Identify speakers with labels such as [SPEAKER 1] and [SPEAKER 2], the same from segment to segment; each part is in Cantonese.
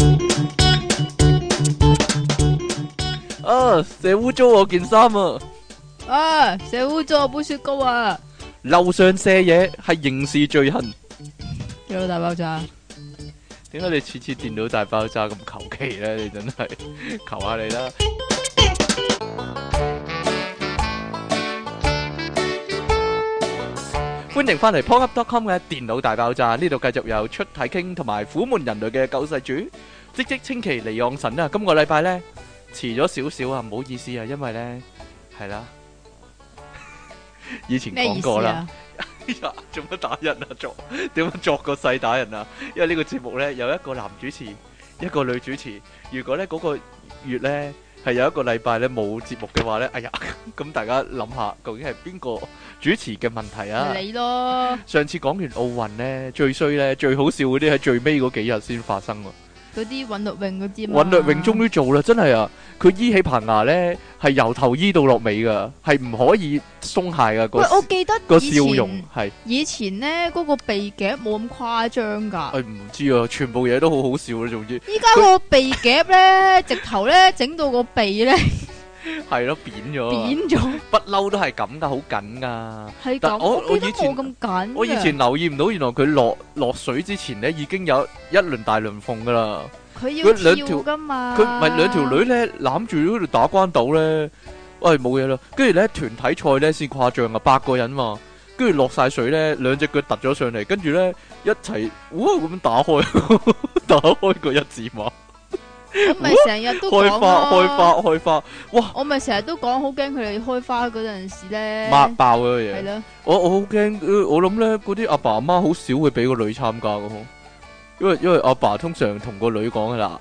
[SPEAKER 1] 啊，射污糟我件衫啊！
[SPEAKER 2] 啊，射污咗我杯雪糕啊！
[SPEAKER 1] 樓上射嘢係刑事罪行。
[SPEAKER 2] 有冇大爆炸？
[SPEAKER 1] 點解你次次電腦大爆炸咁求其咧？你真係求下你啦！歡迎翻嚟 p o p c o m 嘅電腦大爆炸，呢度繼續有出體傾同埋苦悶人類嘅救世主，即即稱其離岸神啦！今個禮拜呢，遲咗少少啊，唔好意思啊，因為呢，係啦， 以前
[SPEAKER 2] 咩意
[SPEAKER 1] 講
[SPEAKER 2] 思
[SPEAKER 1] 過啦。
[SPEAKER 2] 啊？
[SPEAKER 1] 哎呀，做乜打人啊？作點樣作個勢打人啊？因為呢個節目咧有一個男主持，一個女主持。如果咧嗰個月咧係有一個禮拜咧冇節目嘅話咧，哎呀， 咁大家諗下究竟係邊個主持嘅問題啊？
[SPEAKER 2] 你咯，
[SPEAKER 1] 上次講完奧運咧，最衰咧最好笑嗰啲係最尾嗰幾日先發生喎。
[SPEAKER 2] 嗰啲韻律泳嗰啲嘛。
[SPEAKER 1] 韻律泳終於做啦，真係啊！佢醫起棚牙咧係由頭醫到落尾噶，係唔可以鬆懈噶
[SPEAKER 2] 喂，我
[SPEAKER 1] 個
[SPEAKER 2] 記得
[SPEAKER 1] 個
[SPEAKER 2] 以
[SPEAKER 1] 笑
[SPEAKER 2] 前
[SPEAKER 1] 容係。
[SPEAKER 2] 以前咧嗰個鼻夾冇咁誇張㗎。
[SPEAKER 1] 哎，唔知啊，全部嘢都好好笑啦，總之
[SPEAKER 2] 依家個鼻夾咧， 直頭咧整到個鼻咧
[SPEAKER 1] 係咯，扁咗啊，
[SPEAKER 2] 扁咗，
[SPEAKER 1] 不嬲都係咁噶，好緊噶。
[SPEAKER 2] 係
[SPEAKER 1] 但
[SPEAKER 2] 咁。
[SPEAKER 1] 我
[SPEAKER 2] 我
[SPEAKER 1] 我
[SPEAKER 2] 記得
[SPEAKER 1] 以前
[SPEAKER 2] 冇咁緊㗎。
[SPEAKER 1] 我以前留意唔到，原來佢落落水之前咧已經有一輪大輪鳳噶啦。
[SPEAKER 2] 佢
[SPEAKER 1] 佢
[SPEAKER 2] 要
[SPEAKER 1] 兩條
[SPEAKER 2] 跳㗎嘛。
[SPEAKER 1] 佢咪兩條女咧攬住嗰度打關島咧，喂冇嘢啦。跟住咧團體賽咧先誇張啊，八個人嘛，跟住落晒水咧，兩隻腳突咗上嚟，跟住咧一齊哇咁打開 打開個一字馬，
[SPEAKER 2] 我咪成日都
[SPEAKER 1] 開
[SPEAKER 2] 講啊
[SPEAKER 1] 花開花
[SPEAKER 2] 咯，
[SPEAKER 1] 開花，哇
[SPEAKER 2] 我咪成日都講好驚佢哋開花嗰陣時咧，
[SPEAKER 1] 抹爆嗰個嘢
[SPEAKER 2] 係。咯，
[SPEAKER 1] 我我好驚，呃我諗咧嗰啲阿爸阿媽好少會俾個女參加噶，因為因為阿爸通常同個女講噶啦，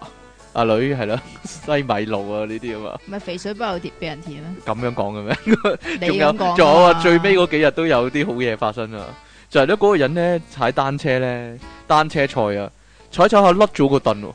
[SPEAKER 1] 阿女係啦 西米露啊呢啲啊嘛，
[SPEAKER 2] 咪肥水不流碟俾人填啊！
[SPEAKER 1] 咁樣講嘅咩？
[SPEAKER 2] 你
[SPEAKER 1] 仲有
[SPEAKER 2] 咁講，
[SPEAKER 1] 仲有啊，最尾嗰幾日都有啲好嘢發生啊！就係咧嗰個人咧踩單車咧，單車賽啊，踩踩下甩咗個凳喎，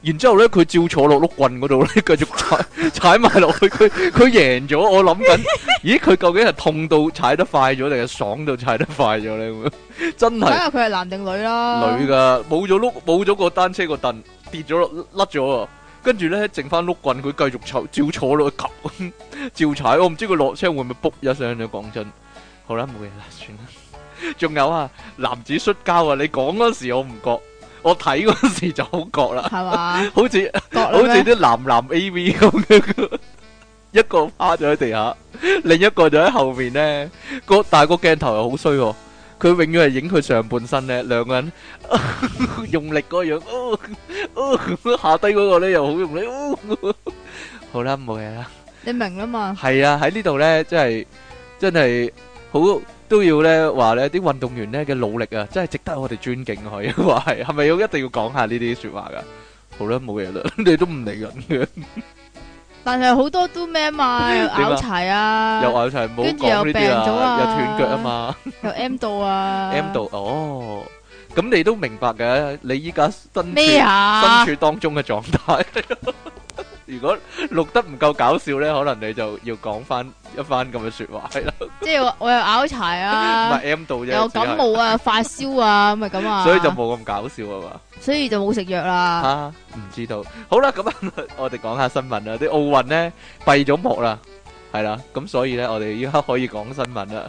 [SPEAKER 1] 然之後咧佢照坐落碌棍嗰度咧， 繼續 踩踩埋落去，佢佢贏咗。我諗緊， 咦佢究竟係痛到踩得快咗，定係爽到踩得快咗咧？咁樣真
[SPEAKER 2] 睇
[SPEAKER 1] 係
[SPEAKER 2] 下佢係男定女啦。
[SPEAKER 1] 女噶，冇咗碌冇咗個單車個凳跌咗落甩咗啊！跟住咧剩翻碌棍，佢繼續坐照坐落去 及照踩。我唔知佢落車會唔會卜一聲咧。講真，好啦，冇嘢啦， 算啦。仲有啊，男子摔跤啊，你講嗰時我唔覺，我睇嗰時就好覺啦，
[SPEAKER 2] 係嘛？
[SPEAKER 1] 好似
[SPEAKER 2] 覺啦
[SPEAKER 1] 好似
[SPEAKER 2] 咩？
[SPEAKER 1] 啲男男 A V 咁樣，一個趴咗喺地下，另一個就喺後面咧。個但係個鏡頭又好衰喎，佢永遠係影佢上半身咧，兩 個人用力嗰樣，哦哦下低嗰個咧又好用力。哦好啦，冇嘢啦。
[SPEAKER 2] 你明啦嘛？
[SPEAKER 1] 係啊，喺呢度咧，真係真係好都要咧話咧啲運動員咧嘅努力啊，真係值得我哋尊敬 佢。話係係咪要一定要講下呢啲説話噶？好啦，冇嘢啦，你都唔理人嘅，
[SPEAKER 2] 但係好多都咩 嘛？又
[SPEAKER 1] 啊
[SPEAKER 2] 拗柴啊，
[SPEAKER 1] 又話就係冇
[SPEAKER 2] 跟住又
[SPEAKER 1] 講呢
[SPEAKER 2] 病
[SPEAKER 1] 啲
[SPEAKER 2] 咗
[SPEAKER 1] 啦，
[SPEAKER 2] 啊
[SPEAKER 1] 又斷腳啊嘛
[SPEAKER 2] 又 M 到啊
[SPEAKER 1] ，M 度哦，咁你都明白嘅，你依家身
[SPEAKER 2] 咩
[SPEAKER 1] 處
[SPEAKER 2] 啊
[SPEAKER 1] 身？處當中嘅狀 態。如果錄得唔夠搞笑咧，可能你就要講翻一番咁嘅説話係啦，
[SPEAKER 2] 即係我我又拗柴
[SPEAKER 1] 唔係
[SPEAKER 2] 啊，
[SPEAKER 1] M 度啫，
[SPEAKER 2] 又
[SPEAKER 1] 只係
[SPEAKER 2] 感冒 啊，發燒啊，咪咁啊。
[SPEAKER 1] 所以就冇咁搞笑啊
[SPEAKER 2] 所以就冇食藥
[SPEAKER 1] 嘛，
[SPEAKER 2] 啦。
[SPEAKER 1] 啊唔知道。好啦，咁啊，我哋講下新聞啦。啲奧運呢閉咗幕啦，係啦，咁所以呢，我哋 依家可以講新聞啦。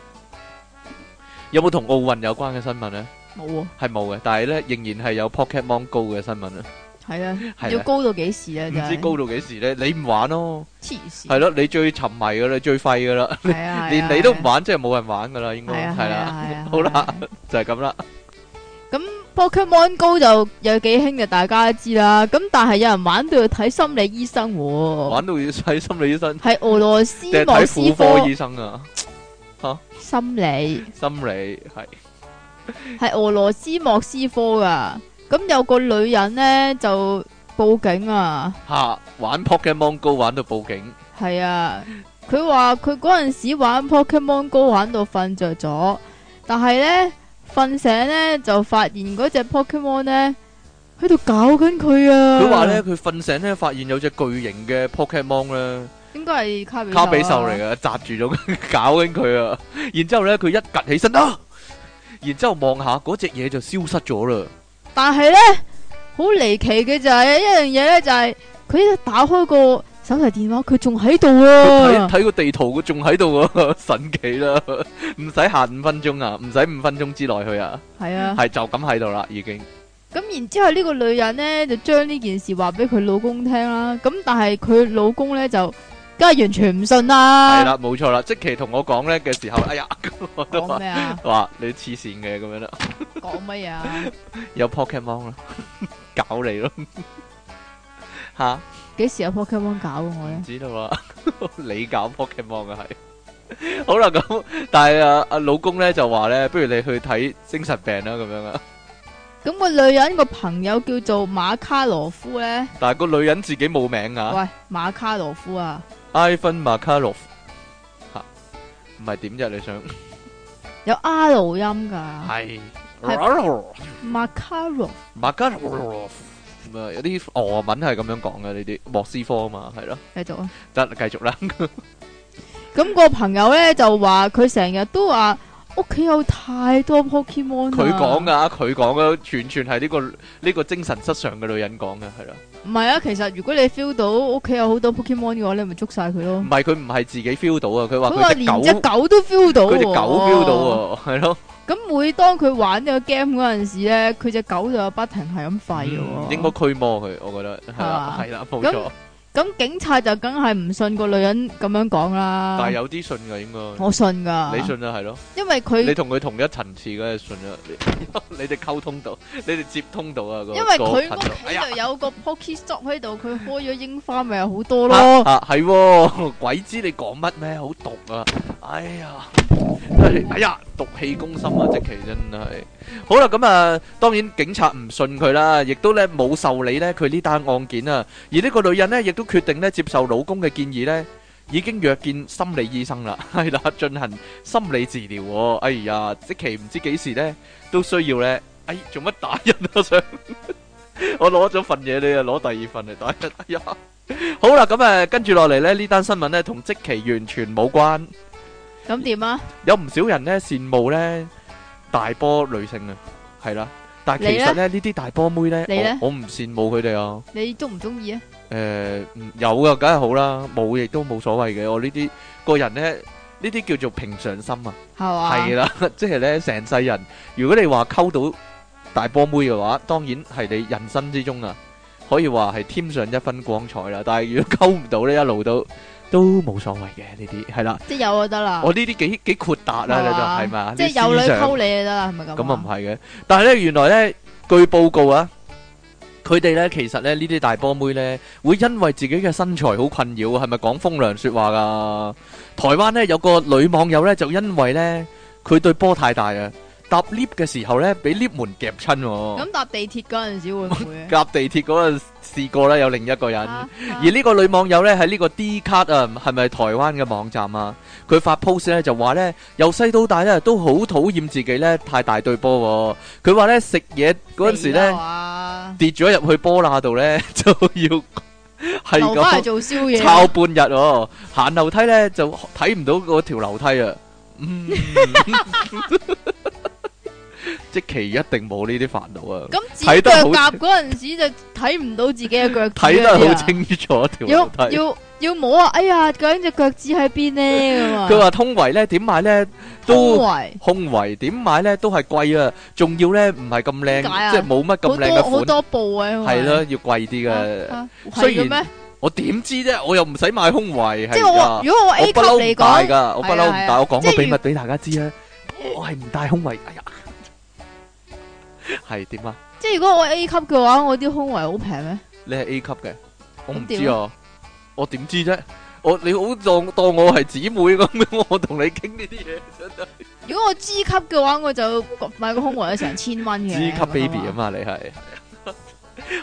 [SPEAKER 1] 有冇同奧運有關嘅新聞呢？
[SPEAKER 2] 冇啊，
[SPEAKER 1] 係冇嘅，但係呢，仍然係有 Pokemon Go 嘅新聞啊。
[SPEAKER 2] 係
[SPEAKER 1] 係啊
[SPEAKER 2] 啊，要高到幾時啊？
[SPEAKER 1] 唔
[SPEAKER 2] 真係
[SPEAKER 1] 知高到幾時呢？你唔玩咯，
[SPEAKER 2] 黐線。
[SPEAKER 1] 係咯，你最沉迷噶啦，最廢噶啦，
[SPEAKER 2] 係啊，
[SPEAKER 1] 連你都唔玩，即係冇人玩噶啦，應該
[SPEAKER 2] 係啊，
[SPEAKER 1] 係
[SPEAKER 2] 係
[SPEAKER 1] 啦，
[SPEAKER 2] 啊，係啊。
[SPEAKER 1] 好啦
[SPEAKER 2] 係啊。
[SPEAKER 1] 就係咁啦。
[SPEAKER 2] Pokemon Go 就有幾興就大家都知啦，咁但係有人玩到要睇心理醫生喎，
[SPEAKER 1] 玩到要睇心理醫生，
[SPEAKER 2] 係俄羅斯
[SPEAKER 1] 定係
[SPEAKER 2] 莫
[SPEAKER 1] 睇
[SPEAKER 2] 斯
[SPEAKER 1] 婦
[SPEAKER 2] 科
[SPEAKER 1] 科醫生啊？
[SPEAKER 2] 心理，
[SPEAKER 1] 心理係
[SPEAKER 2] 係俄羅斯莫斯科噶，咁有個女人呢就報警啊，
[SPEAKER 1] 吓玩 Pokemon Go 玩到報警。
[SPEAKER 2] 係啊，佢話佢嗰陣時玩 Pokemon Go 玩到瞓着咗，但係呢，瞓醒呢就發現嗰只 Pokemon 呢喺度搞緊佢啊，
[SPEAKER 1] 佢話咧，佢瞓醒咧，發現有隻巨型嘅 Pokemon 咧，
[SPEAKER 2] 應該係卡比啊
[SPEAKER 1] 卡比獸嚟
[SPEAKER 2] 嘅，
[SPEAKER 1] 嘅，扎住咗 佢，搞緊佢啊！然之後咧，佢一趌起身啊，然之後望下嗰隻嘢就消失咗啦。
[SPEAKER 2] 但係呢，好離奇嘅就係、一樣嘢呢，就係佢一打開個手提電話，佢仲喺度
[SPEAKER 1] 佢睇
[SPEAKER 2] 啊！
[SPEAKER 1] 睇個地圖，佢仲喺度啊，神奇啦！ 唔使行五分鐘啊，唔使五分鐘之內去啊，
[SPEAKER 2] 係啊，
[SPEAKER 1] 係就咁喺度啦，已經。
[SPEAKER 2] 咁然之後呢個女人呢，就將呢件事話俾佢老公聽啦。咁但係佢老公呢，就梗係完全唔信啦。
[SPEAKER 1] 係啦，冇錯啦，即期同我講咧嘅時候，哎呀，我 都
[SPEAKER 2] 講
[SPEAKER 1] 話
[SPEAKER 2] 咩啊？
[SPEAKER 1] 話你黐線嘅咁樣啦，
[SPEAKER 2] 講乜嘢啊？
[SPEAKER 1] 有 Pokemon 啦， 搞你咯， 吓
[SPEAKER 2] 幾時有 Pokemon 搞我
[SPEAKER 1] 唔
[SPEAKER 2] 呢？
[SPEAKER 1] 知道啦， 你搞 Pokemon 嘅係。好啦，咁但係啊，阿老公咧就話咧，不如你去睇精神病啦，咁樣啊。
[SPEAKER 2] 咁個女人個朋友叫做馬卡羅夫呢，
[SPEAKER 1] 但係個女人自己冇名啊。
[SPEAKER 2] 喂，馬卡羅夫啊，
[SPEAKER 1] Ivan Makarov 嚇，唔係點啫，你想？
[SPEAKER 2] 有 R 音噶，
[SPEAKER 1] 係。
[SPEAKER 2] 係。馬卡羅
[SPEAKER 1] Makarov。咁啊，有啲俄文係咁樣講嘅，呢啲，莫斯科啊嘛，係咯。得啦，繼續啦。
[SPEAKER 2] 繼續啊。咁個朋友咧就話佢成日都話屋企有太多 Pokemon 啊。
[SPEAKER 1] 佢講㗎，佢講㗎，完全係呢個-呢個精神失常嘅女人講嘅，係咯。
[SPEAKER 2] 唔係啊，其實如果你 feel 到屋企有好多 Pokemon 嘅話，你咪捉晒佢咯。
[SPEAKER 1] 唔係，佢唔係自己feel到啊，佢話
[SPEAKER 2] 佢
[SPEAKER 1] 佢
[SPEAKER 2] 話
[SPEAKER 1] 隻
[SPEAKER 2] 連
[SPEAKER 1] 狗-
[SPEAKER 2] 只狗都 feel 到，
[SPEAKER 1] 佢隻狗 feel 到喎，係咯。
[SPEAKER 2] 咁每當佢玩呢個 game 嗰陣時咧，佢只狗就不停係咁吠嘅
[SPEAKER 1] 嗯，
[SPEAKER 2] 喎。
[SPEAKER 1] 應該驅魔佢，我覺得，係啦，
[SPEAKER 2] 係嘛？
[SPEAKER 1] 係啦，冇錯。
[SPEAKER 2] 咁-咁警察就梗係唔信個女人咁樣講啦。
[SPEAKER 1] 但係有啲信㗎，應該。啊
[SPEAKER 2] 我信噶，
[SPEAKER 1] 你信啊，係咯。
[SPEAKER 2] 因為佢
[SPEAKER 1] 你同佢同一層次嘅信咗， 你你哋溝通到，你哋接通到啊！
[SPEAKER 2] 因為
[SPEAKER 1] 個
[SPEAKER 2] 佢
[SPEAKER 1] 個
[SPEAKER 2] 屋
[SPEAKER 1] 頻道哎呀
[SPEAKER 2] 企就有個 Poke Shop 喺度，佢開咗櫻花咪有好多咯。
[SPEAKER 1] 啊係喎， 鬼知你講乜咩？好毒啊！哎呀，哎哎呀，毒氣攻心啊！即其真係好啦，咁啊，當然警察唔信佢啦，亦都咧冇受理咧佢呢單案件啊。而呢個女人咧，亦都決定咧接受老公嘅建議咧，已經約見心理醫生啦， 係啦，進行心理治療喎。哎呀，即其唔知幾時咧都需要咧，哎，做乜打人啊？想 我攞咗份嘢，你啊攞第二份嚟打人，哎呀！好啦，咁诶，跟住落嚟咧，呢單新聞咧同即期完全冇關，
[SPEAKER 2] 咁點啊？
[SPEAKER 1] 有唔少人咧羨慕咧大波女性啊，係啦，但係其實
[SPEAKER 2] 你
[SPEAKER 1] 咧呢啲大波妹
[SPEAKER 2] 你
[SPEAKER 1] 咧
[SPEAKER 2] 呢，
[SPEAKER 1] 我我唔羨慕佢哋啊，
[SPEAKER 2] 你中唔中意啊？
[SPEAKER 1] 诶，唔有噶，梗係好啦，冇亦都冇所謂嘅，我呢啲個人咧，呢啲叫做平常心啊，
[SPEAKER 2] 係嘛？
[SPEAKER 1] 係啦， 即係咧成世人，如果你話溝到大波妹嘅話，當然係你人生之中啊，可以話係添上一分光彩啦。但係如果溝唔到呢，一路都都冇所謂嘅呢啲係啦。
[SPEAKER 2] 即係有就得啦。
[SPEAKER 1] 我呢啲幾幾豁達啦，
[SPEAKER 2] 啊係
[SPEAKER 1] 你就
[SPEAKER 2] 嘛
[SPEAKER 1] 係咪啊？
[SPEAKER 2] 即係
[SPEAKER 1] 啲
[SPEAKER 2] 有女
[SPEAKER 1] 思想
[SPEAKER 2] 溝你就得啦，係咪咁？
[SPEAKER 1] 咁啊唔係嘅，但係咧原來咧據報告啊，佢哋咧其實咧呢啲大波妹咧會因為自己嘅身材好困擾，係咪講風涼説話噶？台灣咧有個女網友咧就因為咧佢對波太大啊，搭 lift 嘅時候咧俾 lift 門夾親喎，
[SPEAKER 2] 咁搭地鐵嗰陣時會唔 會啊？
[SPEAKER 1] 夾地鐵嗰陣試過啦，有另一個人。
[SPEAKER 2] 啊啊
[SPEAKER 1] 而呢個女網友呢，喺呢個 D 卡啊，係咪台灣嘅網站啊？佢發 post 咧就話呢，由細到大呢都好討厭自己呢太大對波、喎。佢話呢，食嘢嗰陣時
[SPEAKER 2] 啊
[SPEAKER 1] 呢，
[SPEAKER 2] 呢，
[SPEAKER 1] 跌咗入去波罅度呢， 就要 係
[SPEAKER 2] 留翻
[SPEAKER 1] 咁
[SPEAKER 2] 嚟做宵夜。
[SPEAKER 1] 抄半日、喎。行樓梯呢，就睇唔到嗰條樓梯啊！ 嗯，即其一定冇呢啲煩惱啊！
[SPEAKER 2] 咁 指
[SPEAKER 1] 睇
[SPEAKER 2] 腳
[SPEAKER 1] 得好
[SPEAKER 2] 甲嗰陣時就睇唔到自己嘅腳趾。
[SPEAKER 1] 睇得好。清楚條樓
[SPEAKER 2] 要
[SPEAKER 1] 梯。
[SPEAKER 2] 要要摸啊！哎呀，究竟隻腳趾喺邊呢？咁啊，
[SPEAKER 1] 佢話通圍呢點買呢？都
[SPEAKER 2] 胸。圍
[SPEAKER 1] 胸圍點買呢都係貴啊，仲要呢唔係咁靚，
[SPEAKER 2] 點解啊
[SPEAKER 1] 即係冇乜咁
[SPEAKER 2] 好
[SPEAKER 1] 靚嘅
[SPEAKER 2] 多好
[SPEAKER 1] 款，
[SPEAKER 2] 多部啊，
[SPEAKER 1] 係咯，要貴啲
[SPEAKER 2] 因為。
[SPEAKER 1] 嘅。
[SPEAKER 2] 啊，啊
[SPEAKER 1] 雖
[SPEAKER 2] 係嘅
[SPEAKER 1] 然
[SPEAKER 2] 咩？
[SPEAKER 1] 我點知啫？我又唔使買胸圍，
[SPEAKER 2] 即
[SPEAKER 1] 係
[SPEAKER 2] 係我
[SPEAKER 1] 㗎
[SPEAKER 2] 如果我 A
[SPEAKER 1] 我
[SPEAKER 2] 級
[SPEAKER 1] 不嬲
[SPEAKER 2] 嚟
[SPEAKER 1] 唔戴
[SPEAKER 2] 講，
[SPEAKER 1] 㗎，我不嬲唔
[SPEAKER 2] 係
[SPEAKER 1] 戴。
[SPEAKER 2] 啊
[SPEAKER 1] 我講
[SPEAKER 2] 即係
[SPEAKER 1] 個秘密
[SPEAKER 2] 如
[SPEAKER 1] 俾大家知啊，我係唔戴胸圍。哎呀，係點啊？
[SPEAKER 2] 即係如果我 A 級嘅話，我啲胸圍好平咩？
[SPEAKER 1] 你係 A 級嘅，我唔
[SPEAKER 2] 咁
[SPEAKER 1] 知
[SPEAKER 2] 點
[SPEAKER 1] 啊，我點知啫？我你好當當我係姊妹咁 樣，我同你傾呢啲嘢真係。
[SPEAKER 2] 如果我 G 級嘅話，我就買個胸圍有成千蚊嘅。
[SPEAKER 1] 知級 baby 啊嘛，你係。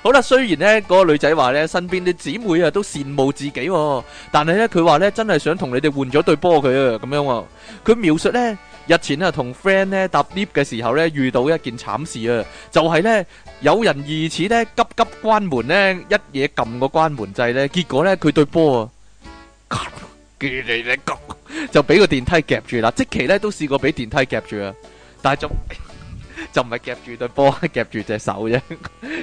[SPEAKER 1] 好啦，雖然呢嗰、個女仔話呢，身邊啲姊妹啊都羨慕自己、喎，但係呢，佢話呢真係想同你哋換咗對波佢啊咁樣喎、佢描述呢，日前啊同 friend 呢搭 lift 嘅時候呢，遇到一件慘事啊，就係、呢，有人疑似呢急急關門呢，一嘢撳個關門掣呢，結果呢，佢對波啊，咔叫你你撳 就俾個電梯夾住啦，即期呢都試過俾電梯夾住啊，但係就。就唔係夾住對波，係夾住隻手啫。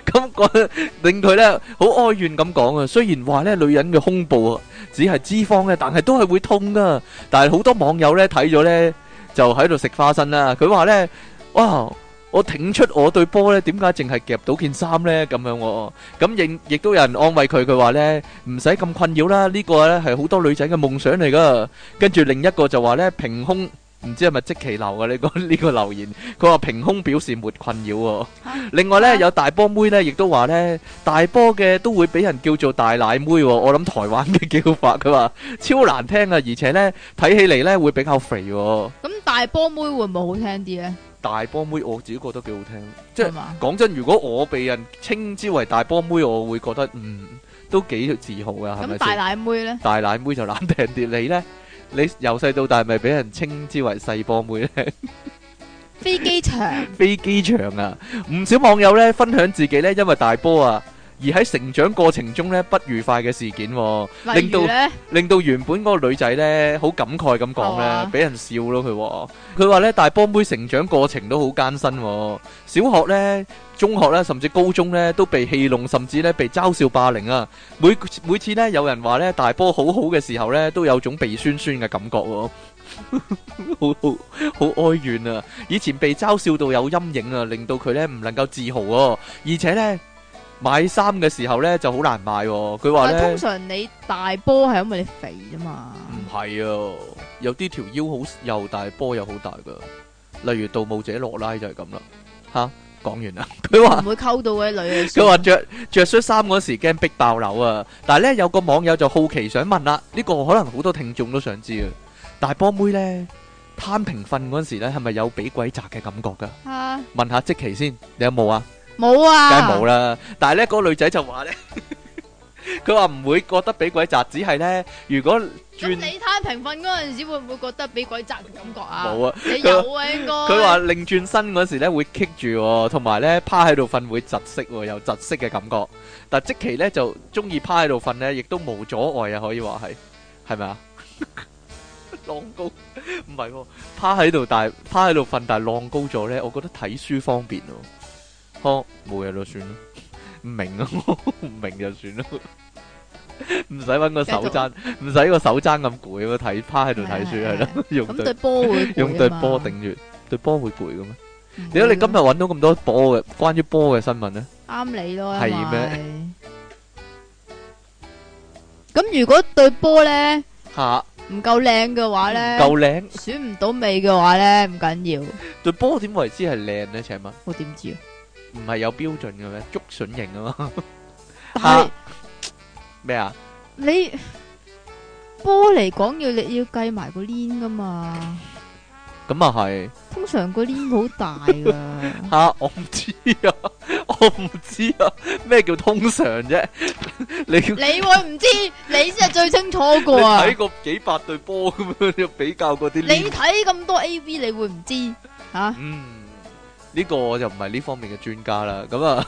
[SPEAKER 1] 咁嗰令佢咧好哀怨咁講啊。雖然話咧女人嘅胸部啊只係脂肪咧，但係都係會痛噶。但係好多網友咧睇咗咧就喺度食花生啦。佢話咧：哇！我挺出我對波咧，點解淨係夾到件衫咧？咁樣喎，咁亦亦都有人安慰佢，佢話咧唔使咁困擾啦，呢個咧係好多女仔嘅夢想嚟噶。跟住另一個就話咧平胸，唔知係咪即其流啊？呢、個呢、個留言，佢話平胸表示沒困擾喎、另外咧有大波妹咧，亦都話咧大波嘅都會俾人叫做大奶妹喎、我諗台灣嘅叫法，佢話超難聽啊，而且咧睇起嚟咧會比較肥喎、
[SPEAKER 2] 咁大波妹會唔會好聽啲咧？
[SPEAKER 1] 大波妹我自己覺得幾好聽，即係
[SPEAKER 2] 係嘛？
[SPEAKER 1] 講真，如果我被人稱之為大波妹，我會覺得嗯都幾自豪噶，係咪
[SPEAKER 2] 咁
[SPEAKER 1] 先？
[SPEAKER 2] 大奶妹 咧？
[SPEAKER 1] 大奶妹就冷定啲，你呢？你由細到大係咪俾人稱之為細波妹呢？
[SPEAKER 2] 飛機場
[SPEAKER 1] 飛機場啊，唔少網友呢分享自己呢，因為大波啊，而喺成長過程中呢不愉快嘅事件、喎，
[SPEAKER 2] 例如啊咧，
[SPEAKER 1] 令到原本嗰個女仔呢好感慨咁講
[SPEAKER 2] 係
[SPEAKER 1] 呢
[SPEAKER 2] 嘛，
[SPEAKER 1] 俾人笑咯佢喎。佢話呢，大波妹成長過程都好艱辛、喎，小學呢、中學呢，甚至高中呢，都被戲弄，甚至呢被嘲笑霸凌啊。每每次呢，有人話呢，大波好好嘅時候呢，都有種鼻酸酸嘅感覺喎。好好好哀怨啊！以前被嘲笑到有陰影啊，令到佢呢唔能夠自豪喎、 而且呢，買衫嘅時候呢就好難買、喎。佢話
[SPEAKER 2] 但係
[SPEAKER 1] 呢
[SPEAKER 2] 通。常你大波係因為你肥 啫嘛。
[SPEAKER 1] 唔係啊，有啲條腰好又大，波又好大噶。例如《盜墓者羅拉》就係咁啦。吓，講完啦。 佢話
[SPEAKER 2] 唔會溝到嘅女嘅。
[SPEAKER 1] 佢話着着恤衫嗰時驚逼爆樓啊！但係咧有個網友就好奇想問啦，呢、個可能好多聽眾都想知啊。大波妹咧攤平瞓嗰時咧，係咪有俾鬼砸嘅感覺噶？
[SPEAKER 2] 啊
[SPEAKER 1] 問下即奇先，你有冇啊？
[SPEAKER 2] 冇
[SPEAKER 1] 梗係
[SPEAKER 2] 啊，
[SPEAKER 1] 冇啦。但係咧，嗰個女仔就話咧， 佢話唔會覺得俾鬼砸，只係咧如果
[SPEAKER 2] 咁
[SPEAKER 1] 轉
[SPEAKER 2] 你攤平瞓嗰陣時，會唔會覺得俾鬼砸嘅感覺啊？
[SPEAKER 1] 冇啊。
[SPEAKER 2] 你有啊，應該。
[SPEAKER 1] 佢話擰轉身嗰時咧會棘住喎，同埋咧趴喺度瞓會窒息喎，有窒息嘅感覺。但即期咧就中意趴喺度瞓咧，亦都無阻礙啊，可以話係，係咪啊？浪高唔係喎，趴喺度但係趴喺度瞓，但係浪高咗咧，我覺得睇書方便喎。呵，冇嘢就算啦，唔明啊， 唔明就算啦，唔使揾個手踭，唔使個手踭咁攰咯，睇趴喺度睇書係
[SPEAKER 2] 係
[SPEAKER 1] 咯，用
[SPEAKER 2] 咁
[SPEAKER 1] 對
[SPEAKER 2] 對波會攰啊
[SPEAKER 1] 用對波
[SPEAKER 2] 嘛，嗯
[SPEAKER 1] 頂住，對波會攰嘅咩？
[SPEAKER 2] 唔
[SPEAKER 1] 點解你
[SPEAKER 2] 會
[SPEAKER 1] 今日揾到咁多波嘅關於波嘅新聞咧？
[SPEAKER 2] 啱你咯，
[SPEAKER 1] 係
[SPEAKER 2] 因
[SPEAKER 1] 咩
[SPEAKER 2] 為？咁如果對波咧
[SPEAKER 1] 嚇，
[SPEAKER 2] 唔夠靚嘅話咧，
[SPEAKER 1] 夠靚
[SPEAKER 2] 選唔到尾嘅話咧，唔緊要，
[SPEAKER 1] 對波點為之係靚咧？請問
[SPEAKER 2] 我點知啊？
[SPEAKER 1] 唔係有標準嘅咩？竹筍型啊嘛
[SPEAKER 2] 但係
[SPEAKER 1] 啊咩啊？
[SPEAKER 2] 你波嚟講要你要計埋個鏈噶嘛，
[SPEAKER 1] 咁啊係
[SPEAKER 2] 通常個鏈好大噶。
[SPEAKER 1] 嚇，我唔知啊，我唔知啊，咩叫通常 啫？你你
[SPEAKER 2] 你會唔知？你先係最清楚個啊！
[SPEAKER 1] 睇過幾百對 波咁樣，你比較嗰啲
[SPEAKER 2] 你
[SPEAKER 1] 黏
[SPEAKER 2] 睇咁多 A V，你會唔知吓？
[SPEAKER 1] 嗯，呢個我就唔係呢方面嘅專家啦。咁啊。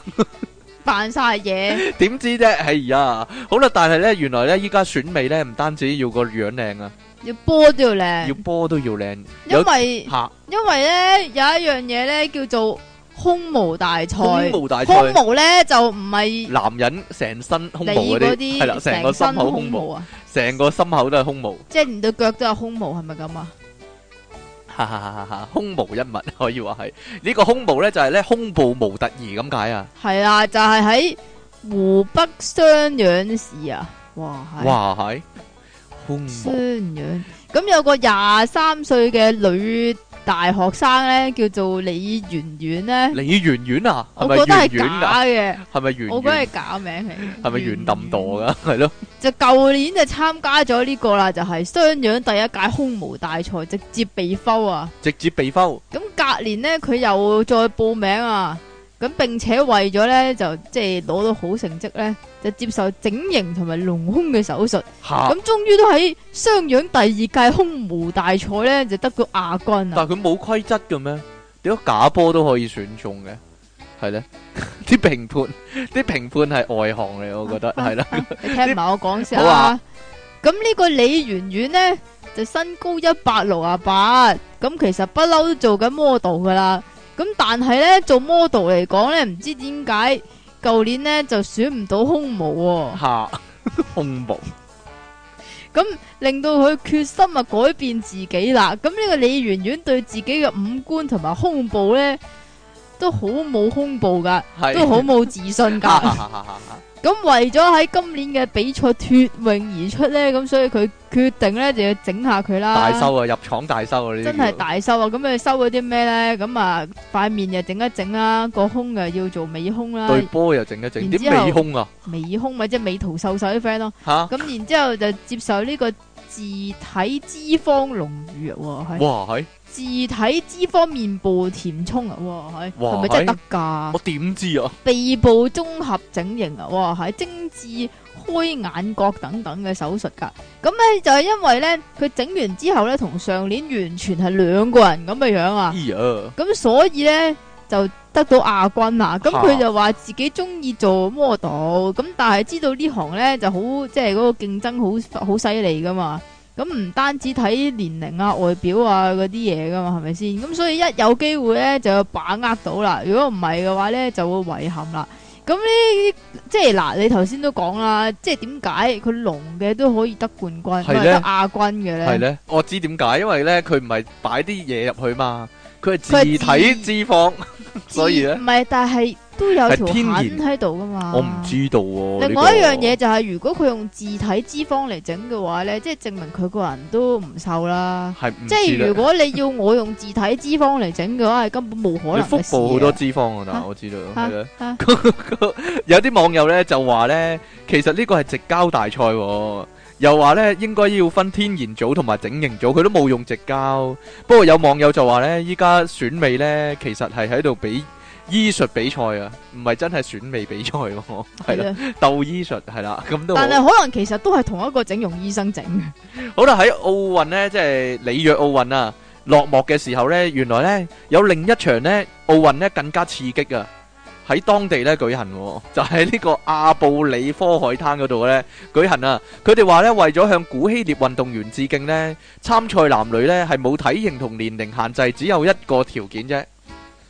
[SPEAKER 2] 扮晒嘢，
[SPEAKER 1] 點知啫？哎呀，好啦，但係咧，原來咧，依家選美咧，唔單止要個樣靚啊，
[SPEAKER 2] 要波都要
[SPEAKER 1] 要
[SPEAKER 2] 靚，
[SPEAKER 1] 波都要靚。
[SPEAKER 2] 因
[SPEAKER 1] 有
[SPEAKER 2] 為
[SPEAKER 1] 吓
[SPEAKER 2] 因為咧有一樣嘢咧叫做胸毛大賽，
[SPEAKER 1] 胸毛大賽，
[SPEAKER 2] 胸毛咧就唔係
[SPEAKER 1] 男人成身胸
[SPEAKER 2] 你
[SPEAKER 1] 毛嗰
[SPEAKER 2] 嗰
[SPEAKER 1] 係啦，
[SPEAKER 2] 啲
[SPEAKER 1] 成個心
[SPEAKER 2] 身
[SPEAKER 1] 口
[SPEAKER 2] 胸
[SPEAKER 1] 胸毛，
[SPEAKER 2] 啊，
[SPEAKER 1] 成個心口都係胸毛，
[SPEAKER 2] 即係連對腳都有胸毛，係咪咁啊？
[SPEAKER 1] 哈哈哈哈哈！胸毛一物可以話係呢個胸毛咧，就係咧胸部模特兒咁解啊！
[SPEAKER 2] 係啊，就係喺湖北襄陽市啊，哇，係
[SPEAKER 1] 哇係胸毛
[SPEAKER 2] 襄陽，咁有個廿三歲嘅女大學生咧，叫做李圓圓咧，
[SPEAKER 1] 李圓圓啊，係
[SPEAKER 2] 我
[SPEAKER 1] 咪
[SPEAKER 2] 覺得
[SPEAKER 1] 圓
[SPEAKER 2] 係
[SPEAKER 1] 圓
[SPEAKER 2] 假
[SPEAKER 1] 啊？
[SPEAKER 2] 嘅。
[SPEAKER 1] 係咪圓
[SPEAKER 2] 我覺得
[SPEAKER 1] 圓
[SPEAKER 2] 係？假名嚟嘅，
[SPEAKER 1] 係咪圓揼墮
[SPEAKER 2] 噶？
[SPEAKER 1] 噶？係咯，
[SPEAKER 2] 就舊年就參加咗呢個啦，就係襄陽第一屆胸毛大賽，直接被摟啊！
[SPEAKER 1] 直接被摟。
[SPEAKER 2] 咁隔年呢，佢又再報名啊！咁並且為咗呢，就即係攞到好成績呢，就接受整形同埋隆胸嘅手術。
[SPEAKER 1] 吓
[SPEAKER 2] 咁終於都喺襄陽第二屆胸毛大賽呢，就得到亞軍啊！
[SPEAKER 1] 但係佢冇規則嘅咩？點解假波都可以選中嘅？係咧， 啲評判啲評判係外行嚟，我覺 得係啦。
[SPEAKER 2] 你聽埋我講先
[SPEAKER 1] 好啊
[SPEAKER 2] 啊！咁呢個李圓圓呢，就身高一百六啊八，咁其實不嬲都做緊 model 噶啦。咁但係咧做 model 嚟講咧，唔知點解舊年咧就選唔到胸毛喎、
[SPEAKER 1] 吓胸部
[SPEAKER 2] 咁令到佢決心啊改變自己啦。咁呢個李媛媛對自己嘅五官同埋胸部咧，都好冇胸部噶，
[SPEAKER 1] 係啊
[SPEAKER 2] 都好 冇自信噶。
[SPEAKER 1] 噶，
[SPEAKER 2] 咁為咗喺今年嘅比賽脱穎而出咧，咁所以佢決定咧就要整下佢啦。
[SPEAKER 1] 大收啊，入廠大收啊，呢啲
[SPEAKER 2] 真係
[SPEAKER 1] 叫
[SPEAKER 2] 大收啊！咁佢收咗啲咩咧？咁啊，塊面又整一整啦，個胸又要做美胸啦，
[SPEAKER 1] 對波又整一整，
[SPEAKER 2] 然之
[SPEAKER 1] 啲
[SPEAKER 2] 後
[SPEAKER 1] 美胸啊，
[SPEAKER 2] 美胸咪即係美圖秀秀啲 friend 咯。
[SPEAKER 1] 吓
[SPEAKER 2] 咁然之後就接受呢個自體脂肪濃乳藥喎，係
[SPEAKER 1] 哇係，
[SPEAKER 2] 自體脂肪面部填充啊，哇係
[SPEAKER 1] 哇
[SPEAKER 2] 係咪真係得㗎
[SPEAKER 1] 我？點知啊？
[SPEAKER 2] 鼻部綜合整形啊，哇係精緻開眼角等等嘅手術㗎。咁咧就係因為咧佢整完之後咧，同上年完全係兩個人咁嘅樣啊。
[SPEAKER 1] 哎呀，
[SPEAKER 2] 咁所以咧就得到亞軍啦。咁佢就話自己中意做 model，咁但係知道呢行咧就好，即係嗰個競爭好好犀利噶嘛。咁唔單止睇年齡啊、外表啊嗰啲嘢噶嘛，係咪先？咁所以一有機會咧就要把握到啦。如果唔係嘅話咧，就會遺憾啦。咁呢即係嗱，你頭先都講啦，即係點解佢龍嘅都可以得冠軍，
[SPEAKER 1] 係
[SPEAKER 2] 唔係
[SPEAKER 1] 咧
[SPEAKER 2] 得亞軍嘅
[SPEAKER 1] 係
[SPEAKER 2] 咧？
[SPEAKER 1] 咧，我知點解，因為咧佢唔係擺啲嘢入去嘛，佢係
[SPEAKER 2] 佢
[SPEAKER 1] 自
[SPEAKER 2] 係
[SPEAKER 1] 體
[SPEAKER 2] 自啊
[SPEAKER 1] 脂肪，所以咧
[SPEAKER 2] 唔係，但係都有
[SPEAKER 1] 係
[SPEAKER 2] 條
[SPEAKER 1] 天然
[SPEAKER 2] 痕喺度噶嘛。
[SPEAKER 1] 我唔知道喎。
[SPEAKER 2] 另外一樣嘢
[SPEAKER 1] 呢
[SPEAKER 2] 就係，如果佢用自體脂肪嚟整嘅話呢，即係證明佢個人都唔瘦啦。
[SPEAKER 1] 個係唔
[SPEAKER 2] 即係如
[SPEAKER 1] 知啦
[SPEAKER 2] 果你要我用自體脂肪嚟整嘅話，係根本冇可能
[SPEAKER 1] 你
[SPEAKER 2] 嘅
[SPEAKER 1] 腹
[SPEAKER 2] 事
[SPEAKER 1] 部好多
[SPEAKER 2] 啊
[SPEAKER 1] 脂肪啊，但
[SPEAKER 2] 嚇
[SPEAKER 1] 我知道
[SPEAKER 2] 嚇
[SPEAKER 1] 係咧。
[SPEAKER 2] 嚇
[SPEAKER 1] 有啲網友咧就話咧，其實呢個係直交大賽、喎，又話咧應該要分天然組同埋整形組，佢都冇用直交。不過有網友就話咧，依家選美咧其實係喺度比醫術比賽啊，唔係真係選美比賽喎、係啦，
[SPEAKER 2] 係啊
[SPEAKER 1] 鬥醫術係啦，咁都好
[SPEAKER 2] 但。係可能其實都係同一個整容醫生整嘅。
[SPEAKER 1] 好啦，喺奧運咧，即係里約奧運啊，落幕嘅時候咧，原來咧有另一場咧奧運咧更加刺激啊！喺當地咧舉行喎、 就喺呢個阿布里科海灘嗰度咧舉行啊！佢哋話咧為咗向古希臘運動員致敬咧，參賽男女咧係冇體型同年齡限制，只有一個條件啫，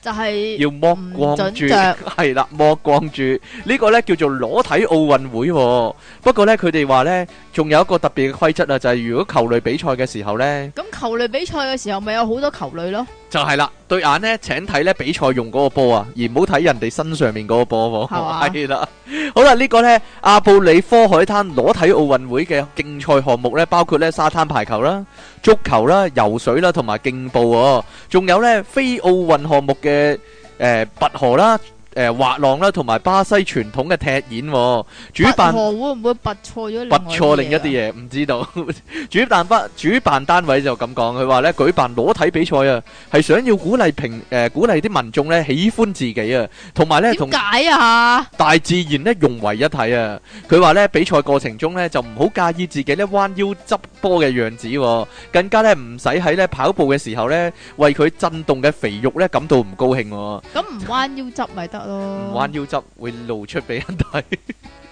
[SPEAKER 2] 就係
[SPEAKER 1] 要剝光
[SPEAKER 2] 唔準
[SPEAKER 1] 珠，
[SPEAKER 2] 着
[SPEAKER 1] 係啦，剝光珠呢個咧叫做裸體奧運會喎。不過咧，佢哋話咧，仲有一個特別嘅規則啊，就係如果球類比賽嘅時候咧，
[SPEAKER 2] 咁球類比賽嘅時候，咪有好多球類咯，
[SPEAKER 1] 就 係啦，對眼咧請睇咧比賽用嗰個波啊，而唔好睇人哋身上面嗰個波
[SPEAKER 2] 係嘛
[SPEAKER 1] 喎。係啦，好啦，呢個咧阿布里科海灘裸體奧運會嘅競賽項目咧，包括咧沙灘排球啦、足球啦、游水啦，同埋競步喎，仲有咧非奧運項目嘅。誒拔河啦、誒滑浪啦，同埋巴西傳統嘅踢毽喎。主
[SPEAKER 2] 拔
[SPEAKER 1] 辦
[SPEAKER 2] 河會唔會拔錯咗？
[SPEAKER 1] 拔錯
[SPEAKER 2] 啊
[SPEAKER 1] 另一啲。嘢，唔知道。主辦不主辦單位就咁講，佢話咧舉辦裸體比賽啊，係想要鼓勵平誒、鼓勵啲民眾咧喜歡自己啊，同埋 咧同
[SPEAKER 2] 點解啊？
[SPEAKER 1] 大自然咧融為一體啊！佢話咧比賽過程中咧就唔好介意自己咧彎腰執波嘅樣子、喎，更加咧唔使喺咧跑步嘅時候咧為佢震動嘅肥肉咧感到唔高興、喎。
[SPEAKER 2] 咁唔彎腰執咪得咯？
[SPEAKER 1] 唔彎腰執會露出俾人睇，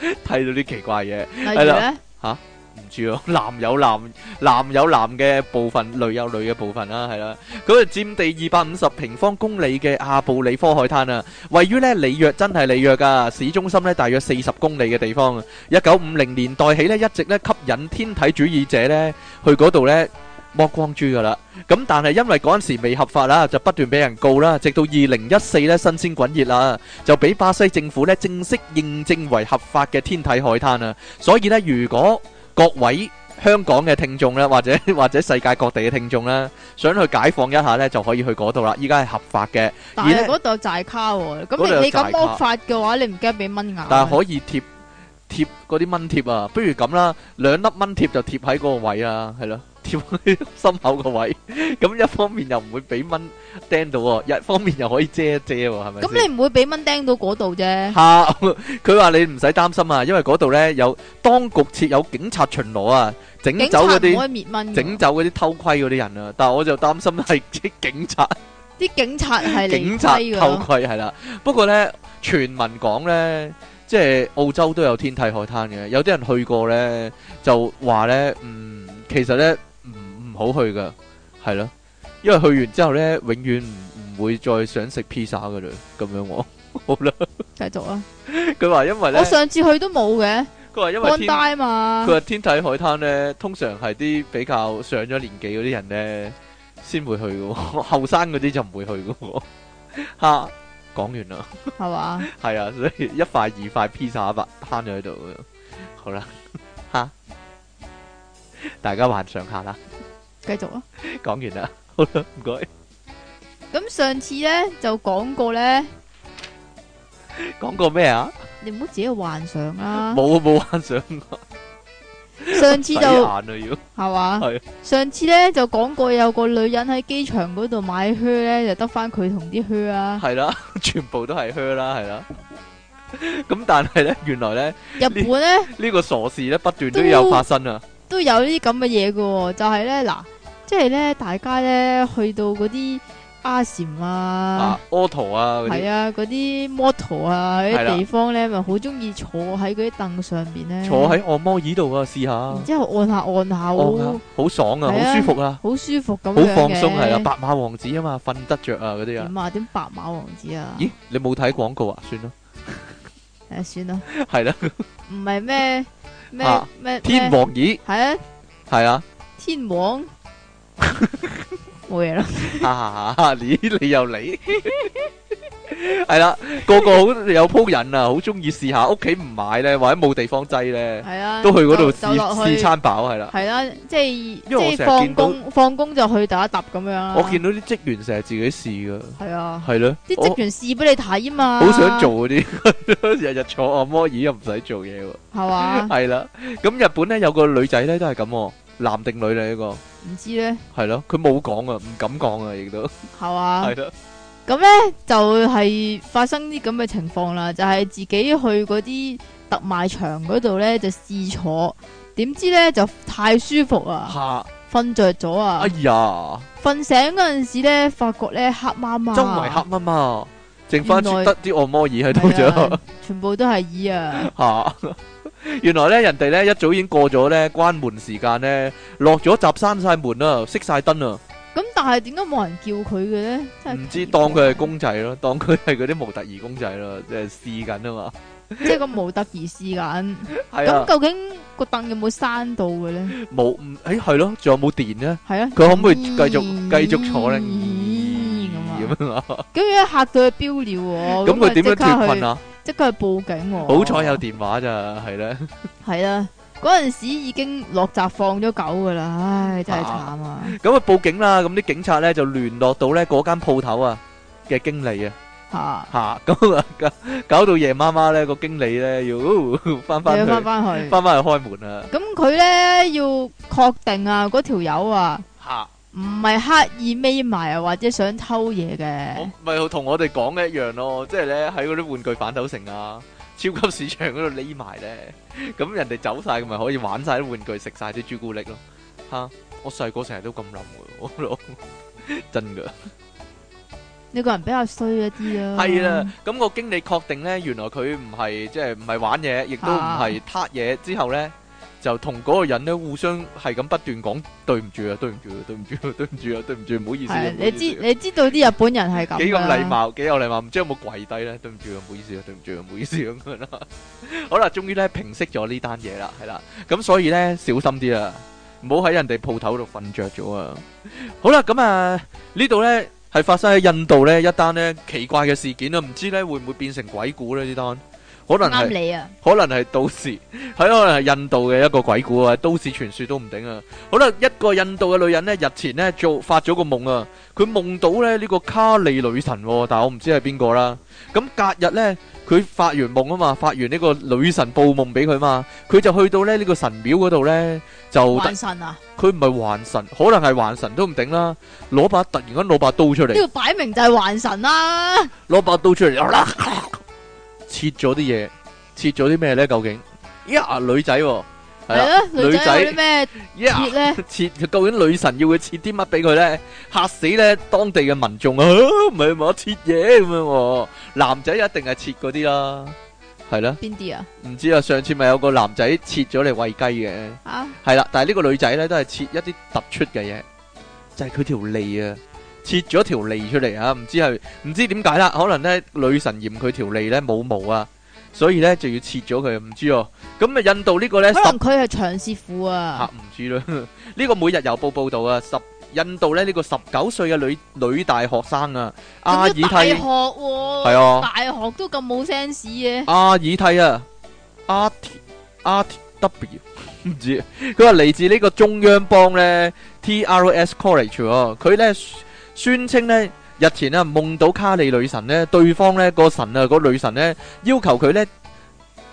[SPEAKER 1] 睇到啲奇怪嘢，
[SPEAKER 2] 例如咧，
[SPEAKER 1] 唔知啊，男有男，男有男嘅部分，女有女嘅部分啦，係啦。佢佔地二百五十平方公里嘅亞布里科海灘啊，位於咧里約真係里約噶市中心咧，大約四十公里嘅地方啊。一九五零年代起咧，一直咧吸引天體主義者咧去嗰度咧剝光珠噶啦。咁但係因為嗰陣時未合法啦，就不斷俾人告啦。直到二零一四咧新鮮滾熱啦，就俾巴西政府咧正式認證為合法嘅天體海灘啊。所以咧，如果各位香港嘅聽眾咧，或者 或者世界各地嘅聽眾咧，想去解放一下咧，就可以去嗰度啦。依家係合法嘅，
[SPEAKER 2] 但
[SPEAKER 1] 而
[SPEAKER 2] 係
[SPEAKER 1] 呢
[SPEAKER 2] 嗰度就係卡喎。
[SPEAKER 1] 嗰度有
[SPEAKER 2] 咁你你
[SPEAKER 1] 寨
[SPEAKER 2] 咁
[SPEAKER 1] 卡
[SPEAKER 2] 剝法嘅話，你唔驚俾蚊咬？啊
[SPEAKER 1] 但係可以貼貼嗰啲蚊貼啊。不如咁啦，兩粒蚊貼就貼喺嗰個位啊，係咯， 貼喺心口個位。咁一方面又唔會俾蚊釘到喎，一方面又可以遮一遮喎，係咪先？
[SPEAKER 2] 咁你唔會俾蚊叮到嗰度啫。
[SPEAKER 1] 吓， 佢話你唔使擔心啊，因為嗰度咧有當局設有警察巡邏啊，整
[SPEAKER 2] 警察
[SPEAKER 1] 走嗰
[SPEAKER 2] 唔可以
[SPEAKER 1] 啲。
[SPEAKER 2] 滅蚊㗎，
[SPEAKER 1] 整走嗰啲偷窺嗰啲人啊，但係我就擔心係 啲警察，
[SPEAKER 2] 啲警察係嚟
[SPEAKER 1] 警察
[SPEAKER 2] 規
[SPEAKER 1] 偷
[SPEAKER 2] 噶，
[SPEAKER 1] 窺係啦。不過呢，傳聞講呢，即係澳洲都有天體海灘嘅，有啲人去過呢，就話呢，嗯，其實呢，唔唔好去噶，係咯，因為去完之後呢，永遠唔唔唔會再想食披薩噶啦，咁樣我 好啦。
[SPEAKER 2] 繼續啊！
[SPEAKER 1] 佢話因為咧
[SPEAKER 2] 我，上次去都冇嘅，
[SPEAKER 1] 佢話因為
[SPEAKER 2] 安
[SPEAKER 1] 天。
[SPEAKER 2] 帶嘛
[SPEAKER 1] 佢，話天體海灘咧，通常係啲比較上咗年紀嗰啲人咧先會去嘅喎， 後生嗰啲就唔會去嘅喎。 嚇、講完啦，
[SPEAKER 2] 係嘛？
[SPEAKER 1] 係啊，所以一塊二塊披薩吧攤咗喺度咁樣。好啦， 嚇、大家幻想下啦。
[SPEAKER 2] 繼續啊！
[SPEAKER 1] 講完啦， 好啦，唔該。
[SPEAKER 2] 咁上次咧就講過咧，
[SPEAKER 1] 講過咩啊？
[SPEAKER 2] 你唔好自己幻想啦。
[SPEAKER 1] 冇冇幻想，
[SPEAKER 2] 上
[SPEAKER 1] 洗
[SPEAKER 2] 次
[SPEAKER 1] 眼
[SPEAKER 2] 就
[SPEAKER 1] 啊要。
[SPEAKER 2] 係嘛
[SPEAKER 1] 係？
[SPEAKER 2] 上次咧就講過有個女人喺機場嗰度買靴咧，就得翻佢同啲靴啊。
[SPEAKER 1] 係啦， 全部都係靴啦，係啦。咁但係咧，原來咧
[SPEAKER 2] 日本咧。
[SPEAKER 1] 呢個傻事咧不斷都有發生啊。
[SPEAKER 2] 都有呢啲咁嘅嘢嘅喎，就係咧嗱，即係咧大家咧去到嗰啲阿禪啊
[SPEAKER 1] 啊，，阿陀啊嗰啲
[SPEAKER 2] 係。啊，嗰啲 model 啊嗰
[SPEAKER 1] 係
[SPEAKER 2] 啲
[SPEAKER 1] 啦
[SPEAKER 2] 地方咧，咪好中意坐喺嗰啲凳上邊咧，
[SPEAKER 1] 坐，喺按摩椅度啊，試下，
[SPEAKER 2] 然之後按下按下，
[SPEAKER 1] 按
[SPEAKER 2] 好
[SPEAKER 1] 下好爽啊，
[SPEAKER 2] 係啊
[SPEAKER 1] 好舒服啊，
[SPEAKER 2] 好舒服咁
[SPEAKER 1] 好放鬆
[SPEAKER 2] 鬆
[SPEAKER 1] 係啊，白馬王子啊嘛，瞓得着啊嗰啲啊。
[SPEAKER 2] 點啊？點白馬王子啊？
[SPEAKER 1] 咦，你冇睇廣告啊？算 啦，
[SPEAKER 2] 誒，算啦，
[SPEAKER 1] 係啦，
[SPEAKER 2] 唔係咩咩
[SPEAKER 1] 啊
[SPEAKER 2] 咩
[SPEAKER 1] 天
[SPEAKER 2] 咩
[SPEAKER 1] 王椅
[SPEAKER 2] 係啊，
[SPEAKER 1] 係啊，
[SPEAKER 2] 天王冇嘢啦，
[SPEAKER 1] 哈哈哈！你你又嚟，係啦，個個好有鋪癮啊，好中意試下，屋企唔買咧，或者冇地方擠咧，
[SPEAKER 2] 係啊，
[SPEAKER 1] 都去嗰度
[SPEAKER 2] 就就
[SPEAKER 1] 試
[SPEAKER 2] 落去
[SPEAKER 1] 試餐飽係啦。
[SPEAKER 2] 系啦，即系
[SPEAKER 1] 因為我
[SPEAKER 2] 即系
[SPEAKER 1] 成日
[SPEAKER 2] 放
[SPEAKER 1] 見到
[SPEAKER 2] 工放工就去打一揼咁樣啦。
[SPEAKER 1] 我見到啲職員成日自己試噶，
[SPEAKER 2] 系啊，
[SPEAKER 1] 係咯，
[SPEAKER 2] 啲
[SPEAKER 1] 我
[SPEAKER 2] 職員試俾你 睇啊嘛，
[SPEAKER 1] 好想做嗰啲，日日坐按摩椅又唔使做嘢喎。
[SPEAKER 2] 系嘛？
[SPEAKER 1] 系啦，咁日本咧有個女仔咧都係咁喎，男定女嚟呢個
[SPEAKER 2] 唔知咧
[SPEAKER 1] 係咯，佢冇講啊，唔敢講啊，亦都
[SPEAKER 2] 係嘛？
[SPEAKER 1] 係咯，
[SPEAKER 2] 咁咧就係發生啲咁嘅情況啦，就係自己去嗰啲特賣場嗰度咧就試坐，點知咧就太舒服啊，
[SPEAKER 1] 吓，
[SPEAKER 2] 瞓着咗啊
[SPEAKER 1] 哎，呀，
[SPEAKER 2] 瞓醒嗰阵时咧發覺咧黑麻麻，
[SPEAKER 1] 周圍黑乜嘛，剩翻
[SPEAKER 2] 原來
[SPEAKER 1] 得啲按摩椅喺度
[SPEAKER 2] 係
[SPEAKER 1] 啫
[SPEAKER 2] 啊，全部都係椅啊，
[SPEAKER 1] 吓。 原來咧，人哋咧一早已經過咗咧關門時間咧，落咗閘閂晒門啦，熄晒燈啦，
[SPEAKER 2] 咁但係點解冇人叫佢嘅咧？真係
[SPEAKER 1] 唔知
[SPEAKER 2] 奇
[SPEAKER 1] 當佢係
[SPEAKER 2] 怪
[SPEAKER 1] 公仔咯，當佢係嗰啲模特兒公仔咯，即係試緊啊嘛，
[SPEAKER 2] 即係個模特兒試緊。
[SPEAKER 1] 係
[SPEAKER 2] 咁
[SPEAKER 1] 啊，
[SPEAKER 2] 究竟個凳有冇閂到嘅咧？
[SPEAKER 1] 冇唔，誒係咯，仲有冇電咧？
[SPEAKER 2] 係啊，
[SPEAKER 1] 佢可唔可以繼續
[SPEAKER 2] 嗯
[SPEAKER 1] 繼續坐咧？
[SPEAKER 2] 嗯咁啊，
[SPEAKER 1] 咁樣啊？
[SPEAKER 2] 咁一嚇到佢飆尿 喎，
[SPEAKER 1] 咁佢點樣
[SPEAKER 2] 點樣
[SPEAKER 1] 脱困？啊？
[SPEAKER 2] 即刻去報警喎。
[SPEAKER 1] 好彩有電話咋，係咧，
[SPEAKER 2] 係啦，嗰陣時已經落閘放咗狗噶啦，唉，真係慘啊！
[SPEAKER 1] 咁啊報警啦，咁啲警察咧就聯絡到咧嗰間鋪頭啊嘅經理啊，
[SPEAKER 2] 嚇，
[SPEAKER 1] 吓 咁啊搞搞到夜媽媽咧個經理咧要哦翻
[SPEAKER 2] 你
[SPEAKER 1] 翻
[SPEAKER 2] 要
[SPEAKER 1] 去
[SPEAKER 2] 翻翻去。
[SPEAKER 1] 翻翻去開門啊，
[SPEAKER 2] 咁佢咧要確定啊，嗰條友啊，
[SPEAKER 1] 吓
[SPEAKER 2] 唔係刻意眯埋啊，或者想偷嘢嘅
[SPEAKER 1] 我。咪同我哋講嘅一樣咯，即係咧喺嗰啲玩具反斗城啊、超級市場嗰度匿埋咧，咁人哋走 晒，咁咪可以玩晒啲玩具，食晒啲朱古力咯，吓我細個成日都 咁諗嘅，我我真噶。
[SPEAKER 2] 你個人比較衰一啲啊啦。
[SPEAKER 1] 係啦，咁個經理確定咧，原來佢唔係即係唔係玩嘢，亦都唔係撻嘢，之後咧就同嗰個人咧互相係咁不斷講對唔住啊，對唔住啊，對唔住啊，對唔住啊，對唔住，唔好意思啊唔
[SPEAKER 2] 係，
[SPEAKER 1] 好
[SPEAKER 2] 你
[SPEAKER 1] 意思
[SPEAKER 2] 知
[SPEAKER 1] 啊
[SPEAKER 2] 你知道啲日本人 係咁
[SPEAKER 1] 幾咁
[SPEAKER 2] 㗎
[SPEAKER 1] 禮貌，幾有禮貌，唔知有冇跪低咧？對唔住啊，唔好意思啊，對唔住啊，唔好意思啊咁樣啦。好啦，終於咧平息咗呢單嘢啦，係啦。咁所以咧小心啲啊，唔好喺人哋鋪頭度瞓着咗啊。好啦，咁啊呢度咧係發生喺印度咧一單咧奇怪嘅事件啊，唔知咧會唔會變成鬼故咧呢單？可能
[SPEAKER 2] 啱
[SPEAKER 1] 係
[SPEAKER 2] 你啊，
[SPEAKER 1] 可能係都市，係可能係印度嘅一個鬼故啊，都市傳說都唔定啊。好啦，一個印度嘅女人呢，日前呢做發咗個夢啊，佢夢到咧呢、呢個卡利女神、喎，但我唔知係邊個啦。咁隔日呢，佢發完夢啊嘛，發完呢個女神報夢俾佢嘛，佢就去到咧呢、呢個神廟嗰度呢，就
[SPEAKER 2] 還神啊！
[SPEAKER 1] 佢唔係還神，可能係還神都唔定啦，攞把突然間攞把刀出嚟
[SPEAKER 2] 呢。個擺明就係還神啦，
[SPEAKER 1] 攞把刀出嚟，啦切咗啲嘢，切咗啲咩咧？究竟？呀，女仔喎，係
[SPEAKER 2] 係
[SPEAKER 1] 啦，
[SPEAKER 2] 咯，
[SPEAKER 1] 女
[SPEAKER 2] 女仔有
[SPEAKER 1] 仔啊
[SPEAKER 2] 啲咩
[SPEAKER 1] 呀，
[SPEAKER 2] 鐵咧？
[SPEAKER 1] 切究竟女神要佢切啲乜俾佢咧？嚇死咧當地嘅民眾啊！ 唔係我切嘢咁樣喎，男仔一定係切嗰啲啦，係啦，
[SPEAKER 2] 邊啲啊？
[SPEAKER 1] 唔知啊，上次咪有個男仔切咗嚟喂雞嘅。
[SPEAKER 2] 啊，
[SPEAKER 1] 係啦，但係呢個女仔呢，都係切一啲突出嘅嘢，就係佢條脷啊，切咗條脷出嚟啊！唔知係唔知點解啦，可能咧女神嫌佢條脷咧冇毛啊，所以咧就要切咗佢，唔知哦。咁啊，印度呢個咧
[SPEAKER 2] 可
[SPEAKER 1] 十
[SPEAKER 2] 能佢係長師傅
[SPEAKER 1] 吓
[SPEAKER 2] 啊，
[SPEAKER 1] 唔知啦。 呢個每日郵報報導啊，十印度咧呢個十九歲嘅女女大學生啊，阿
[SPEAKER 2] 咁
[SPEAKER 1] 爾
[SPEAKER 2] 都
[SPEAKER 1] 替
[SPEAKER 2] 大學
[SPEAKER 1] 係
[SPEAKER 2] 喎，
[SPEAKER 1] 啊。
[SPEAKER 2] 大學都咁冇 sense 嘅，
[SPEAKER 1] 阿爾替啊，R T R T W 唔知，佢話嚟自呢個中央邦咧 T R S College 喎，佢咧宣稱咧日前啊夢到卡利女神咧，對方咧個神啊個女神咧要求佢咧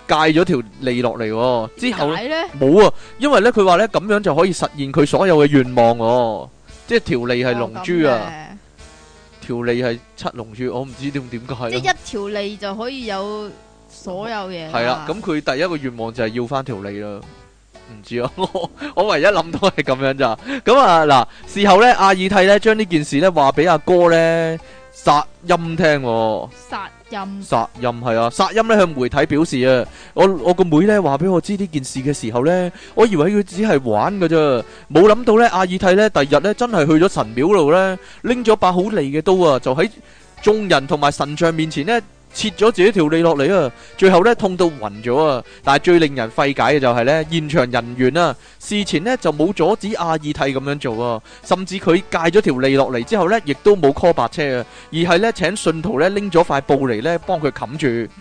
[SPEAKER 1] 戒咗條脷落嚟喎，之後呢
[SPEAKER 2] 點解咧
[SPEAKER 1] 冇啊，因為咧佢話咧咁樣就可以實現佢所有嘅願望喎，即係條脷係龍珠啊，
[SPEAKER 2] 啊，
[SPEAKER 1] 條脷係七龍珠，我唔知點點解
[SPEAKER 2] 咁嘅即
[SPEAKER 1] 咯
[SPEAKER 2] 係一。條脷就可以有所有嘢，
[SPEAKER 1] 系啦，咁佢第一個願望就係要翻條脷啦。唔知啊， 我我唯一諗到係咁樣咋。咁啊嗱，事後咧，阿爾替咧將呢件事咧話俾阿哥咧殺音聽、喎。
[SPEAKER 2] 殺音
[SPEAKER 1] 殺音係啊，殺音咧向媒體表示啊，我我個妹咧話俾我知呢件事嘅時候咧，我以為佢只係玩嘅啫，冇諗到咧阿爾替咧第日咧真係去咗神廟度咧，拎咗把好利嘅刀啊，就喺眾人同埋神像面前咧切咗自己條脷落嚟啊，最後咧痛到暈咗啊！但係最令人費解嘅就係咧，現場人員啊，事前咧就冇阻止阿爾替咁樣做啊，甚至佢戒咗條脷落嚟之後咧，亦都冇 call 白車啊。而係咧請信徒咧拎咗塊布嚟咧幫佢冚住，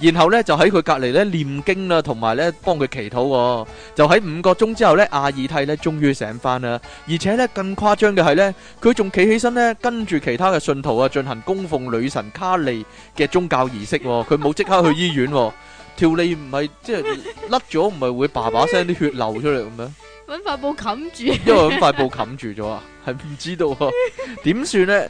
[SPEAKER 1] 然後咧就喺佢隔離咧念經啦，同埋咧幫佢祈禱喎。就喺五個鐘之後咧，阿爾替咧終於醒翻啦，而且咧更誇張嘅係咧，佢仲企起身咧跟住其他嘅信徒啊進行供奉女神卡利嘅宗教儀式喎，佢冇即刻去醫院喎。條脷唔係即係甩咗，唔係會叭叭聲啲血流出嚟咁樣。
[SPEAKER 2] 揾塊布冚 住，
[SPEAKER 1] 因為揾塊布冚住咗啊，係唔知道 啊，點算呢？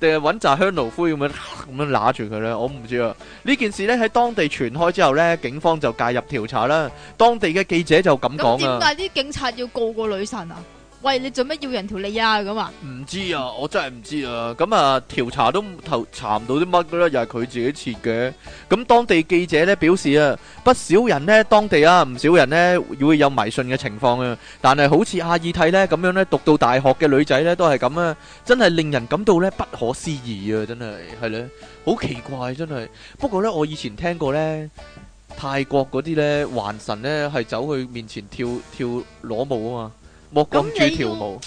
[SPEAKER 1] 定係揾扎香爐灰咁樣咁樣揦住佢呢？我唔知啊。呢件事呢，喺當地傳開之後呢，警方就介入調查啦。當地嘅記者就咁
[SPEAKER 2] 咁
[SPEAKER 1] 講
[SPEAKER 2] 點
[SPEAKER 1] 啊，
[SPEAKER 2] 解啲警察要告個女神啊？喂，你做咩要人條脷啊？咁啊，
[SPEAKER 1] 唔知啊，我真係唔知啊。咁啊，調查都頭查唔到啲乜噶啦，又係佢自己設嘅。咁當地記者呢表示啊，不少人呢，當地啊，唔少人呢會有迷信嘅情況啊。但係好似阿爾替呢咁樣呢，讀到大學嘅女仔呢都係咁啊，真係令人感到呢不可思議啊！真係係咧，好奇怪真係。不過呢，我以前聽過呢泰國嗰啲呢還神呢係走去面前跳跳裸舞啊嘛，莫講
[SPEAKER 2] 咁
[SPEAKER 1] 住
[SPEAKER 2] 你
[SPEAKER 1] 跳
[SPEAKER 2] 要
[SPEAKER 1] 舞，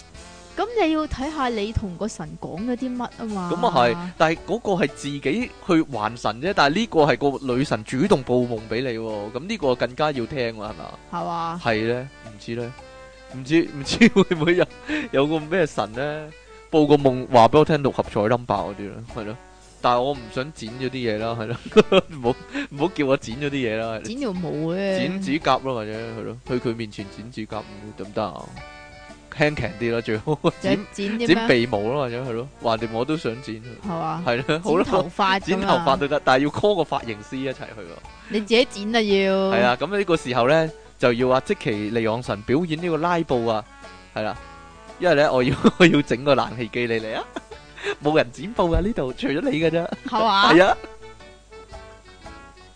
[SPEAKER 2] 咁你要睇下你同個神講咗啲乜啊嘛。
[SPEAKER 1] 咁啊係，但係嗰個係自己去還神啫，但係呢個係個女神主動報夢俾你喎，咁呢個更加要聽喎，係嘛？
[SPEAKER 2] 係，係嘛？
[SPEAKER 1] 係咧，唔知咧，唔知 唔知會唔會有有個咩神咧報個夢話俾我聽六合彩 number 嗰啲咧，係咯。但係我唔想剪咗啲嘢啦，係咯， 唔好唔好叫我剪咗啲嘢啦，係咯
[SPEAKER 2] 剪條毛嘅，
[SPEAKER 1] 剪指甲啦或者係咯，去佢面前剪指甲唔得唔得啊？輕強啲啦，最好剪
[SPEAKER 2] 剪剪啲
[SPEAKER 1] 剪
[SPEAKER 2] 咩？啊
[SPEAKER 1] 鼻毛啦或者係咯，橫掂我都想剪佢，
[SPEAKER 2] 係嘛？
[SPEAKER 1] 係啦，好
[SPEAKER 2] 剪
[SPEAKER 1] 啦
[SPEAKER 2] 頭。髮，啊
[SPEAKER 1] 剪頭髮，都得，但係要 call 個髮型師一齊去喎。
[SPEAKER 2] 你自己剪啊要。
[SPEAKER 1] 係，啊，咁呢個時候咧就要阿即其利昂神表演呢個拉布啊，係啦，因為咧我要我要 整個冷氣機你嚟啊，冇人剪布啊 呢度，除咗你嘅啫，
[SPEAKER 2] 係嘛？
[SPEAKER 1] 係啊，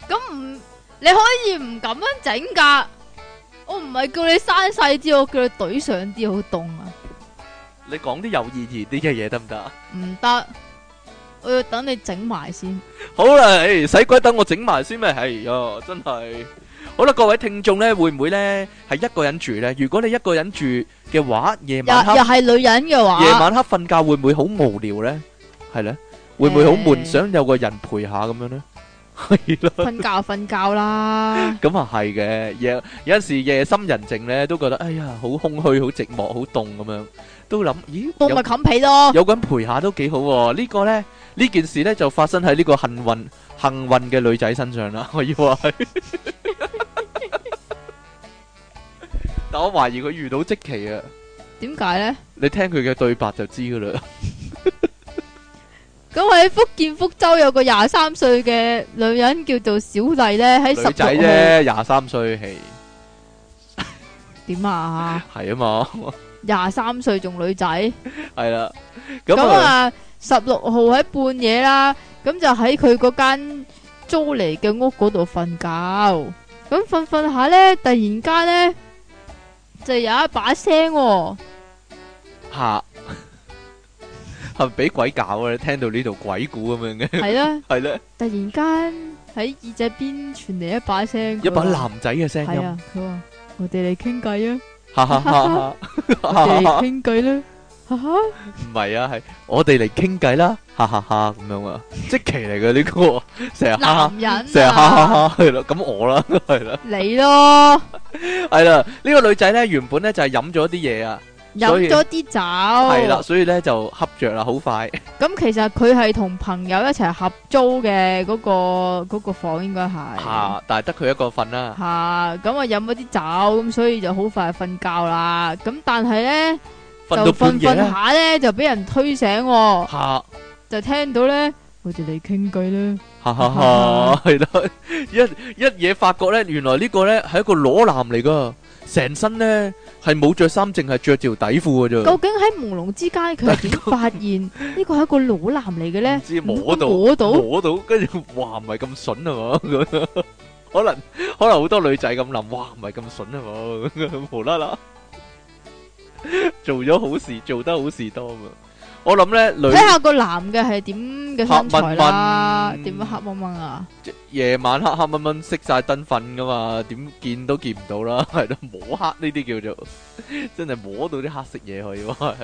[SPEAKER 2] 咁唔，你可以唔咁樣整噶。我唔係叫你生細啲，我叫你懟上啲，好凍啊！
[SPEAKER 1] 你講啲有意義啲嘅嘢得唔得啊？
[SPEAKER 2] 唔得，我要等你整埋先。
[SPEAKER 1] 好啦，唉使鬼等我整埋先咩？係呀，真係。好啦，各位聽眾咧，會唔會咧係一個人住咧？如果你一個人住嘅話，夜
[SPEAKER 2] 又
[SPEAKER 1] 晚黑
[SPEAKER 2] 又係女人嘅話，
[SPEAKER 1] 夜晚黑瞓覺會唔會好無聊咧？係咧，會唔會好悶？
[SPEAKER 2] 誒
[SPEAKER 1] 想有個人陪下咁 樣咧？係咯。。
[SPEAKER 2] 瞓覺瞓覺 啦
[SPEAKER 1] 咁啊係嘅，夜有陣時夜深人靜咧，都覺得哎呀好空虛、好寂寞、好凍咁樣，都諗咦
[SPEAKER 2] 凍咪
[SPEAKER 1] 有
[SPEAKER 2] 冚被咯，
[SPEAKER 1] 有個人陪下都幾好喎、呢個呢，呢件事呢，就發生喺呢個幸運幸運嘅女仔身上 啦，我要話係。但我懷疑佢遇到即期啊，
[SPEAKER 2] 點解咧？
[SPEAKER 1] 你聽佢嘅對白就知噶啦。
[SPEAKER 2] 咁喺福建福州有個廿三歲嘅女人叫做小麗咧，喺
[SPEAKER 1] 女
[SPEAKER 2] 十
[SPEAKER 1] 仔
[SPEAKER 2] 六
[SPEAKER 1] 啫，廿三歲，係
[SPEAKER 2] 號點啊？
[SPEAKER 1] 係啊嘛，
[SPEAKER 2] 廿三歲仲女仔，
[SPEAKER 1] 係啦。咁
[SPEAKER 2] 咁
[SPEAKER 1] 啊，
[SPEAKER 2] 啊十六號喺半夜啦，咁就喺佢嗰間租嚟嘅屋嗰度瞓覺，咁瞓瞓下咧，突然間咧 就有一把聲、喎，
[SPEAKER 1] 嚇系咪俾鬼搞啊？你聽到呢度鬼故咁樣嘅，
[SPEAKER 2] 系啦，
[SPEAKER 1] 係咧，
[SPEAKER 2] 突然間喺耳仔邊傳嚟一把聲，
[SPEAKER 1] 一把
[SPEAKER 2] 佢話
[SPEAKER 1] 男仔嘅聲
[SPEAKER 2] 係
[SPEAKER 1] 音，
[SPEAKER 2] 啊，佢話我哋嚟傾偈
[SPEAKER 1] 哈
[SPEAKER 2] 啊，
[SPEAKER 1] 哈哈
[SPEAKER 2] 我哋嚟
[SPEAKER 1] 哈，
[SPEAKER 2] 傾偈 啦，哈哈，
[SPEAKER 1] 唔係啊，係我哋嚟傾偈啦，哈哈哈咁樣啊，即期嚟嘅呢個，成日哈哈，
[SPEAKER 2] 男人
[SPEAKER 1] 成日哈哈
[SPEAKER 2] 啊，
[SPEAKER 1] 哈，係啦，咁我啦，係啦，
[SPEAKER 2] 你咯，
[SPEAKER 1] 係啦，呢個女仔咧原本咧就係飲咗啲嘢啊，
[SPEAKER 2] 飲
[SPEAKER 1] 所以
[SPEAKER 2] 咗啲酒，
[SPEAKER 1] 係啦，，所以咧就恰着啦，好快，
[SPEAKER 2] 咁其實佢係同朋友一齊合租嘅嗰個嗰個房應該係
[SPEAKER 1] 吓，但係得佢一個瞓啦。
[SPEAKER 2] 吓，咁啊飲咗啲酒，咁所以就好快瞓覺啦。咁但係咧就
[SPEAKER 1] 瞓到
[SPEAKER 2] 瞓
[SPEAKER 1] 半夜
[SPEAKER 2] 瞓
[SPEAKER 1] 咧，
[SPEAKER 2] 下咧就俾人推醒喎。
[SPEAKER 1] 吓
[SPEAKER 2] 就聽到咧，我哋嚟傾偈啦。
[SPEAKER 1] 吓吓吓，系咯，一一嘢發覺咧，原來呢個咧係一個裸男嚟噶，成身咧係冇着衫，淨係着條底褲嘅
[SPEAKER 2] 究
[SPEAKER 1] 啫，
[SPEAKER 2] 竟喺朦朧之間，佢係點發現呢個係一個裸男嚟嘅咧
[SPEAKER 1] 唔？知
[SPEAKER 2] 唔
[SPEAKER 1] 摸
[SPEAKER 2] 通
[SPEAKER 1] 到
[SPEAKER 2] 摸到，
[SPEAKER 1] 摸到，跟住哇唔係咁筍啊嘛， 咁樣可能可能好多女仔咁諗，哇唔係咁筍啊嘛， 咁樣無啦啦做咗好事，做得好事多啊嘛，我諗咧女
[SPEAKER 2] 睇。下個男嘅係點嘅身材啦，
[SPEAKER 1] 黑掹掹
[SPEAKER 2] 點樣黑掹掹啊？
[SPEAKER 1] 夜晚黑黑蚊蚊熄晒燈瞓噶嘛，點見都見唔到啦， 係咯摸黑呢啲叫做， 真係摸到啲黑色嘢去喎。係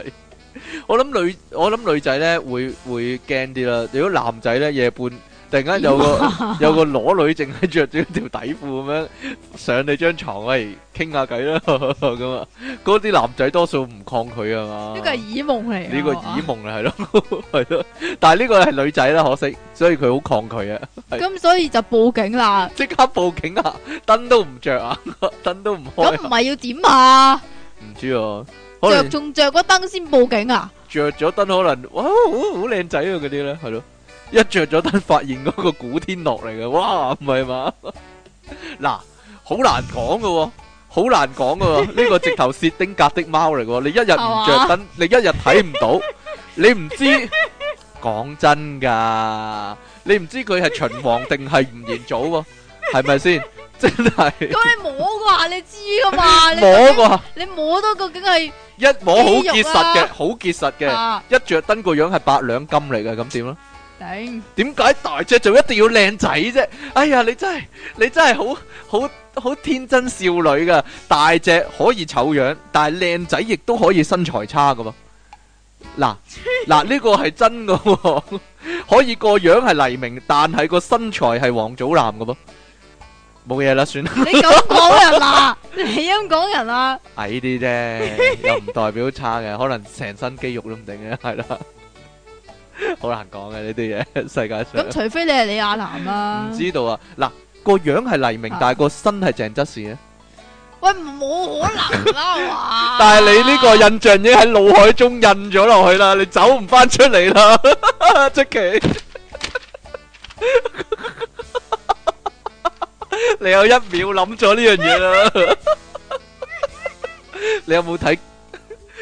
[SPEAKER 1] 我諗女我諗女仔咧會會驚啲啦，如果男仔咧夜半突然間有個有個裸女淨係着住條底褲咁樣上你張床喂傾下偈啦 咁啊，嗰啲男仔多數唔抗拒啊嘛。
[SPEAKER 2] 呢個係耳夢嚟啊，
[SPEAKER 1] 呢個耳夢啦，係咯， 係咯，但係呢個係女仔啦，可惜，所以佢好抗拒啊。係
[SPEAKER 2] 咁所以就報警啦。
[SPEAKER 1] 即刻報警啊！燈都唔着啊， 燈都唔開
[SPEAKER 2] 咁唔
[SPEAKER 1] 啊，
[SPEAKER 2] 係要點啊？
[SPEAKER 1] 唔知啊，可
[SPEAKER 2] 着
[SPEAKER 1] 能
[SPEAKER 2] 仲着個燈先報 警啊？
[SPEAKER 1] 着咗燈，可能哇好好靚仔啊嗰啲咧，係咯，一着咗燈發現嗰個古天樂嚟嘅，哇唔係嘛？ 嗱，好難講噶喎，好難講噶喎，呢個直頭薛丁格的貓嚟嘅喎，你一日唔着燈，你一日睇唔到，你唔知。講真㗎，你唔知佢係秦王定係吳彥祖喎，係咪先？真係
[SPEAKER 2] 咁你摸過下你知噶 嘛？你
[SPEAKER 1] 摸過。
[SPEAKER 2] 你摸到究竟係
[SPEAKER 1] 一摸好結實
[SPEAKER 2] 肌
[SPEAKER 1] 嘅，
[SPEAKER 2] 肉啊
[SPEAKER 1] 好結實嘅，
[SPEAKER 2] 啊？
[SPEAKER 1] 一着燈個樣係八兩金嚟嘅，咁點咧？
[SPEAKER 2] 頂
[SPEAKER 1] 點解大隻就一定要靚仔啫？哎呀，你真係你真係好好好天真少女噶，大隻可以醜樣，但係靚仔亦都可以身材差噶嘛。 嗱嗱，呢個係真噶、喎， 可以個樣係黎明，但係個身材係王祖藍噶噃。冇嘢啦，算啦。
[SPEAKER 2] 你咁講人啊？ 你咁講人啊？
[SPEAKER 1] 矮啲 啫，又唔代表差嘅，可能成身肌肉都唔定嘅， 係啦，好難講嘅呢啲嘢，世界
[SPEAKER 2] 咁
[SPEAKER 1] 上
[SPEAKER 2] 除非你係李亞男啦。
[SPEAKER 1] 唔知道啊。嗱，個樣係黎明
[SPEAKER 2] 啊，
[SPEAKER 1] 但係個身係鄭則仕啊咧。
[SPEAKER 2] 喂，冇可能啦，係嘛？
[SPEAKER 1] 但係你呢個印象已經喺腦海中印咗落去啦，你走唔翻出嚟啦， 即奇。你有一秒諗咗呢樣嘢啦。 你有冇睇？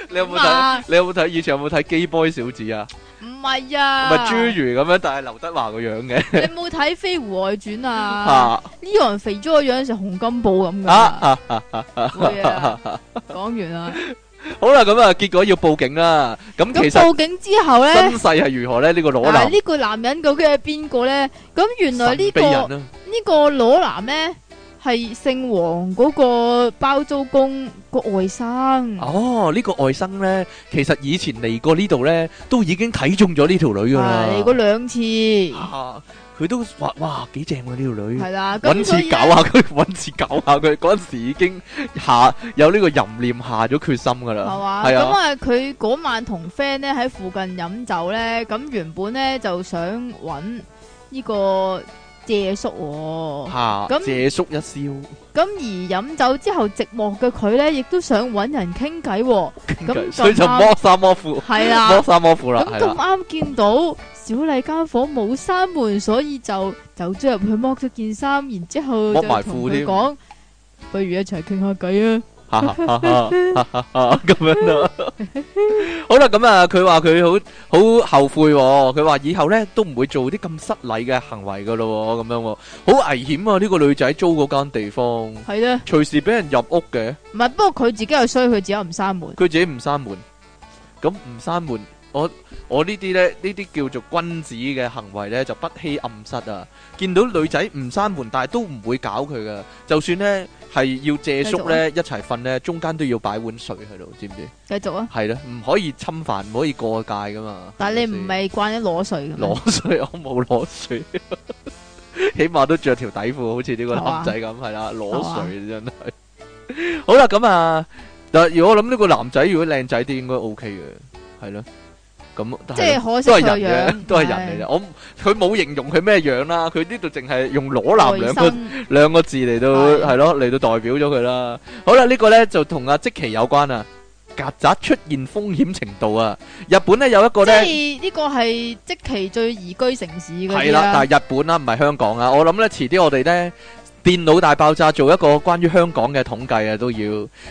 [SPEAKER 1] 你有冇
[SPEAKER 2] 點
[SPEAKER 1] 睇
[SPEAKER 2] 啊？
[SPEAKER 1] 你有冇睇？以前有冇睇《基 boy 小子》啊？
[SPEAKER 2] 唔係啊？
[SPEAKER 1] 咪侏儒咁樣，但係劉德華個樣嘅
[SPEAKER 2] 你冇睇《飛狐外傳》 啊？
[SPEAKER 1] 嚇
[SPEAKER 2] 呢個人肥咗個樣成洪金寶咁
[SPEAKER 1] 啊
[SPEAKER 2] 噶。
[SPEAKER 1] 啊啊啊！
[SPEAKER 2] 會啊講完啦。
[SPEAKER 1] 好啦，咁啊，結果要報警啦。咁
[SPEAKER 2] 咁
[SPEAKER 1] 其實
[SPEAKER 2] 報警之後
[SPEAKER 1] 身
[SPEAKER 2] 咧，
[SPEAKER 1] 世係如何咧？呢個裸
[SPEAKER 2] 嗱
[SPEAKER 1] 男
[SPEAKER 2] 啊呢個男人究竟係邊個咧？咁原來
[SPEAKER 1] 神秘
[SPEAKER 2] 呢個
[SPEAKER 1] 人啊！
[SPEAKER 2] 呢個裸男咧係姓黃嗰個包租公個外甥。
[SPEAKER 1] 哦，呢、個外甥呢，其實以前嚟過呢度呢，都已經睇中咗呢條女噶啦。
[SPEAKER 2] 係嗰兩次，係
[SPEAKER 1] 啊佢都話：哇，幾正喎呢條女！
[SPEAKER 2] 啦，
[SPEAKER 1] 揾
[SPEAKER 2] 啊咁所
[SPEAKER 1] 次
[SPEAKER 2] 以
[SPEAKER 1] 搞
[SPEAKER 2] 呢
[SPEAKER 1] 下佢， 揾次搞下佢。嗰陣時已經下有呢個淫念，下咗決心噶啦。
[SPEAKER 2] 係嘛？
[SPEAKER 1] 係
[SPEAKER 2] 咁
[SPEAKER 1] 啊，
[SPEAKER 2] 啊，佢嗰晚同 friend 咧喺附近飲酒咧，咁原本咧就想揾呢個借宿喎、
[SPEAKER 1] 下
[SPEAKER 2] 啊咁
[SPEAKER 1] 借宿一宵，
[SPEAKER 2] 咁而飲酒之後寂寞嘅佢咧，亦都想揾人傾 偈喎，咁
[SPEAKER 1] 所以就
[SPEAKER 2] 咁啱
[SPEAKER 1] 剝衫剝褲，
[SPEAKER 2] 係啊
[SPEAKER 1] 剝
[SPEAKER 2] 啦。
[SPEAKER 1] 衫剝褲啦，
[SPEAKER 2] 咁
[SPEAKER 1] 係
[SPEAKER 2] 咁
[SPEAKER 1] 啦。
[SPEAKER 2] 啱見到小麗間房冇閂門，所以就走咗入去剝咗件衫，然之後就
[SPEAKER 1] 剝埋
[SPEAKER 2] 同
[SPEAKER 1] 褲
[SPEAKER 2] 佢
[SPEAKER 1] 添
[SPEAKER 2] 講：不如一齊傾下偈
[SPEAKER 1] 哈
[SPEAKER 2] 啊！
[SPEAKER 1] 哈哈哈哈 哈咁樣咯。好啦，咁啊，佢話佢好好後悔、喎，佢話以後咧都唔會做啲咁失禮嘅行為噶咯、喎，咁樣、喎，好危險啊！呢、個女仔租嗰間地方，
[SPEAKER 2] 係啦，
[SPEAKER 1] 隨時俾人入屋嘅，
[SPEAKER 2] 唔係不過佢自己又衰，佢自己又唔閂門。
[SPEAKER 1] 佢自己唔閂門，咁唔閂門我呢啲呢，呢啲叫做君子嘅行為呢，就不欺暗室啊！見到女仔唔閂門，但係都唔會搞佢噶。就算呢係要借宿呢，一齊瞓呢，中間都要擺碗水喺度，知唔知？
[SPEAKER 2] 繼續啊！
[SPEAKER 1] 係啦，唔可以侵犯，唔可以過界噶嘛。
[SPEAKER 2] 但系
[SPEAKER 1] 係
[SPEAKER 2] 你
[SPEAKER 1] 咪
[SPEAKER 2] 唔
[SPEAKER 1] 先
[SPEAKER 2] 係慣咗攞水嘅 咩？
[SPEAKER 1] 攞水，我冇攞水， 起碼都着條底褲，好似呢個男仔咁， 係啦，攞水真係。好啦，咁啊，但係如果我諗呢個男仔如果靚仔啲，應該 OK 嘅，係咯。咁但
[SPEAKER 2] 即係可惜
[SPEAKER 1] 都
[SPEAKER 2] 佢個
[SPEAKER 1] 係人
[SPEAKER 2] 樣
[SPEAKER 1] 嘅，都係人嚟嘅。我唔佢冇形容佢咩樣啦，佢呢度淨係用裸男兩個
[SPEAKER 2] 外甥
[SPEAKER 1] 兩個字嚟到
[SPEAKER 2] 係
[SPEAKER 1] 係咯，嚟到代表咗佢啦。好啦，呢個呢就同阿即奇有關啊。曱甴出現風險程度啊！日本呢有一個
[SPEAKER 2] 即
[SPEAKER 1] 呢。
[SPEAKER 2] 係呢個係即期最宜居城市
[SPEAKER 1] 係
[SPEAKER 2] 嗰啲啊
[SPEAKER 1] 啦，
[SPEAKER 2] 啦。
[SPEAKER 1] 但係日本啦，唔係香港啊。我諗咧，遲啲我哋咧電腦大爆炸做一個關於香港嘅統計啊，都要。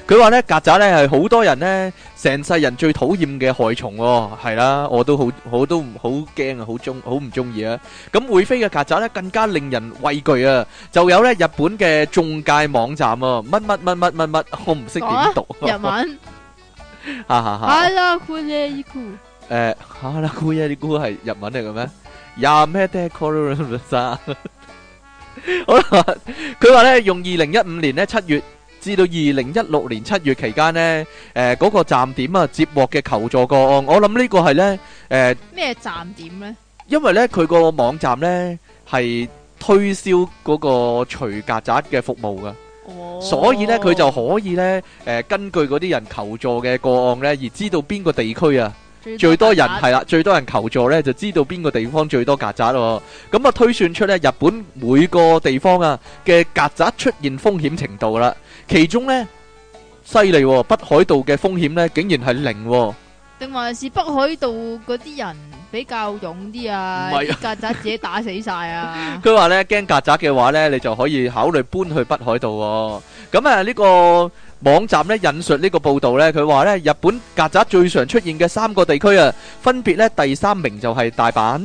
[SPEAKER 1] 佢話咧曱甴咧係好多人咧成世人最討厭嘅害蟲喎、係 啦，我都好好都唔好驚啊，好中好唔中意啊。咁會飛嘅曱甴咧更加令人畏懼啊。就有咧日本嘅中介網站啊，乜乜乜乜乜乜，我唔識點讀。啊
[SPEAKER 2] 日文
[SPEAKER 1] 哈哈哈。
[SPEAKER 2] 啊啦酷咧依酷，
[SPEAKER 1] 诶，哈啦姑耶啲姑系日文嚟嘅咩？呀咩爹 c o r o n a 好啦，佢話咧用二零一五年咧七月至到二零一六年七月期間咧，诶、嗰、個站點啊接獲嘅求助個案，我諗呢個係咧诶，
[SPEAKER 2] 咩站點咧？
[SPEAKER 1] 因為咧佢個網站咧係推銷嗰個除曱甴嘅服務噶。
[SPEAKER 2] 哦，
[SPEAKER 1] 所以咧佢就可以咧誒、呃根據嗰啲人求助嘅個案咧，而知道邊個地區啊最多人係啦，最多人求助咧，就知道邊個地方最多曱甴咯。咁啊推算出咧日本每個地方啊嘅曱甴出現風險程度啦，其中咧犀利喎，北海道嘅風險咧竟然係零喎、
[SPEAKER 2] 定還是北海道嗰啲人比較勇啲啊？
[SPEAKER 1] 唔係！
[SPEAKER 2] 啲曱甴自己打死晒啊
[SPEAKER 1] 佢話咧驚曱甴嘅話咧，你就可以考慮搬去北海道喎。咁啊，呢個網站咧引述呢個報道咧，佢話咧日本曱甴最常出現嘅三個地區啊，分別咧第三名就係大阪。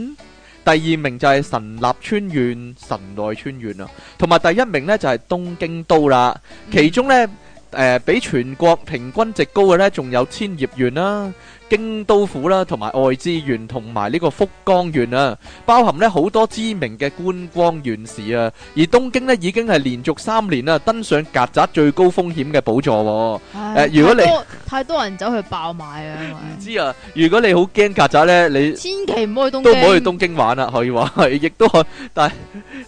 [SPEAKER 1] 第二名就係神立川縣、神奈川縣啊，同埋第一名呢就係、東京都啦。 其中呢，誒、比全國平均值高嘅呢，仲有千葉縣啦、京都府啦，同埋愛知縣同埋呢個福岡縣啊。包含咧好多知名嘅觀光縣市啊，而東京咧已經係連續三年啊登上曱甴最高風險嘅寶座喎、
[SPEAKER 2] 唉
[SPEAKER 1] 誒如果你
[SPEAKER 2] 太多太多人走去爆買 啊，因為
[SPEAKER 1] 唔知啊，如果你好驚曱甴咧，你
[SPEAKER 2] 千祈唔好去東京，
[SPEAKER 1] 都唔好去東京玩啦，可以話係， 亦都可，但係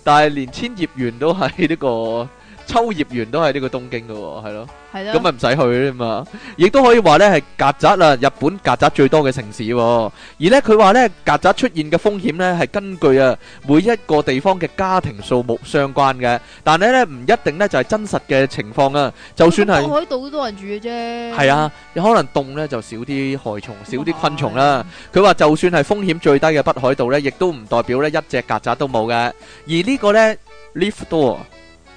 [SPEAKER 1] 但係連千葉縣都係呢、個。秋葉原都係呢個東京嘅喎，係咯，
[SPEAKER 2] 係啦，
[SPEAKER 1] 咁咪唔使去啦嘛。亦都可以話呢係曱甴啊，日本曱甴最多嘅城市喎。而呢，佢話呢曱甴出現嘅風險呢係根據啊每一個地方嘅家庭數目相關嘅，但係呢唔一定呢就係真實嘅情況啊。就算係
[SPEAKER 2] 咁北海道好多人住嘅啫，
[SPEAKER 1] 係啊，有可能凍呢就少啲害蟲、少啲昆蟲啦。佢
[SPEAKER 2] 咁啊
[SPEAKER 1] 話就算係風險最低嘅北海道呢，亦都唔代表呢一隻曱甴都冇嘅。而呢個呢 l i f t Door、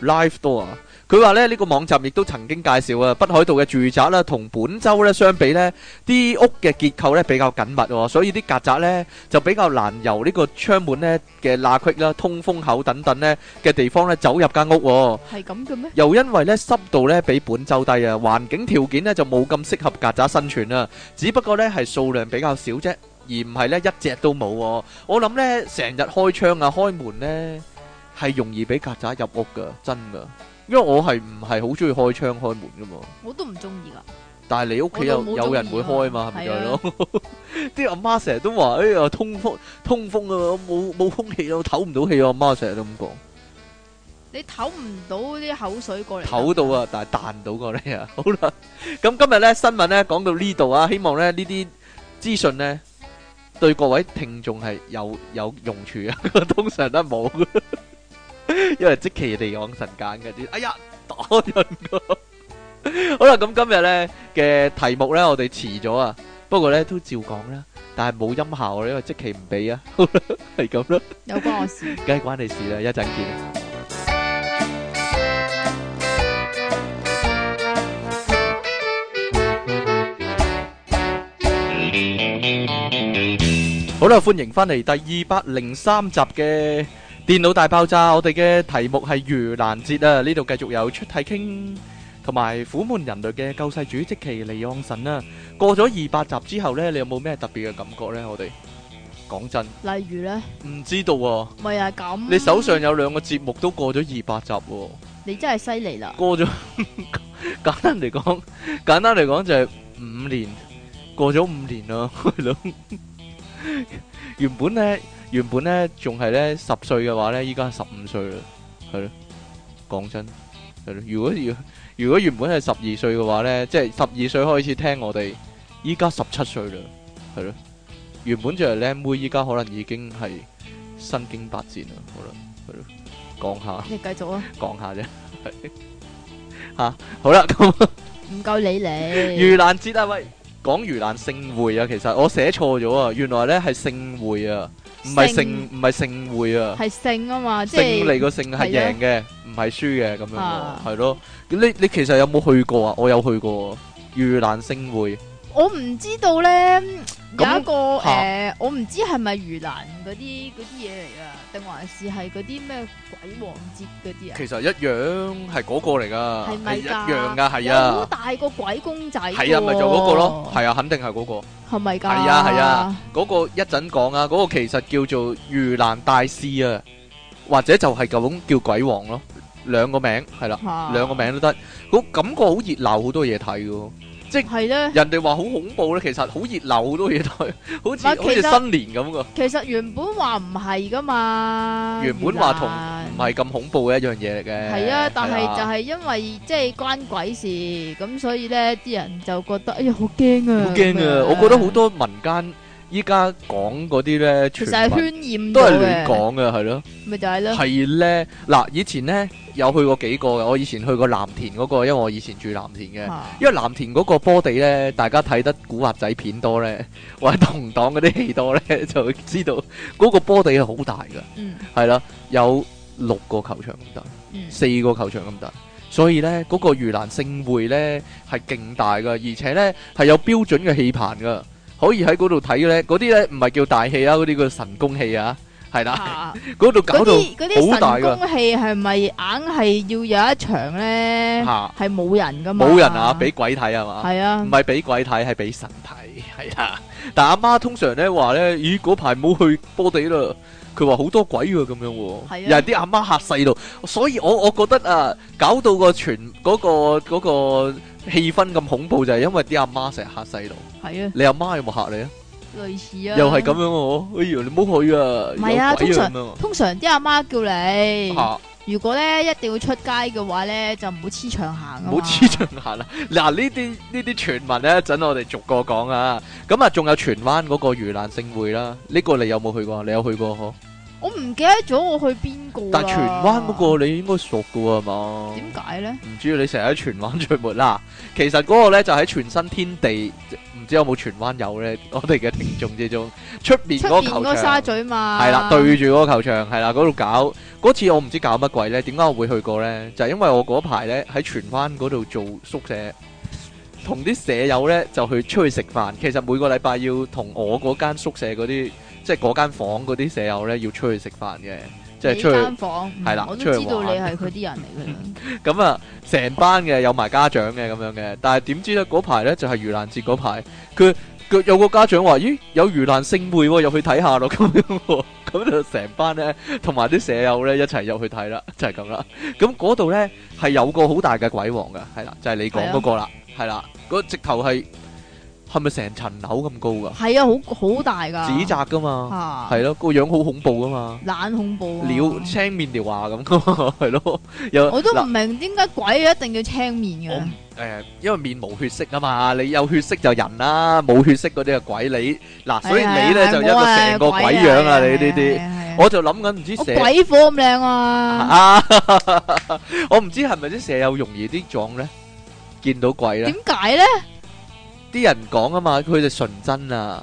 [SPEAKER 1] Life Door，佢話呢，呢個網站亦都曾經介紹啊，北海道嘅住宅啦，同本州呢相比呢，啲屋嘅結構呢比較緊密喎，所以啲曱甴呢就比較難由呢個窗門呢嘅罅隙啦、通風口等等呢嘅地方呢走入間屋喎。
[SPEAKER 2] 係咁嘅咩？
[SPEAKER 1] 又因為咧濕度咧比本州低啊，環境條件咧就冇咁適合曱甴生存啦。只不過咧係數量比較少啫，而唔係咧一隻都冇、喎。我諗咧成日開窗啊、開門咧係容易俾曱甴入屋噶，真噶。因為我係唔係好中意開窗開門噶嘛，
[SPEAKER 2] 我都唔中意噶，
[SPEAKER 1] 但係你屋企有
[SPEAKER 2] 我都冇鍾意啊
[SPEAKER 1] 有人會開嘛，係咪就係
[SPEAKER 2] 係
[SPEAKER 1] 咯
[SPEAKER 2] 啊？
[SPEAKER 1] 啲阿媽成日都話：哎呀，通風通風啊，冇冇空氣啊，我唞唔到氣啊！阿媽成日都咁講。
[SPEAKER 2] 你唞唔到啲口水過嚟，
[SPEAKER 1] 唞到！啊，但係彈到過你啊。 好啦，咁今日咧新聞咧講到呢度啊，希望咧呢啲資訊咧對各位聽眾係有有用處啊。 通常都冇， 因為即其地往神間嗰啲，哎呀打人噶。 好啦，咁今日咧嘅題目咧，我哋遲咗啊，不過咧都照講啦，但係冇音效啊，因為即其唔俾啊。 好啦，係咁啦。
[SPEAKER 2] 有關我事。
[SPEAKER 1] 梗係關你事啦，一陣見。好啦，歡迎翻嚟第二百零三集嘅電腦大爆炸，我哋嘅題目係盂蘭節啊，呢度繼續有出體傾。同埋苦悶人類嘅救世主即其利昂神啦。過咗二百集之後呢，你有冇咩特別嘅感覺呢？我哋講真，
[SPEAKER 2] 例如咧，
[SPEAKER 1] 唔知道喎、
[SPEAKER 2] 咪又係咁。
[SPEAKER 1] 你手上有兩個節目都過咗二百集喎、
[SPEAKER 2] 你真係犀利啦！
[SPEAKER 1] 過咗 簡單嚟講，簡單嚟講就係五年，過咗五年啦，係咯。 原本咧，原本咧仲係咧十歲嘅話咧，依家十五歲啦，係咯。講真，係咯。如果如如果原本係十二歲嘅話咧，即係十二歲開始聽我哋，依家十七歲啦，係咯。原本就係靚妹，依家可能已經係身經百戰啦，可能係咯。講下。
[SPEAKER 2] 你繼續啊，
[SPEAKER 1] 講下啫， 吓好啦，咁
[SPEAKER 2] 唔夠理你。
[SPEAKER 1] 盂蘭節啊，喂，講盂蘭盛會啊，其實我寫錯咗啊，原來咧係盛會啊，唔係盛
[SPEAKER 2] 盛
[SPEAKER 1] 唔係盛會啊，
[SPEAKER 2] 係性啊嘛，即
[SPEAKER 1] 勝利
[SPEAKER 2] 係
[SPEAKER 1] 個勝係贏嘅，唔係輸嘅咁樣喎
[SPEAKER 2] 啊，
[SPEAKER 1] 係咯，你你其實有冇去過啊？我有去過盂蘭盛會，
[SPEAKER 2] 我唔知道咧，
[SPEAKER 1] 咁
[SPEAKER 2] 有一個
[SPEAKER 1] 嚇
[SPEAKER 2] 誒，我唔知係咪盂蘭嗰啲嗰啲嘢嚟噶，定還是係嗰啲咩鬼王節嗰啲啊？
[SPEAKER 1] 其實一樣係嗰個嚟噶，
[SPEAKER 2] 係
[SPEAKER 1] 係
[SPEAKER 2] 咪㗎
[SPEAKER 1] 一樣噶，係
[SPEAKER 2] 有好
[SPEAKER 1] 啊，
[SPEAKER 2] 大個鬼公仔喎。
[SPEAKER 1] 係啊，咪就嗰個咯，係啊，肯定係嗰個。
[SPEAKER 2] 係咪㗎？
[SPEAKER 1] 係啊係啊，嗰個一陣講啊，嗰、個其實叫做盂蘭大士啊，或者就係咁叫鬼王咯，兩個名係啦，
[SPEAKER 2] 嚇
[SPEAKER 1] 兩個名都得，好感覺好熱鬧，好多嘢睇嘅。
[SPEAKER 2] 係咧。
[SPEAKER 1] 人哋話好恐怖咧，其實好熱鬧，好多嘢睇，好似
[SPEAKER 2] 唔係
[SPEAKER 1] 好似
[SPEAKER 2] 其實
[SPEAKER 1] 新年咁噶，
[SPEAKER 2] 其實原本話唔係噶嘛，
[SPEAKER 1] 原本話同唔
[SPEAKER 2] 盂
[SPEAKER 1] 係
[SPEAKER 2] 蘭
[SPEAKER 1] 咁恐怖嘅一樣嘢嚟嘅。
[SPEAKER 2] 係啊，但係就
[SPEAKER 1] 係啊
[SPEAKER 2] 係因為即係關鬼事，咁所以咧啲人就覺得哎呀好驚啊，
[SPEAKER 1] 好驚
[SPEAKER 2] 咁樣
[SPEAKER 1] 啊！我覺得好多民間依家講嗰啲咧，
[SPEAKER 2] 其
[SPEAKER 1] 傳
[SPEAKER 2] 實係
[SPEAKER 1] 聞
[SPEAKER 2] 渲染
[SPEAKER 1] 都係亂
[SPEAKER 2] 亂講，
[SPEAKER 1] 講嘅，係咯。
[SPEAKER 2] 咪就係啊咯，
[SPEAKER 1] 係咧，嗱，以前咧有去過幾個嘅，我以前去過藍田嗰、個，因為我以前住藍田嘅，
[SPEAKER 2] 嚇
[SPEAKER 1] 因為藍田嗰個波地咧，大家睇得古惑仔片多咧， 或者同黨嗰啲戲多咧， 就會知道嗰個波地係好大噶，
[SPEAKER 2] 嗯
[SPEAKER 1] 係啦，有六個球場咁大，
[SPEAKER 2] 嗯，
[SPEAKER 1] 四個球場咁大。所以咧，嗰、個盂蘭盛會咧係勁大噶，而且咧係有標準嘅戲棚噶，可以喺嗰度睇咧。嗰啲咧唔係叫大戲啊，嗰啲叫神功戲啊，係啦，
[SPEAKER 2] 嚇
[SPEAKER 1] 嗰度搞
[SPEAKER 2] 嗰
[SPEAKER 1] 到
[SPEAKER 2] 啲嗰啲
[SPEAKER 1] 好大㗎
[SPEAKER 2] 神功戲係咪硬係要有一場咧
[SPEAKER 1] 嚇。
[SPEAKER 2] 係冇人噶嘛？
[SPEAKER 1] 冇人啊，俾鬼睇係嘛？
[SPEAKER 2] 係啊
[SPEAKER 1] 唔，係俾鬼睇，係俾神睇，係啦。但阿媽通常咧話咧，咦嗰排冇去波地啦，佢話好多鬼喎咁樣
[SPEAKER 2] 係啊
[SPEAKER 1] 喎，又係啲阿媽嚇細路，所以我我覺得啊，搞到個全嗰、個嗰、個氣氛咁恐怖，就係、因為啲阿媽成日嚇細路。
[SPEAKER 2] 係啊，
[SPEAKER 1] 你阿媽有冇嚇你啊？
[SPEAKER 2] 類似啊，
[SPEAKER 1] 又係咁樣喎，哎呀你唔好去啊，
[SPEAKER 2] 唔係啊
[SPEAKER 1] 有鬼啊咁
[SPEAKER 2] 通常嗯啲阿媽叫你
[SPEAKER 1] 樣。嚇
[SPEAKER 2] 如果咧一定要出街嘅話咧，就唔好黐牆行啊嘛，
[SPEAKER 1] 唔好黐牆行啦！嗱，呢啲呢啲傳聞咧，一陣我哋逐個講啊。咁啊，仲有荃灣嗰個盂蘭盛會啦，呢、個你有冇去過啊？你有去過嗬？
[SPEAKER 2] 我唔記得咗我去邊個啦。啊
[SPEAKER 1] 但係荃灣嗰個你應該熟噶喎，係嘛？
[SPEAKER 2] 點解咧？
[SPEAKER 1] 唔知你成日喺荃灣出沒啦。其實嗰個咧就喺全新天地，唔知有冇荃灣有咧？我哋嘅聽眾之中，出面
[SPEAKER 2] 出
[SPEAKER 1] 嗰個
[SPEAKER 2] 面
[SPEAKER 1] 球
[SPEAKER 2] 嗰個沙
[SPEAKER 1] 場。
[SPEAKER 2] 咀嘛，
[SPEAKER 1] 係啦，對住嗰個球場，係啦，嗰度搞嗰次我唔知搞乜鬼呢？點解我會去過呢？就係因為我嗰排呢，喺荃灣嗰度做宿舍，同啲舍友呢就去出去食飯。其實每個禮拜要同我嗰間宿舍嗰啲，即係嗰間房嗰啲舍友呢，要出去食飯嘅，即係出
[SPEAKER 2] 你
[SPEAKER 1] 去
[SPEAKER 2] 間房
[SPEAKER 1] 係啦
[SPEAKER 2] 嗯我
[SPEAKER 1] 出
[SPEAKER 2] 都
[SPEAKER 1] 去
[SPEAKER 2] 知道你
[SPEAKER 1] 玩
[SPEAKER 2] 係佢啲人嚟噶啦。
[SPEAKER 1] 咁啊，成班嘅有埋家長嘅咁樣嘅。但係點知呢？嗰排呢就係盂蘭節嗰排，佢佢有個家長話：咦，有盂蘭盛會喎，入去睇下咯咁樣喎。 咁就成班呢。同埋啲舍友咧一齊入去睇啦， 就係咁啦。咁嗰度咧係有個好大嘅鬼王噶，係啦，就係、你講嗰個啦，係啦，嗰直頭係係咪成層樓咁高噶？
[SPEAKER 2] 係啊，好好大噶。
[SPEAKER 1] 指責噶嘛，
[SPEAKER 2] 啊，
[SPEAKER 1] 係咯，個樣好恐怖噶嘛，
[SPEAKER 2] 懶恐怖啊。
[SPEAKER 1] 撩青面獠牙咁噶 嘛，係咯，有
[SPEAKER 2] 我都唔
[SPEAKER 1] 嗱
[SPEAKER 2] 明點解鬼一定要青面
[SPEAKER 1] 我唔
[SPEAKER 2] 嘅。
[SPEAKER 1] 誒、因為面無血色啊嘛，你有血色就人啦，冇血色嗰啲係鬼你嗱，所以你咧就一個成個鬼樣啊，你呢啲，
[SPEAKER 2] 啲
[SPEAKER 1] 我就諗緊唔知
[SPEAKER 2] 我
[SPEAKER 1] 蛇
[SPEAKER 2] 鬼火咁靚啊，
[SPEAKER 1] 啊！ 我唔知係咪啲舍友容易啲撞咧，見到鬼咧
[SPEAKER 2] 點，解咧？
[SPEAKER 1] 啲人講啊嘛，佢哋純真啊，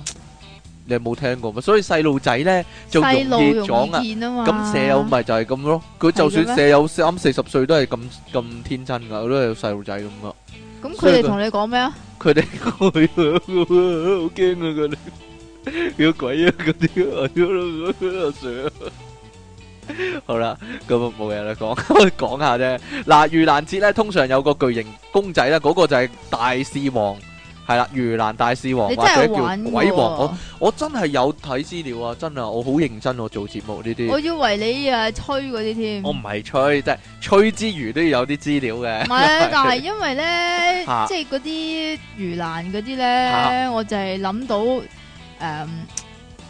[SPEAKER 1] 你有冇聽過嘛？所以細路仔咧就容
[SPEAKER 2] 細路
[SPEAKER 1] 易撞
[SPEAKER 2] 容
[SPEAKER 1] 啊。
[SPEAKER 2] 易見啊嘛。
[SPEAKER 1] 咁舍友咪就係咁咯，佢就
[SPEAKER 2] 係嘅咩
[SPEAKER 1] 算舍友三四十歲都係咁咁天真噶，都係細路仔咁噶。
[SPEAKER 2] 咁
[SPEAKER 1] 所
[SPEAKER 2] 佢
[SPEAKER 1] 以
[SPEAKER 2] 哋
[SPEAKER 1] 佢
[SPEAKER 2] 同你講咩啊？
[SPEAKER 1] 佢哋好驚啊！佢哋有鬼啊！嗰啲啊，阿 Sir 好啦，咁啊冇嘢啦，講講下啫。嗱，盂蘭節咧，通常有個巨型公仔咧，嗰、個就係大士王，係啦，盂蘭大士王
[SPEAKER 2] 你
[SPEAKER 1] 或
[SPEAKER 2] 真
[SPEAKER 1] 者
[SPEAKER 2] 係
[SPEAKER 1] 叫
[SPEAKER 2] 玩
[SPEAKER 1] 鬼王。
[SPEAKER 2] 喎
[SPEAKER 1] 我我真係有睇資料啊，真啊，我好認真我做節目呢啲，
[SPEAKER 2] 我以為你啊吹嗰啲添，
[SPEAKER 1] 我
[SPEAKER 2] 唔
[SPEAKER 1] 唔係吹，即係吹之餘都要有啲資料嘅。
[SPEAKER 2] 係 啊，但係因為咧
[SPEAKER 1] 嚇，
[SPEAKER 2] 即係嗰啲魚欄嗰啲
[SPEAKER 1] 嚇
[SPEAKER 2] 咧，我就係諗到誒，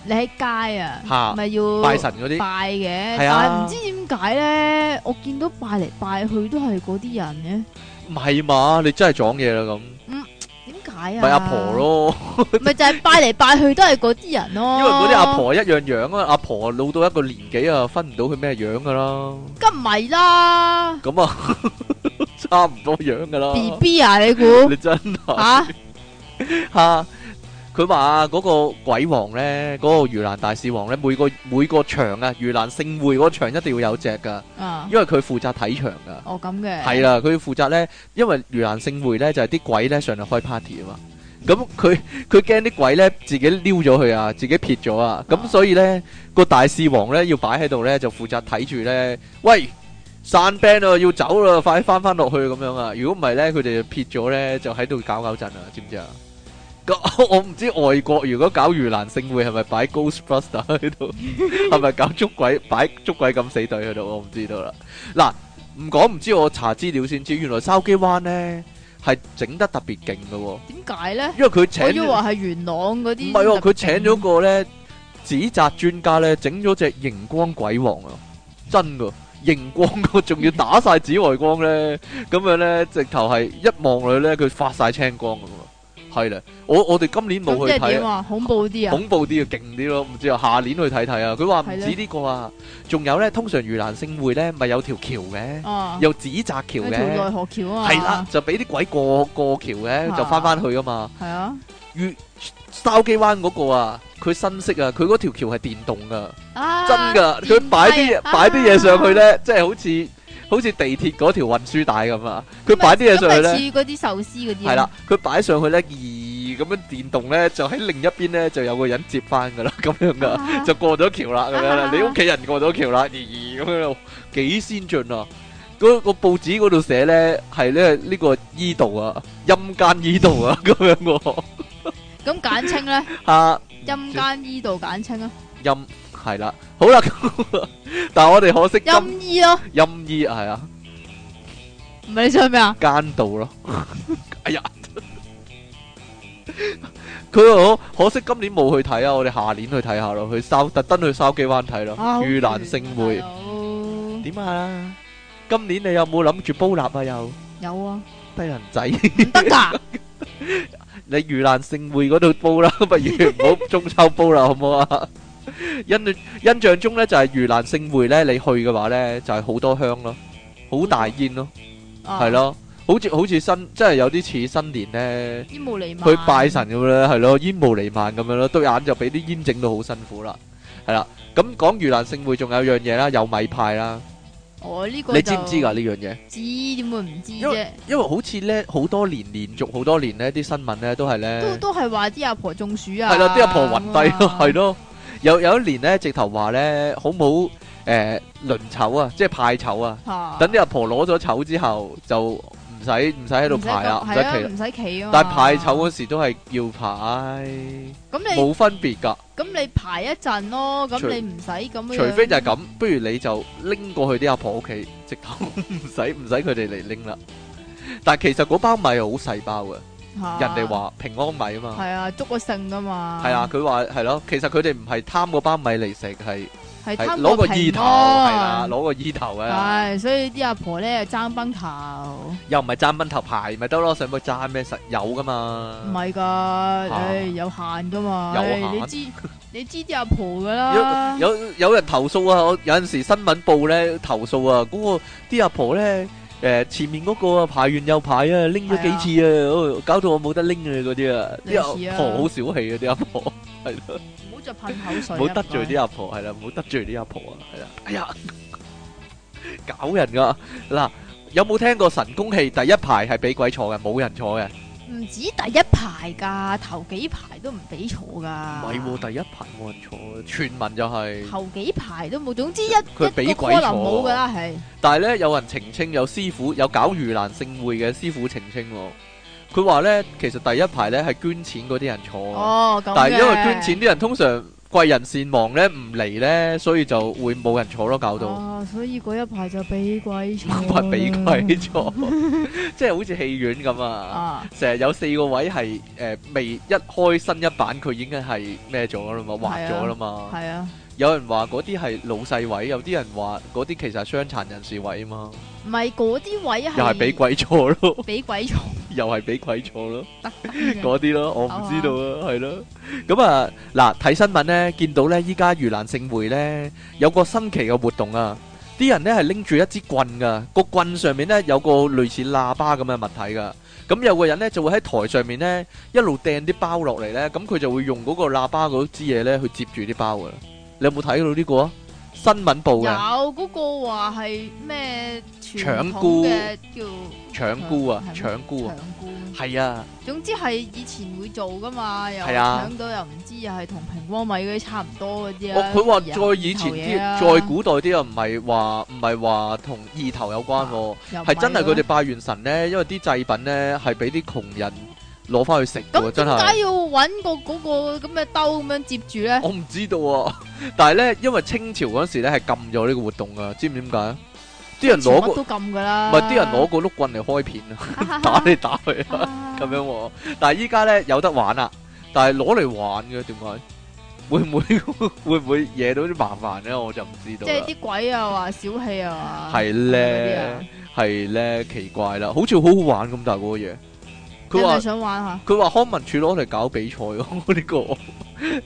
[SPEAKER 2] 你喺街
[SPEAKER 1] 嚇
[SPEAKER 2] 啊，咪要
[SPEAKER 1] 拜神嗰啲
[SPEAKER 2] 拜嘅，
[SPEAKER 1] 係啊
[SPEAKER 2] 但係唔知點解咧，我見到拜嚟拜去都係嗰啲人
[SPEAKER 1] 唔係嘛？你真係撞嘢啦咁，
[SPEAKER 2] 嘅，點解啊？
[SPEAKER 1] 咪阿婆，咯。
[SPEAKER 2] 咪就係拜嚟拜去都係嗰啲人咯，
[SPEAKER 1] 因為嗰啲阿婆一樣樣啊，阿婆老到一個年紀啊，分唔到佢咩樣噶啦，
[SPEAKER 2] 梗唔係啦
[SPEAKER 1] 咁啊 差唔多樣噶啦。
[SPEAKER 2] ，B B 啊，你估
[SPEAKER 1] 你真係
[SPEAKER 2] 嚇？
[SPEAKER 1] 嚇！佢話嗰個鬼王咧，嗰、個盂蘭大士王咧，每個每個場啊，盂蘭盛會嗰場一定要有隻噶，
[SPEAKER 2] 啊，
[SPEAKER 1] 因為佢負責睇場噶。
[SPEAKER 2] 哦咁嘅，
[SPEAKER 1] 係啦，佢負責咧，因為盂蘭盛會咧就係、啲鬼咧上嚟開 party 啊嘛。咁佢佢驚啲鬼咧自己溜咗佢啊，自己撇咗啊。咁
[SPEAKER 2] 啊
[SPEAKER 1] 所以咧個大士王咧要擺喺度咧就負責睇住咧，喂散 band 啊，要走啦，快啲翻翻落去咁樣啊。如果唔係咧，佢哋就撇咗咧就喺度搞搞震啊，知唔知啊？咁 我唔知外國如果搞盂蘭盛會係咪擺 Ghostbuster 喺度，係咪搞捉鬼擺捉鬼咁死隊喺度，我唔知道啦。唔講唔知，我查資料先知，原來筲箕灣呢係整得特別勁嘅喎，
[SPEAKER 2] 點解咧？
[SPEAKER 1] 因為佢請
[SPEAKER 2] 我以為係元朗嗰啲，
[SPEAKER 1] 唔係喎，佢請咗個呢指責專家呢，整咗隻熒光鬼王啊，真噶！熒光個仲要打晒紫外光呢，咁樣呢，直頭係一望佢呢，佢發晒青光咁啊，係啦，我我哋今年冇
[SPEAKER 2] 咁
[SPEAKER 1] 去
[SPEAKER 2] 即係
[SPEAKER 1] 睇啊
[SPEAKER 2] 點。啊？恐怖啲啊？
[SPEAKER 1] 恐怖啲啊，勁啲咯，唔知啊，下年去睇睇啊。佢話唔
[SPEAKER 2] 係
[SPEAKER 1] 止
[SPEAKER 2] 咧
[SPEAKER 1] 呢個啊，仲有呢，通常盂蘭勝會呢咪有條橋嘅，
[SPEAKER 2] 啊，
[SPEAKER 1] 有指責橋
[SPEAKER 2] 有
[SPEAKER 1] 嘅。
[SPEAKER 2] 條奈何橋啊嘛，
[SPEAKER 1] 係啦，，就俾啲鬼過過橋嘅，
[SPEAKER 2] 啊
[SPEAKER 1] 就翻翻去噶嘛。
[SPEAKER 2] 係啊，
[SPEAKER 1] 越筲箕灣嗰個啊，佢新式啊，佢嗰條橋係電動噶，
[SPEAKER 2] 啊
[SPEAKER 1] 真噶。佢擺啲嘢擺啲嘢上去，咧，即係好似好似地鐵嗰條運輸帶咁啊。佢擺啲嘢上去
[SPEAKER 2] 咧，
[SPEAKER 1] 咧，
[SPEAKER 2] 似嗰啲壽司嗰啲，啊
[SPEAKER 1] 係啦，，佢擺上去咧，咦咁樣電動咧，就喺另一邊咧就有個人接翻噶啦， 咁樣噶。就過咗橋啦，咁樣啦
[SPEAKER 2] 啊，
[SPEAKER 1] 你屋企人過咗橋啦，咦咁樣咯，幾先進啊！嗰個報紙嗰度寫咧係咧呢個醫道啊，陰間醫道啊，咁樣喎，
[SPEAKER 2] 咁簡 稱咧，
[SPEAKER 1] 啊
[SPEAKER 2] 陰間醫道簡稱啊，
[SPEAKER 1] 陰係啦，好 啦，咁但係我哋可惜今
[SPEAKER 2] 陰醫咯，
[SPEAKER 1] 陰醫係啊
[SPEAKER 2] 唔係你 想咩啊？
[SPEAKER 1] 奸道咯，哎呀，佢話可可惜今年冇去睇啊，我哋下年去睇下咯，去筲特登去筲箕灣睇咯，
[SPEAKER 2] 啊
[SPEAKER 1] 盂蘭盛會。
[SPEAKER 2] 好遠啊
[SPEAKER 1] 点啊？今年你有冇谂住煲立啊？又
[SPEAKER 2] 大佬 有啊，
[SPEAKER 1] 低人仔，
[SPEAKER 2] 唔得㗎，
[SPEAKER 1] 你盂蘭盛會嗰度煲 啦，不如唔好中秋煲啦，好唔好啊？印印象中咧就係盂蘭盛會咧，你去嘅話咧就係好多香咯，好大煙咯，
[SPEAKER 2] 啊
[SPEAKER 1] 係，咯，好似好似新，真係有啲似新年咧。
[SPEAKER 2] 煙霧瀰漫，
[SPEAKER 1] 去拜神咁樣咧，係咯，煙霧瀰漫咁樣咯，對眼就俾啲煙整到好辛苦啦，係啦。咁講盂蘭盛會仲有樣嘢啦，有米派啦，
[SPEAKER 2] 我哦呢個
[SPEAKER 1] 你知唔知㗎
[SPEAKER 2] 就
[SPEAKER 1] 呢樣嘢？
[SPEAKER 2] 知點會唔知
[SPEAKER 1] 因
[SPEAKER 2] 啫？
[SPEAKER 1] 因為好似咧好多年連續好多年呢啲新聞咧都係
[SPEAKER 2] 都
[SPEAKER 1] 咧
[SPEAKER 2] 都係話啲阿婆中暑啊，
[SPEAKER 1] 係啦，啲阿婆暈低咯，係
[SPEAKER 2] 咯，
[SPEAKER 1] 咯。有有一年咧，直頭話咧，好唔好誒輪籌啊，即係派籌啊。
[SPEAKER 2] 嚇
[SPEAKER 1] 等啲阿婆攞咗籌之後，就唔使唔使喺度
[SPEAKER 2] 唔使
[SPEAKER 1] 排啦，唔
[SPEAKER 2] 咁
[SPEAKER 1] 使
[SPEAKER 2] 係啊
[SPEAKER 1] 期啦。
[SPEAKER 2] 唔使企啊嘛。
[SPEAKER 1] 但係派籌嗰時都係要排，
[SPEAKER 2] 咁你
[SPEAKER 1] 冇分別㗎。
[SPEAKER 2] 咁你排一陣咯，
[SPEAKER 1] 除
[SPEAKER 2] 咁你唔使咁樣。
[SPEAKER 1] 除非就係咁，不如你就拎過去啲阿婆屋企，直頭 唔使唔使佢哋嚟拎啦。但係其實嗰包米係好細包嘅，
[SPEAKER 2] 嚇
[SPEAKER 1] 人哋話平安米啊嘛。
[SPEAKER 2] 係啊，捉個性噶嘛。
[SPEAKER 1] 係啊，，佢話係咯，其實佢哋唔係貪嗰包米嚟食，係
[SPEAKER 2] 係
[SPEAKER 1] 係
[SPEAKER 2] 貪
[SPEAKER 1] 攞個
[SPEAKER 2] 個
[SPEAKER 1] 意
[SPEAKER 2] 意
[SPEAKER 1] 頭，係啦，。攞個意頭啊，
[SPEAKER 2] 係，所以啲阿婆咧就爭崩頭，
[SPEAKER 1] 又唔係爭蚊頭牌咪得咯，使乜爭咩實有噶嘛？
[SPEAKER 2] 唔係㗎，唉，有限㗎嘛。
[SPEAKER 1] 嗯有
[SPEAKER 2] 唉
[SPEAKER 1] 限
[SPEAKER 2] 你知你知啲阿婆㗎啦。
[SPEAKER 1] 有有人投訴啊，我有陣時新聞報咧投訴啊，嗰個啲阿婆咧。誒、前面嗰個啊排完又排啊，拎咗幾次啊，哦搞到我冇得拎啊嗰啲啊，
[SPEAKER 2] 類似
[SPEAKER 1] 啲
[SPEAKER 2] 啊
[SPEAKER 1] 阿婆好小氣啊，啲阿婆係咯，
[SPEAKER 2] 唔好再噴口水
[SPEAKER 1] 唔
[SPEAKER 2] 啊。
[SPEAKER 1] 好得罪
[SPEAKER 2] 唔
[SPEAKER 1] 啲阿婆係啦，唔好得罪啲阿婆啊，係啦，哎呀，搞人噶嗱，有冇聽過神功戲第一排係俾鬼坐嘅，冇人坐嘅，
[SPEAKER 2] 唔止第一排噶，頭幾排都唔俾坐噶。
[SPEAKER 1] 唔係喎，第一排冇人坐，傳聞就係、
[SPEAKER 2] 頭幾排都冇，總之一一
[SPEAKER 1] 佢俾
[SPEAKER 2] 個
[SPEAKER 1] 鬼坐
[SPEAKER 2] column 冇噶啦，係
[SPEAKER 1] 但係咧，有人澄清，有師傅有搞盂蘭勝會嘅師傅澄清喎，佢話咧，其實第一排咧係捐錢嗰啲人坐，
[SPEAKER 2] 哦咁
[SPEAKER 1] 但係因為
[SPEAKER 2] 嘅
[SPEAKER 1] 捐錢啲人通常貴人善忘咧唔嚟咧，所以就會冇人坐咯，搞 到
[SPEAKER 2] 啊，所以嗰一排就俾鬼坐啦，
[SPEAKER 1] 唔係俾鬼坐，即係好似戲院咁啊！
[SPEAKER 2] 啊，
[SPEAKER 1] 成日有四個位係誒未一開新一版，佢已經係咩咗啦嘛，畫咗啦嘛。
[SPEAKER 2] 係啊，
[SPEAKER 1] 有人話嗰啲係老細位，有啲人話嗰啲其實係傷殘人士位啊嘛，
[SPEAKER 2] 唔係嗰啲位係
[SPEAKER 1] 又係俾鬼坐咯。
[SPEAKER 2] 俾鬼坐
[SPEAKER 1] 又係俾鬼坐咯，
[SPEAKER 2] 得 嘅
[SPEAKER 1] 嗰啲咯，我唔知道啊，係咯。咁啊，嗱睇新聞咧，見到咧依家盂蘭勝會咧有個新奇嘅活動啊，啲人咧係拎住一支棍噶，個棍上面咧有個類似喇叭咁嘅物體噶。咁有個人咧就會喺台上面咧一路掟啲包落嚟咧，咁佢就會用嗰個喇叭嗰支嘢咧去接住啲包噶啦。你有冇睇到呢個啊？新聞報
[SPEAKER 2] 有
[SPEAKER 1] 嘅
[SPEAKER 2] 嗰個話係咩傳
[SPEAKER 1] 搶
[SPEAKER 2] 統
[SPEAKER 1] 菇
[SPEAKER 2] 嘅叫
[SPEAKER 1] 搶菇啊，
[SPEAKER 2] 係咩
[SPEAKER 1] 搶菇啊，
[SPEAKER 2] 搶菇。
[SPEAKER 1] 係啊。
[SPEAKER 2] 總之係以前會做噶嘛，又
[SPEAKER 1] 係啊
[SPEAKER 2] 搶到又唔知，又係同平安米嗰啲差唔多嗰啲
[SPEAKER 1] 哦
[SPEAKER 2] 啊。
[SPEAKER 1] 佢話
[SPEAKER 2] 啲人
[SPEAKER 1] 再以前
[SPEAKER 2] 頭嘢啊
[SPEAKER 1] 啲，再古代啲又唔係話唔係話同意頭有關喎，
[SPEAKER 2] 又唔
[SPEAKER 1] 係真係佢哋
[SPEAKER 2] 啊咯。
[SPEAKER 1] 拜完神咧，因為啲祭品咧係俾啲窮人攞翻去食嘅，
[SPEAKER 2] 咁
[SPEAKER 1] 啊真
[SPEAKER 2] 點解
[SPEAKER 1] 係。
[SPEAKER 2] 要揾個嗰個咁嘅兜咁樣接住咧？
[SPEAKER 1] 我唔知道啊， 但係咧，因為清朝嗰時咧係禁咗呢個活動噶，知唔知點解啊？啲人攞
[SPEAKER 2] 乜
[SPEAKER 1] 個
[SPEAKER 2] 都撳噶啦。
[SPEAKER 1] 唔係啲人攞個碌棍嚟開片啊， 打嚟打去啊。
[SPEAKER 2] 啊
[SPEAKER 1] 咁樣喎。但係依家咧有得玩啦，但係攞嚟玩嘅點解？會 唔會會唔會惹到啲麻煩咧？我就唔知道
[SPEAKER 2] 即
[SPEAKER 1] 啦
[SPEAKER 2] 係。啲鬼啊，話小氣啊，話
[SPEAKER 1] 係
[SPEAKER 2] 嗰啲啊
[SPEAKER 1] 咧，係咧，奇怪啦，好似好好玩咁，但係嗰個嘢，
[SPEAKER 2] 你
[SPEAKER 1] 佢
[SPEAKER 2] 啊係咪
[SPEAKER 1] 話
[SPEAKER 2] 想玩下？
[SPEAKER 1] 佢話康文署攞嚟搞比賽喎， 呢個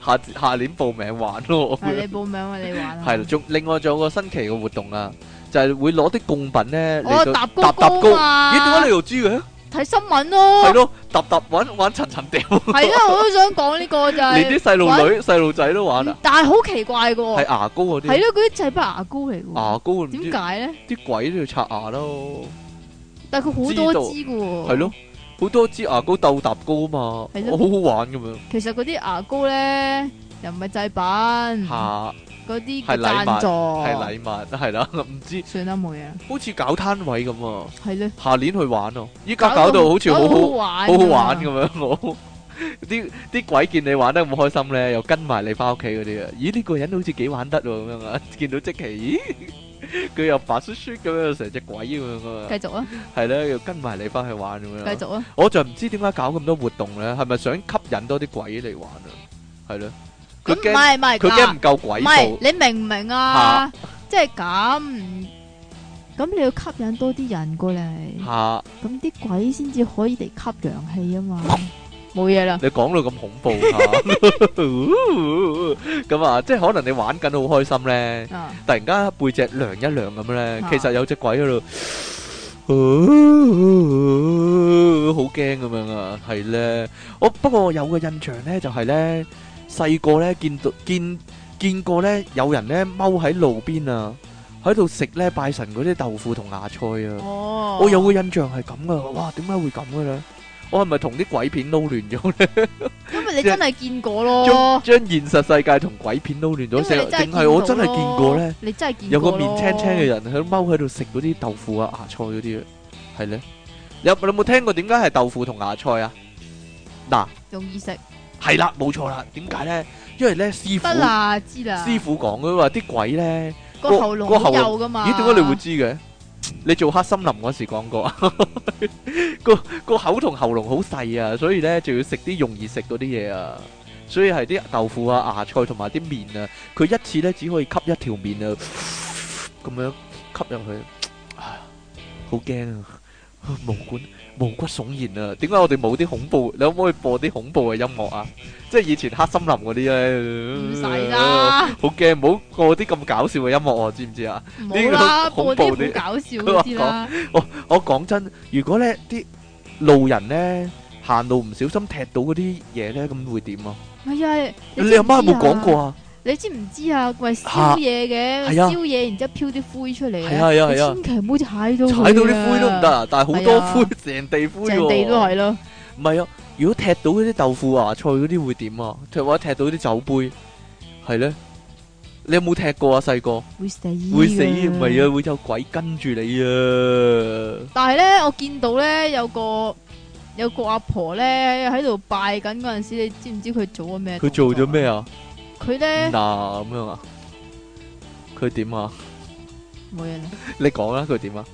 [SPEAKER 1] 下下年報名玩咯，
[SPEAKER 2] 係你報名啊，你玩啊。
[SPEAKER 1] 係啦，仲另外仲有個新奇嘅活動啊，就係會攞啲贡品咧
[SPEAKER 2] 我
[SPEAKER 1] 嚟到，
[SPEAKER 2] 搭高
[SPEAKER 1] 搭搭高
[SPEAKER 2] 高嘛。
[SPEAKER 1] 咦？點解你又知嘅？
[SPEAKER 2] 睇新聞咯
[SPEAKER 1] 係？咯，揼揼玩玩層層掉，
[SPEAKER 2] 係啦，我都想講呢個就
[SPEAKER 1] 連
[SPEAKER 2] 係，
[SPEAKER 1] 啲細路女細路仔都玩啊，
[SPEAKER 2] 但係好奇怪嘅
[SPEAKER 1] 係
[SPEAKER 2] 喎，
[SPEAKER 1] 牙膏嗰
[SPEAKER 2] 係
[SPEAKER 1] 啲，
[SPEAKER 2] 咯，嗰啲製筆牙膏嚟嘅喎，
[SPEAKER 1] 牙膏唔
[SPEAKER 2] 點
[SPEAKER 1] 知
[SPEAKER 2] 解咧？
[SPEAKER 1] 啲鬼都要刷牙咯，
[SPEAKER 2] 但係佢好多
[SPEAKER 1] 知道
[SPEAKER 2] 支嘅喎，
[SPEAKER 1] 係。咯，好多支牙膏鬥搭高嘛，
[SPEAKER 2] 係
[SPEAKER 1] 好
[SPEAKER 2] 咯
[SPEAKER 1] 好玩咁樣
[SPEAKER 2] 其實嗰啲牙膏咧又唔係製品，
[SPEAKER 1] 下。
[SPEAKER 2] 嗰啲
[SPEAKER 1] 係
[SPEAKER 2] 叫
[SPEAKER 1] 禮物
[SPEAKER 2] 贊助，
[SPEAKER 1] 係禮物，係 啦，唔知
[SPEAKER 2] 算啦冇嘢啦，
[SPEAKER 1] 好似搞攤位咁啊！
[SPEAKER 2] 係咯。
[SPEAKER 1] 下年去玩哦，依家搞到好似好好
[SPEAKER 2] 搞
[SPEAKER 1] 好
[SPEAKER 2] 玩，啊
[SPEAKER 1] 好玩咁。 樣，我啲啲鬼見你玩得咁開心咧，又跟埋你翻屋企嗰啲啊！咦，呢個人好似幾玩得喎咁 樣啊！見到即奇，咦，佢又白雪雪咁樣，成隻鬼咁樣啊！
[SPEAKER 2] 繼續啊，
[SPEAKER 1] 係咧，又跟埋你翻去玩咁樣
[SPEAKER 2] 繼
[SPEAKER 1] 啊。
[SPEAKER 2] 續啊，
[SPEAKER 1] 我就唔知點解搞咁多活動咧，係咪想吸引多啲鬼嚟玩啊？係咯，佢
[SPEAKER 2] 咁唔
[SPEAKER 1] 驚
[SPEAKER 2] 係唔係
[SPEAKER 1] 佢
[SPEAKER 2] 㗎
[SPEAKER 1] 驚唔夠鬼
[SPEAKER 2] 唔係
[SPEAKER 1] 數，
[SPEAKER 2] 你明唔明啊？即係咁，咁你要吸引多啲人過嚟，
[SPEAKER 1] 嚇。
[SPEAKER 2] 咁啲鬼先至可以嚟吸陽氣啊嘛。冇 嘢啦，
[SPEAKER 1] 你講到咁恐怖嚇， 咁啊，即係可能你玩緊好開心咧，
[SPEAKER 2] 啊，
[SPEAKER 1] 突然間背脊涼一涼咁咧
[SPEAKER 2] 啊，
[SPEAKER 1] 其實有隻鬼喺度，好驚咁樣啊，係咧。我不過有個印象咧，就係咧細個咧見到見見過咧有人咧踎喺路邊啊，喺度食咧拜神嗰啲豆腐同芽菜啊。
[SPEAKER 2] 哦，
[SPEAKER 1] 我有個印象係咁噶，哇！點解會咁嘅咧？我係咪同啲鬼片撈亂咗咧？
[SPEAKER 2] 因為你真係見過咯
[SPEAKER 1] 將，將現實世界同鬼片撈亂
[SPEAKER 2] 哦因
[SPEAKER 1] 咗，
[SPEAKER 2] 為
[SPEAKER 1] 成
[SPEAKER 2] 你真係
[SPEAKER 1] 定係我真係見過
[SPEAKER 2] 咯
[SPEAKER 1] 咧？，
[SPEAKER 2] 你真係見
[SPEAKER 1] 有
[SPEAKER 2] 過
[SPEAKER 1] 個
[SPEAKER 2] 咯
[SPEAKER 1] 面青青嘅，人喺度踎喺度食嗰啲豆腐啊、芽菜嗰啲啊，係咧。有你有冇聽過點解係豆腐同芽菜啊？嗱，
[SPEAKER 2] 容易食
[SPEAKER 1] 係啦，冇錯啦。點解咧？因為咧師傅
[SPEAKER 2] 得啦，知啦，
[SPEAKER 1] 師傅講嘅話，啲鬼咧，
[SPEAKER 2] 個
[SPEAKER 1] 個
[SPEAKER 2] 喉嚨
[SPEAKER 1] 個
[SPEAKER 2] 好
[SPEAKER 1] 喉嚨
[SPEAKER 2] 幼噶嘛？
[SPEAKER 1] 咦？點解你會知嘅？你做黑森林嗰時講過啊， 個個口同喉嚨好細啊，所以咧就要食啲容易食嗰啲嘢啊，所以係啲豆腐啊、芽菜同埋啲麵啊，佢一次咧只可以吸一條麵啊， 咁樣吸入去，唉，好驚啊， 毛管毛骨悚然啊！點解我哋冇啲恐怖？你可唔可以播啲恐怖嘅音樂啊？即係以前黑森林嗰啲咧，
[SPEAKER 2] 唔
[SPEAKER 1] 唔
[SPEAKER 2] 使， 啦，
[SPEAKER 1] 好驚，唔好播啲咁搞笑嘅音樂啊，知唔知啊？
[SPEAKER 2] 唔好啦，播
[SPEAKER 1] 恐
[SPEAKER 2] 啲
[SPEAKER 1] 怖啲
[SPEAKER 2] 好搞笑嗰 啲啦，
[SPEAKER 1] 我講真，如果咧啲路人咧行路唔小心踢到嗰啲嘢咧，咁會點啊？
[SPEAKER 2] 係啊，
[SPEAKER 1] 你阿媽有冇講
[SPEAKER 2] 講
[SPEAKER 1] 過啊？
[SPEAKER 2] 你知唔知啊？喂，
[SPEAKER 1] 嚇
[SPEAKER 2] 燒嘢嘅，
[SPEAKER 1] 係啊
[SPEAKER 2] 燒嘢然之後飄啲灰出嚟
[SPEAKER 1] 係啊係啊係啊
[SPEAKER 2] 你千祈唔好踩到佢啊
[SPEAKER 1] 踩到啲灰都唔得，啊！但係好多
[SPEAKER 2] 係啊
[SPEAKER 1] 灰，成地灰
[SPEAKER 2] 成地都
[SPEAKER 1] 喎。
[SPEAKER 2] 係咯。
[SPEAKER 1] 唔係啊，如果踢到嗰啲豆腐芽菜嗰啲會點啊？踢或者踢到啲酒杯，係咧？你有冇踢過啊？細個
[SPEAKER 2] 會死，
[SPEAKER 1] 會死，唔係啊，會有鬼跟住你啊！
[SPEAKER 2] 但系咧，我見到咧有個有個阿婆咧喺度拜緊嗰阵时，你知唔知佢做咗咩？
[SPEAKER 1] 佢做咗？咩啊？
[SPEAKER 2] 佢咧
[SPEAKER 1] 嗱咁樣啊？佢點啊？
[SPEAKER 2] 冇嘢啦，
[SPEAKER 1] 你講啦，佢點啊？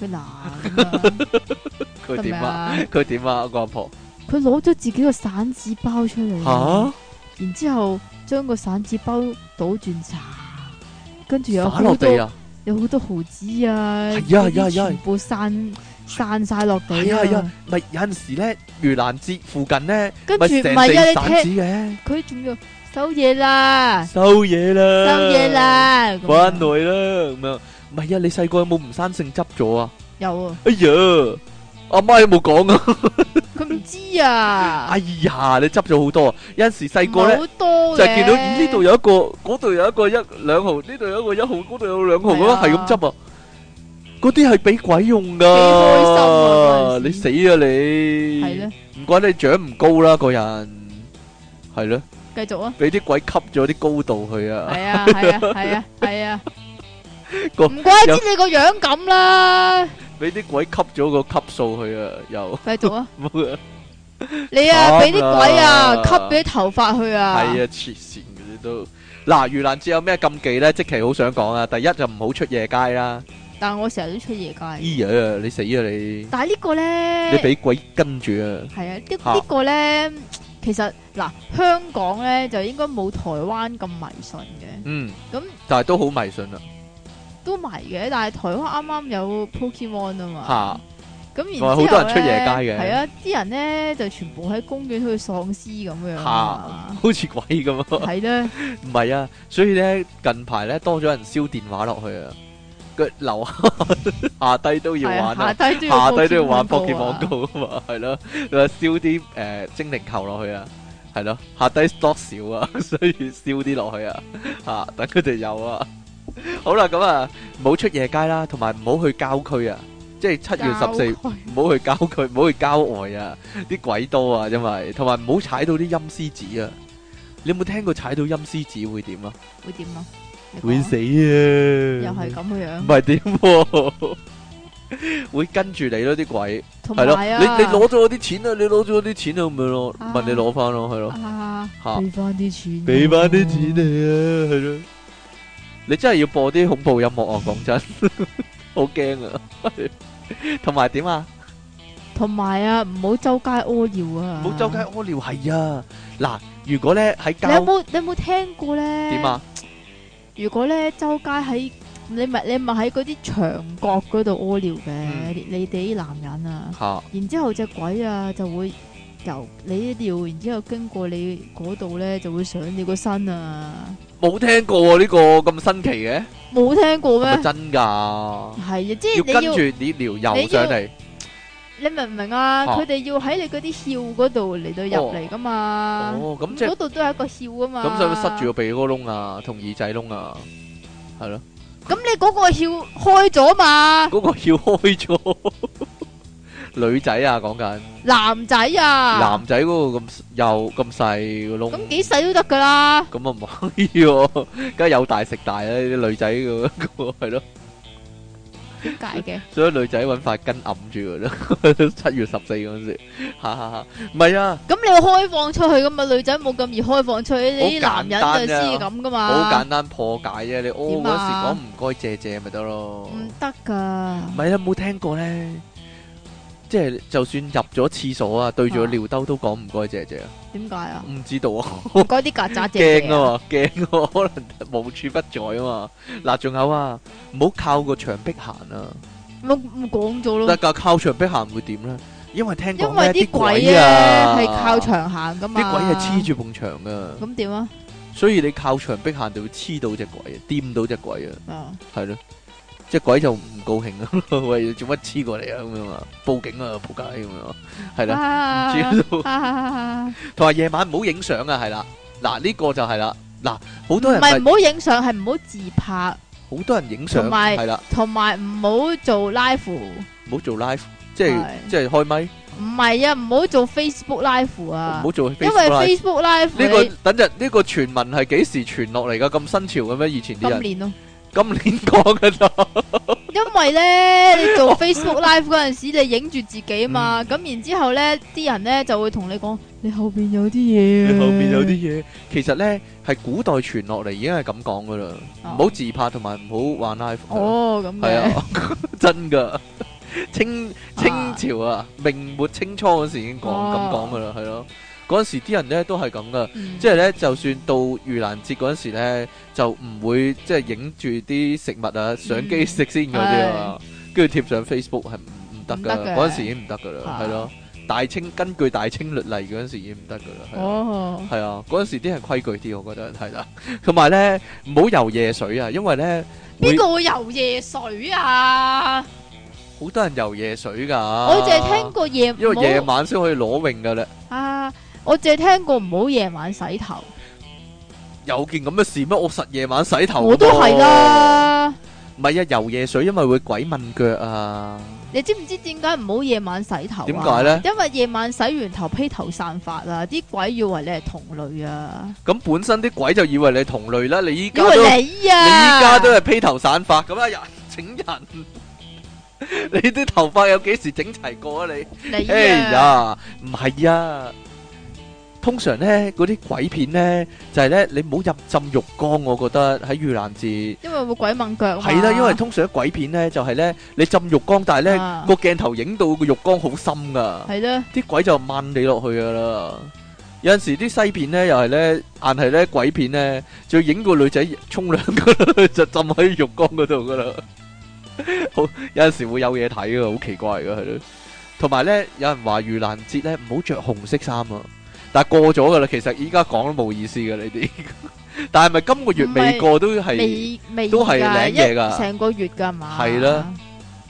[SPEAKER 2] 佢嗱，
[SPEAKER 1] 佢
[SPEAKER 2] 得未
[SPEAKER 1] 點啊？
[SPEAKER 2] 啊？
[SPEAKER 1] 佢點啊？個阿婆
[SPEAKER 2] 佢攞咗自己個散紙包出嚟，啊
[SPEAKER 1] 吓
[SPEAKER 2] 然之后将个散紙包倒轉晒，跟住有
[SPEAKER 1] 打
[SPEAKER 2] 好
[SPEAKER 1] 落地
[SPEAKER 2] 多
[SPEAKER 1] 啊！
[SPEAKER 2] 有好多毫子啊，
[SPEAKER 1] 係啊係啊
[SPEAKER 2] 嗰啲
[SPEAKER 1] 係啊
[SPEAKER 2] 全部散散晒落地
[SPEAKER 1] 係啊係啊，咪有陣時咧，盂蘭節附近咧，
[SPEAKER 2] 跟
[SPEAKER 1] 咪
[SPEAKER 2] 住唔
[SPEAKER 1] 成
[SPEAKER 2] 係
[SPEAKER 1] 地
[SPEAKER 2] 啊，
[SPEAKER 1] 散
[SPEAKER 2] 你
[SPEAKER 1] 紙嘅，
[SPEAKER 2] 踢佢仲要收嘢啦，
[SPEAKER 1] 收嘢啦，
[SPEAKER 2] 收嘢，啦，咁樣
[SPEAKER 1] 翻來啦，咁樣。唔係啊，你細個有冇唔生性執咗啊？
[SPEAKER 2] 有啊，
[SPEAKER 1] 哎呀，阿媽有冇講啊？
[SPEAKER 2] 佢唔知啊，
[SPEAKER 1] 哎呀，你執咗好多啊！有陣時細個
[SPEAKER 2] 唔係
[SPEAKER 1] 咧。
[SPEAKER 2] 好多
[SPEAKER 1] 就係見到咦呢度
[SPEAKER 2] 有
[SPEAKER 1] 有一個，嗰度有一個一兩毫，呢度有一個一毫，嗰度有兩毫，
[SPEAKER 2] 係
[SPEAKER 1] 咁樣
[SPEAKER 2] 啊
[SPEAKER 1] 係咁執啊！嗰啲係俾鬼用噶，
[SPEAKER 2] 幾開心啊嗰陣時
[SPEAKER 1] 你死啊你！
[SPEAKER 2] 係咧，
[SPEAKER 1] 唔怪你長唔高啦，個人係咯，
[SPEAKER 2] 繼續啊，
[SPEAKER 1] 俾啲鬼吸咗啲高度去啊！
[SPEAKER 2] 係啊，係啊，係啊，係啊，
[SPEAKER 1] 個
[SPEAKER 2] 唔怪之你個樣咁啦，
[SPEAKER 1] 俾啲鬼吸咗個級數去啊！ 又
[SPEAKER 2] 繼續啊，
[SPEAKER 1] 冇啊，
[SPEAKER 2] 你啊
[SPEAKER 1] 慘
[SPEAKER 2] 俾啲鬼啊
[SPEAKER 1] 啦
[SPEAKER 2] 吸咗啲頭髮去啊，
[SPEAKER 1] 係啊，黐線嘅你都嗱，盂蘭節有咩禁忌咧？即期好想講啊！第一就唔好出夜街啦，
[SPEAKER 2] 但係我成日都出夜街，
[SPEAKER 1] 咿呀，你死啊你！
[SPEAKER 2] 但係呢個咧，
[SPEAKER 1] 你俾鬼跟住啊！
[SPEAKER 2] 係啊，
[SPEAKER 1] 嚇
[SPEAKER 2] 呢呢個咧，其實嗱香港咧就應該冇台灣咁迷信嘅，
[SPEAKER 1] 嗯，
[SPEAKER 2] 咁
[SPEAKER 1] 但係都好迷信啦，啊
[SPEAKER 2] 都迷嘅，但係台灣啱啱有 Pokemon 啊嘛。
[SPEAKER 1] 吓
[SPEAKER 2] 咁然之
[SPEAKER 1] 我話
[SPEAKER 2] 後
[SPEAKER 1] 好多人出夜街嘅
[SPEAKER 2] 係啊，啲人咧就全部喺公園去喪屍咁樣
[SPEAKER 1] 吓
[SPEAKER 2] 啊，
[SPEAKER 1] 好似鬼咁啊！
[SPEAKER 2] 係咧，
[SPEAKER 1] 唔係啊，所以咧近排咧多咗人燒電話落去啊，佢樓下 下低都要
[SPEAKER 2] 係啊
[SPEAKER 1] 玩
[SPEAKER 2] 下
[SPEAKER 1] 啊，
[SPEAKER 2] 低都
[SPEAKER 1] 下
[SPEAKER 2] 要
[SPEAKER 1] 低都要玩
[SPEAKER 2] Pokemon
[SPEAKER 1] Pokemon
[SPEAKER 2] Go 啊
[SPEAKER 1] Go 啊嘛，係咯，佢話燒啲誒精靈球落去啊，係咯，下低 stock 少啊， 所以燒啲落去啊，吓等佢哋有啊。好啦，咁啊，唔好出夜街啦，同埋唔好去郊區啊，即係七月十四。
[SPEAKER 2] 郊區
[SPEAKER 1] 唔好去郊區，唔好去郊外啊！啲鬼多啊，因為同埋唔好踩到啲陰獅子啊！你有冇聽過踩到陰獅子會點啊？
[SPEAKER 2] 會點啊？你講啊
[SPEAKER 1] 會死啊！
[SPEAKER 2] 又
[SPEAKER 1] 又
[SPEAKER 2] 係咁嘅
[SPEAKER 1] 唔
[SPEAKER 2] 樣，
[SPEAKER 1] 係點喎？ 會跟住你咯，啲鬼
[SPEAKER 2] 同
[SPEAKER 1] 係咯。
[SPEAKER 2] 埋啊，
[SPEAKER 1] 你你攞咗我啲錢啊！你攞咗我啲錢啊！咁樣咯，
[SPEAKER 2] 啊
[SPEAKER 1] 問你攞翻咯，係咯，
[SPEAKER 2] 啊，
[SPEAKER 1] 嚇
[SPEAKER 2] 俾翻啲錢，
[SPEAKER 1] 俾翻啲錢你啊，係咯。你真係要播啲恐怖音樂啊！講真， 好驚啊！同埋點啊？
[SPEAKER 2] 同埋啊，唔好周街屙尿啊！
[SPEAKER 1] 冇周街屙尿係啊！嗱，如果咧喺
[SPEAKER 2] 你有
[SPEAKER 1] 郊
[SPEAKER 2] 冇你有冇聽過咧？
[SPEAKER 1] 點啊？
[SPEAKER 2] 如果咧周街喺你咪你咪喺嗰啲牆角嗰度屙尿嘅，你你哋啲男人啊，
[SPEAKER 1] 吓
[SPEAKER 2] 然之後隻鬼啊就會由你啲尿，然之後經過你嗰度咧就會上你個身啊！
[SPEAKER 1] 冇聽過喎呢個咁新奇嘅，
[SPEAKER 2] 冇聽過
[SPEAKER 1] 係咪
[SPEAKER 2] 咩？
[SPEAKER 1] 真㗎？
[SPEAKER 2] 係啊，即
[SPEAKER 1] 要
[SPEAKER 2] 係
[SPEAKER 1] 跟
[SPEAKER 2] 你
[SPEAKER 1] 住
[SPEAKER 2] 要
[SPEAKER 1] 啲尿游上嚟，
[SPEAKER 2] 你明唔明啊？
[SPEAKER 1] 啊
[SPEAKER 2] 佢哋要喺你嗰啲竅嗰度嚟到入嚟噶嘛？
[SPEAKER 1] 哦，咁即係
[SPEAKER 2] 嗰度都係一個竅啊嘛。
[SPEAKER 1] 咁使唔使塞住個鼻哥窿啊，同耳仔窿啊？係咯，
[SPEAKER 2] 咁你嗰個竅開咗嘛？
[SPEAKER 1] 嗰個要開咗，女仔啊講緊，
[SPEAKER 2] 男仔啊，
[SPEAKER 1] 男仔嗰個咁幼咁細個窿
[SPEAKER 2] 咁。幾細都得噶啦。
[SPEAKER 1] 咁啊唔可以喎，梗係有大食大啦！啲女仔咁係咯，
[SPEAKER 2] 點解嘅？
[SPEAKER 1] 所以女仔揾塊巾揞住佢咯。 七月十四嗰陣時，哈哈哈，唔係啊！
[SPEAKER 2] 咁你要開放出去噶嘛？女仔冇咁易開放出去，你啲
[SPEAKER 1] 好
[SPEAKER 2] 男
[SPEAKER 1] 簡單
[SPEAKER 2] 人就先咁噶嘛。
[SPEAKER 1] 好簡單破解啫，你屙
[SPEAKER 2] 啊點
[SPEAKER 1] 嗰時講
[SPEAKER 2] 啊嗯
[SPEAKER 1] 唔該謝謝咪得咯。
[SPEAKER 2] 唔得噶
[SPEAKER 1] 唔。係啊，有冇聽過咧？即係就算入咗廁所啊，對住個
[SPEAKER 2] 啊
[SPEAKER 1] 尿兜都講唔該謝謝啊，
[SPEAKER 2] 點解啊？
[SPEAKER 1] 唔知道 啊，
[SPEAKER 2] 嗰啲曱甴姐姐
[SPEAKER 1] 驚啊嘛， 驚啊，可能無處不在啊嘛。嗱，仲有啊，唔好靠個牆壁行啊。
[SPEAKER 2] 咪咪講咗
[SPEAKER 1] 得
[SPEAKER 2] 咯。
[SPEAKER 1] 㗎，靠牆壁行會點咧？因為聽
[SPEAKER 2] 嗯因
[SPEAKER 1] 講咧
[SPEAKER 2] 為
[SPEAKER 1] 啲
[SPEAKER 2] 啲鬼
[SPEAKER 1] 鬼
[SPEAKER 2] 咧
[SPEAKER 1] 啊
[SPEAKER 2] 係靠，牆行噶嘛。
[SPEAKER 1] 啲鬼係黐。住埲牆噶，
[SPEAKER 2] 咁點啊？
[SPEAKER 1] 所以你靠牆壁行就會黐到只鬼啊，掂到只鬼啊。
[SPEAKER 2] 啊，
[SPEAKER 1] 系咯，只鬼就唔高興啦， 喂，做乜黐過嚟啊咁樣啊，報警啊，仆街咁樣啊，係啦，唔
[SPEAKER 2] 啊
[SPEAKER 1] 知道
[SPEAKER 2] 啊
[SPEAKER 1] 同埋夜晚唔好影相啊，係啦，嗱呢個就係啦，嗱好
[SPEAKER 2] 唔
[SPEAKER 1] 多人
[SPEAKER 2] 係
[SPEAKER 1] 咪
[SPEAKER 2] 唔好影相，係唔好自拍，
[SPEAKER 1] 好多人影相，
[SPEAKER 2] 同埋
[SPEAKER 1] 係啦，
[SPEAKER 2] 同埋唔好做 live。
[SPEAKER 1] 唔好做 live，即係
[SPEAKER 2] 係
[SPEAKER 1] 即係開咪，
[SPEAKER 2] 唔係啊，唔好做 Facebook Live 啊，
[SPEAKER 1] 唔好做
[SPEAKER 2] 因
[SPEAKER 1] Facebook
[SPEAKER 2] 為
[SPEAKER 1] Live。
[SPEAKER 2] Facebook Live
[SPEAKER 1] 呢個
[SPEAKER 2] 你
[SPEAKER 1] 等陣呢個傳聞係幾時傳落嚟噶？咁新潮嘅咩？以前啲
[SPEAKER 2] 今
[SPEAKER 1] 人
[SPEAKER 2] 年咯，
[SPEAKER 1] 今年講嘅咋？
[SPEAKER 2] 因為咧 你做 Facebook Live 嗰陣時，你影住自己嘛，
[SPEAKER 1] 嗯
[SPEAKER 2] 咁然之後咧啲人咧就會同你講，你後邊有啲嘢啊，
[SPEAKER 1] 後面有啲嘢，其實咧係古代傳落嚟已經係咁講噶啦，唔好自拍同埋唔好玩 live。
[SPEAKER 2] 哦
[SPEAKER 1] 係
[SPEAKER 2] 咁嘅，
[SPEAKER 1] 啊， 真噶。清清
[SPEAKER 2] 啊
[SPEAKER 1] 朝啊，明末清初嗰時已經講咁講
[SPEAKER 2] 哦
[SPEAKER 1] 噶啦，係咯。嗰陣時啲人咧都係咁噶，
[SPEAKER 2] 嗯
[SPEAKER 1] 即係咧就算到盂蘭節嗰陣時咧，就唔會即係影住啲食物啊，相機食先嗰啲啊，跟住貼上 Facebook 係唔唔得
[SPEAKER 2] 唔
[SPEAKER 1] 噶，
[SPEAKER 2] 得嘅
[SPEAKER 1] 嗰陣時已經唔得噶啦，
[SPEAKER 2] 啊
[SPEAKER 1] 係咯。大清根據大清律例嗰陣時已經唔得噶啦，係啊
[SPEAKER 2] 哦，
[SPEAKER 1] 係啊，嗰陣時啲人規矩啲，我覺得係啦。 同埋咧唔好游夜水啊，因為咧會
[SPEAKER 2] 邊個會游夜水啊？
[SPEAKER 1] 好多人游夜水㗎。
[SPEAKER 2] 我淨係聽過夜
[SPEAKER 1] 啊因為
[SPEAKER 2] 唔好
[SPEAKER 1] 夜晚先可以攞泳噶啦，
[SPEAKER 2] 啊，我淨係聽過唔好夜晚洗頭，
[SPEAKER 1] 有件咁嘅事咩？我實夜晚洗頭，
[SPEAKER 2] 我都係。啦。
[SPEAKER 1] 唔係啊，游夜水因為會鬼問腳啊，
[SPEAKER 2] 你知唔知點解唔好夜晚洗頭啊？
[SPEAKER 1] 點解呢
[SPEAKER 2] 因為夜晚洗完頭披頭散髮啊，啲鬼以為你係同類啊，
[SPEAKER 1] 咁本身啲鬼就以為你同類啦，你依
[SPEAKER 2] 以
[SPEAKER 1] 家都你
[SPEAKER 2] 為你啊，
[SPEAKER 1] 依家都係披頭散髮咁啊，人 整人，你啲頭髮有幾時整齊過啊你？
[SPEAKER 2] 你
[SPEAKER 1] 哎
[SPEAKER 2] 啊，
[SPEAKER 1] 呀，唔係啊，通常咧嗰啲鬼片咧就係咧你唔好入浸浴缸，我覺得喺盂蘭節。
[SPEAKER 2] 因為會鬼掹腳嘛
[SPEAKER 1] 係啦，因為通常啲鬼片咧就係咧，你浸浴缸，但係咧
[SPEAKER 2] 啊
[SPEAKER 1] 個鏡頭影到個浴缸好深噶，
[SPEAKER 2] 係啦，
[SPEAKER 1] 啲鬼就掹你落去噶啦。有陣時啲西片咧又係咧，硬係咧鬼片咧，就影個女仔沖涼噶啦， 就浸喺浴缸嗰度噶啦。好，有陣時會有嘢睇噶，好奇怪噶係咯。同埋咧，有人話盂蘭節咧唔好着紅色衫啊，但係過咗噶啦，其實依家講都冇意思噶呢啲。 但係咪今個月未過都係？
[SPEAKER 2] 未未
[SPEAKER 1] 都係
[SPEAKER 2] 㗎
[SPEAKER 1] 領嘢㗎
[SPEAKER 2] 一成個月㗎嘛，
[SPEAKER 1] 係啦，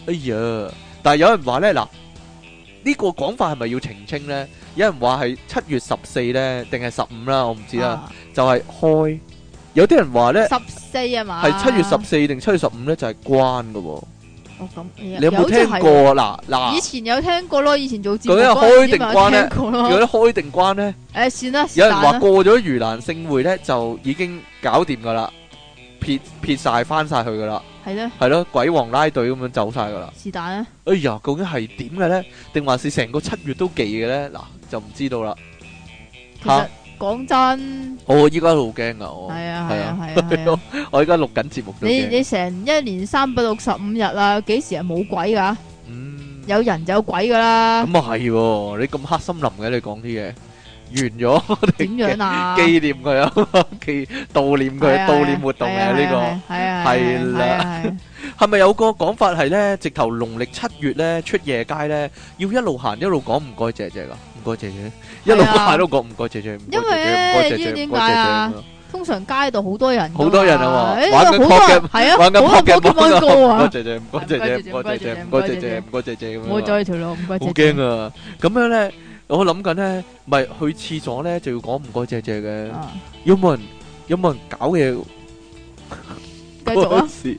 [SPEAKER 1] 哎呀！但係有人話咧，嗱呢個講法係咪要澄清咧？有人話係七月十四咧，定係十五啦，我唔知啦。
[SPEAKER 2] 啊，
[SPEAKER 1] 就係開，有啲人話咧
[SPEAKER 2] 十四啊嘛，
[SPEAKER 1] 係七月十四定七月十五咧就係關噶喎。
[SPEAKER 2] 哦咁，
[SPEAKER 1] 你
[SPEAKER 2] 你
[SPEAKER 1] 有冇聽？過啊？嗱
[SPEAKER 2] 以
[SPEAKER 1] 嗱，
[SPEAKER 2] 前有聽過咯，以前做節
[SPEAKER 1] 究
[SPEAKER 2] 目
[SPEAKER 1] 竟係
[SPEAKER 2] 嗰陣
[SPEAKER 1] 開定
[SPEAKER 2] 時咪
[SPEAKER 1] 關
[SPEAKER 2] 有
[SPEAKER 1] 呢
[SPEAKER 2] 聽過
[SPEAKER 1] 有
[SPEAKER 2] 咯。
[SPEAKER 1] 啲開定關咧，
[SPEAKER 2] 誒，算啦，
[SPEAKER 1] 有人話
[SPEAKER 2] 算啦，
[SPEAKER 1] 過咗盂蘭勝會咧就已經搞掂噶啦，撇撇晒翻晒去噶啦，
[SPEAKER 2] 係啦，
[SPEAKER 1] 係咯，鬼王拉隊咁樣走晒噶啦。
[SPEAKER 2] 是但啦，
[SPEAKER 1] 哎呀，究竟係點嘅咧？定還是成個七月都記嘅咧？嗱，就唔知道啦。
[SPEAKER 2] 其
[SPEAKER 1] 嚇
[SPEAKER 2] 實講真，
[SPEAKER 1] 我依家好驚啊！我
[SPEAKER 2] 係啊，
[SPEAKER 1] 係
[SPEAKER 2] 係
[SPEAKER 1] 啊
[SPEAKER 2] 啊， 係啊，係啊，
[SPEAKER 1] 我依家錄緊節目都
[SPEAKER 2] 你
[SPEAKER 1] 驚。
[SPEAKER 2] 你成一年三百六十五日啊，幾時係冇鬼噶？
[SPEAKER 1] 嗯，
[SPEAKER 2] 有人就有鬼噶啦，
[SPEAKER 1] 咁啊係喎，你咁黑森林嘅你講啲嘢，完咗我
[SPEAKER 2] 點
[SPEAKER 1] 哋
[SPEAKER 2] 樣 啊？
[SPEAKER 1] 紀念佢啊， 紀悼念
[SPEAKER 2] 係
[SPEAKER 1] 佢
[SPEAKER 2] 啊
[SPEAKER 1] 悼念活動嘅呢，
[SPEAKER 2] 係啊，
[SPEAKER 1] 係啦
[SPEAKER 2] 係啊，係啊
[SPEAKER 1] 個係咪有個講法係咧？直頭農曆七月咧出夜街咧，要一路行一路講唔該姐姐噶，唔該姐姐，一路
[SPEAKER 2] 係啊
[SPEAKER 1] 行一路講唔該姐姐，唔該
[SPEAKER 2] 因為
[SPEAKER 1] 姐姐，唔該姐姐，
[SPEAKER 2] 咧
[SPEAKER 1] 唔
[SPEAKER 2] 知
[SPEAKER 1] 該姐
[SPEAKER 2] 唔知點解
[SPEAKER 1] 姐
[SPEAKER 2] 啊
[SPEAKER 1] 咁樣
[SPEAKER 2] 通常街度好多人㗎嘛，
[SPEAKER 1] 好多人啊嘛
[SPEAKER 2] 誒
[SPEAKER 1] 玩緊
[SPEAKER 2] 好多人
[SPEAKER 1] Pokemon-
[SPEAKER 2] 係啊，
[SPEAKER 1] 玩緊
[SPEAKER 2] 好多
[SPEAKER 1] Pokemon
[SPEAKER 2] Pokemon Go
[SPEAKER 1] 唔該
[SPEAKER 2] 啊，
[SPEAKER 1] 姐姐，唔該姐姐，唔該姐姐，唔該姐姐，唔該姐姐咁樣
[SPEAKER 2] 我
[SPEAKER 1] 啊。
[SPEAKER 2] 再條路唔該
[SPEAKER 1] 好
[SPEAKER 2] 姐姐。
[SPEAKER 1] 驚啊！咁樣咧，我諗緊咧，咪去廁所咧就要講唔該謝謝嘅。
[SPEAKER 2] 啊，
[SPEAKER 1] 有冇人有冇人搞嘢
[SPEAKER 2] 繼續
[SPEAKER 1] 嗰
[SPEAKER 2] 啊，
[SPEAKER 1] 時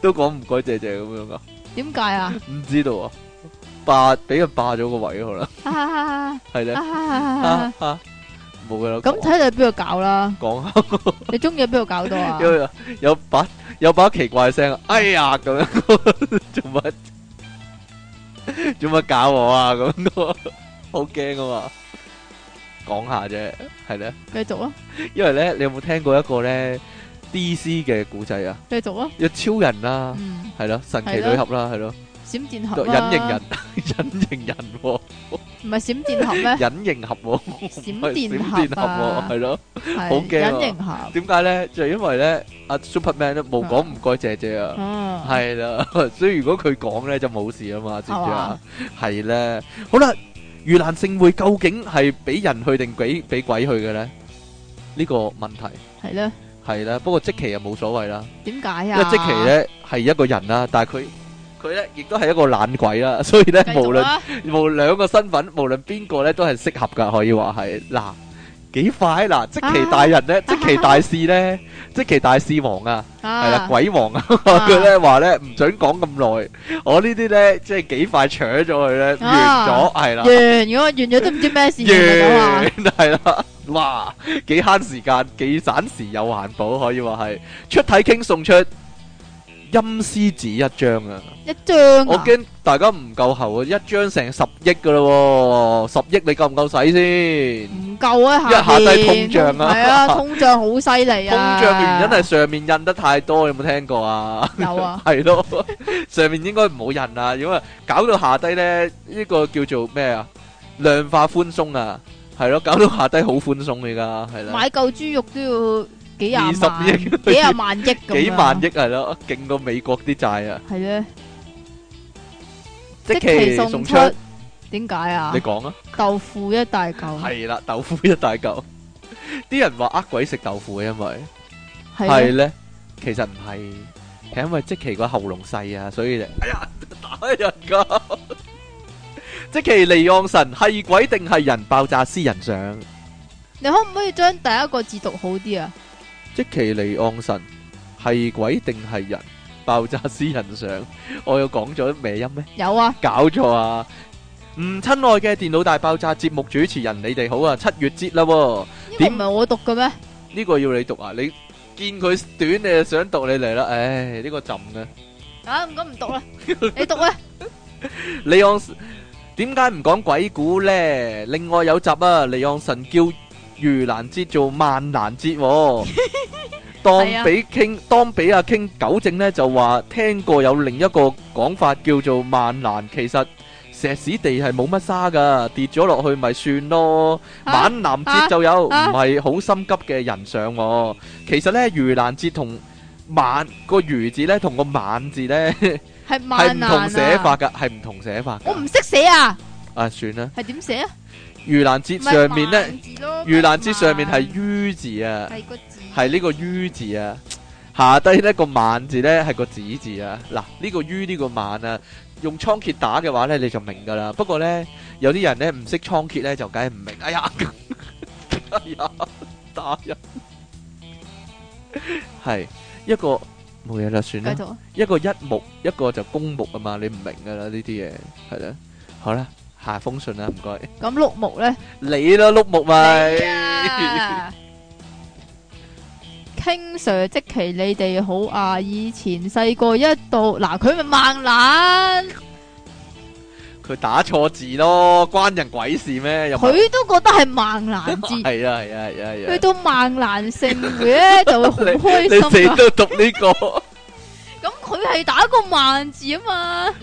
[SPEAKER 1] 都講唔該謝謝咁樣噶？
[SPEAKER 2] 點 解啊？
[SPEAKER 1] 唔知道啊，霸俾人霸咗個位可能
[SPEAKER 2] 啊
[SPEAKER 1] 係咧，
[SPEAKER 2] 啊
[SPEAKER 1] 啊啊冇噶啦。
[SPEAKER 2] 咁睇你喺邊度搞啦，
[SPEAKER 1] 講下，
[SPEAKER 2] 你中意喺邊度搞到啊？
[SPEAKER 1] 因為有把有把奇怪聲，哎呀咁樣 做乜做乜搞我啊咁 樣，好驚啊嘛！講下啫，係咧。
[SPEAKER 2] 繼續啊，
[SPEAKER 1] 因為咧，你有冇聽過一個咧 DC 嘅古仔啊？
[SPEAKER 2] 繼續啊，
[SPEAKER 1] 有超人啦，
[SPEAKER 2] 嗯，
[SPEAKER 1] 係咯，神奇女俠啦，係咯，
[SPEAKER 2] 閃電俠啦
[SPEAKER 1] 隱形人， 隱形人 喎，
[SPEAKER 2] 唔係閃電 俠咩？
[SPEAKER 1] 隱形俠喎，
[SPEAKER 2] 閃
[SPEAKER 1] 係
[SPEAKER 2] 電
[SPEAKER 1] 閃電
[SPEAKER 2] 俠
[SPEAKER 1] 俠
[SPEAKER 2] 啊
[SPEAKER 1] 喎，係，咯。
[SPEAKER 2] 係
[SPEAKER 1] 好驚啊
[SPEAKER 2] 隱形俠，
[SPEAKER 1] 點解咧？就係因為咧，阿 Superman 都冇講唔該謝謝啊。
[SPEAKER 2] 嗯，
[SPEAKER 1] 係啦， 所以如果佢講咧就冇事啊嘛，知唔知啊
[SPEAKER 2] 係嘛？
[SPEAKER 1] 係咧，好啦，盂蘭盛會究竟係俾人去定俾俾鬼去嘅咧？呢個問題
[SPEAKER 2] 係咧，
[SPEAKER 1] 係啦，不過即期又冇所謂啦。
[SPEAKER 2] 點解
[SPEAKER 1] 因
[SPEAKER 2] 啊？
[SPEAKER 1] 為即其，咧係一個人啦，但係佢佢咧亦都係一個懶鬼啦， 所以咧
[SPEAKER 2] 繼
[SPEAKER 1] 無
[SPEAKER 2] 續
[SPEAKER 1] 論
[SPEAKER 2] 啊，
[SPEAKER 1] 無兩個身份，無論邊個咧都係適合噶，可以話係嗱。幾快
[SPEAKER 2] 啊
[SPEAKER 1] 嗱，即其大人 咧，即其大士咧， 即其大士王啊！
[SPEAKER 2] 啊，
[SPEAKER 1] 系啦，鬼王 啊！佢咧話咧唔准講咁耐，我呢啲咧即係幾快扯咗佢咧，完
[SPEAKER 2] 啊
[SPEAKER 1] 咗係啦
[SPEAKER 2] 完，，如果完咗都唔知咩事嚟
[SPEAKER 1] 完 係啦，哇，幾慳時間，幾省時又環保，可以話係出體傾送出陰司紙一張啊！
[SPEAKER 2] 一張
[SPEAKER 1] 我
[SPEAKER 2] 啊，
[SPEAKER 1] 驚大家唔夠喉啊，一張成十億噶啦，十億你夠唔夠使先？
[SPEAKER 2] 唔夠啊，
[SPEAKER 1] 一下
[SPEAKER 2] 邊
[SPEAKER 1] 低通脹啊
[SPEAKER 2] 係啊，通脹好犀利
[SPEAKER 1] 通
[SPEAKER 2] 啊，
[SPEAKER 1] 脹嘅原因係上面印得太多，有冇聽過啊？
[SPEAKER 2] 有啊，
[SPEAKER 1] 系咯，上面應該唔好人啦，因為搞到下低咧，呢、個叫做咩啊？量化寬鬆啊，係咯，搞到下低好寬鬆嚟噶，係啦，
[SPEAKER 2] 買嚿豬肉都要幾廿萬，
[SPEAKER 1] 20億
[SPEAKER 2] 幾廿萬億咁，
[SPEAKER 1] 幾萬億，係咯，勁過美國啲債啊！
[SPEAKER 2] 係咧，
[SPEAKER 1] 即
[SPEAKER 2] 期
[SPEAKER 1] 期
[SPEAKER 2] 送
[SPEAKER 1] 送
[SPEAKER 2] 出
[SPEAKER 1] 出，
[SPEAKER 2] 點解啊
[SPEAKER 1] 你？講啊，
[SPEAKER 2] 豆腐一大嚿，
[SPEAKER 1] 係啦，豆腐一大嚿，啲人話呃鬼食豆腐嘅，因為
[SPEAKER 2] 係
[SPEAKER 1] 係咧，其實唔係，係因為即期個喉嚨細啊，所以就哎呀打人噶。即其利昂神係鬼定係人爆炸私人相？
[SPEAKER 2] 你可唔可以將第一個字讀好啲啊？
[SPEAKER 1] 即其尼昂神係鬼定係人？爆炸私人相，我有講咗咩音咩？
[SPEAKER 2] 有啊，
[SPEAKER 1] 搞錯啊！唔親愛嘅電腦大爆炸節目主持人，你哋好啊！七月節啦、喎，
[SPEAKER 2] 呢個
[SPEAKER 1] 點
[SPEAKER 2] 唔係我讀嘅咩？
[SPEAKER 1] 呢、個要你讀啊！你見佢短，你就想讀你嚟啦。唉，呢、個朕啊！
[SPEAKER 2] 啊，咁唔讀啦，你讀啊，
[SPEAKER 1] 利昂神點解唔講鬼故呢？另外有集啊，利昂神叫盂蘭節做萬難節、 喎。當
[SPEAKER 2] 係啊
[SPEAKER 1] 俾傾，當俾阿傾糾正呢，就話聽過有另一個講法叫做萬難，其實石屎地係冇乜沙噶，跌咗落去咪算咯。
[SPEAKER 2] 啊
[SPEAKER 1] 晚南節就有，唔
[SPEAKER 2] 啊
[SPEAKER 1] 係好心急嘅人上、喎。其實呢，盂蘭節同晚個魚字呢，同個晚字呢，
[SPEAKER 2] 係
[SPEAKER 1] 係
[SPEAKER 2] 萬
[SPEAKER 1] 唔
[SPEAKER 2] 難
[SPEAKER 1] 同
[SPEAKER 2] 啊！
[SPEAKER 1] 寫法噶，係唔同寫法㗎。
[SPEAKER 2] 我唔識寫啊，
[SPEAKER 1] 啊，算啦。
[SPEAKER 2] 係點寫啊？
[SPEAKER 1] 盂蘭節上面咧，
[SPEAKER 2] 呢
[SPEAKER 1] 盂蘭節上面係於字啊，
[SPEAKER 2] 係個字，
[SPEAKER 1] 係呢個於字啊。下低呢個萬字咧係個子字啊。嗱，呢個於呢個萬啊，用倉頡打嘅話咧你就明噶啦。不過咧有啲人咧唔識倉頡咧就梗係唔明。哎呀， 哎呀，打人係一個冇嘢啦，算
[SPEAKER 2] 繼
[SPEAKER 1] 啦。
[SPEAKER 2] 續啊
[SPEAKER 1] 一個一木，一個就公木啊嘛，你唔明噶啦呢啲嘢係啦。好啦，下封信啦，唔該。
[SPEAKER 2] 咁碌木咧，
[SPEAKER 1] 你啦，碌木咪
[SPEAKER 2] 你啊 King Sir 即其你哋好啊！以前細個一到嗱，佢咪孟懶，
[SPEAKER 1] 佢打錯字咯，關人鬼事咩？又
[SPEAKER 2] 佢都覺得係孟懶字。
[SPEAKER 1] 係啊係啊係啊係
[SPEAKER 2] 去
[SPEAKER 1] 啊！
[SPEAKER 2] 到孟蘭聖會 咧，就會好開
[SPEAKER 1] 你
[SPEAKER 2] 心
[SPEAKER 1] 死
[SPEAKER 2] 啊！
[SPEAKER 1] 都讀呢個
[SPEAKER 2] 咁佢係打個孟字啊嘛，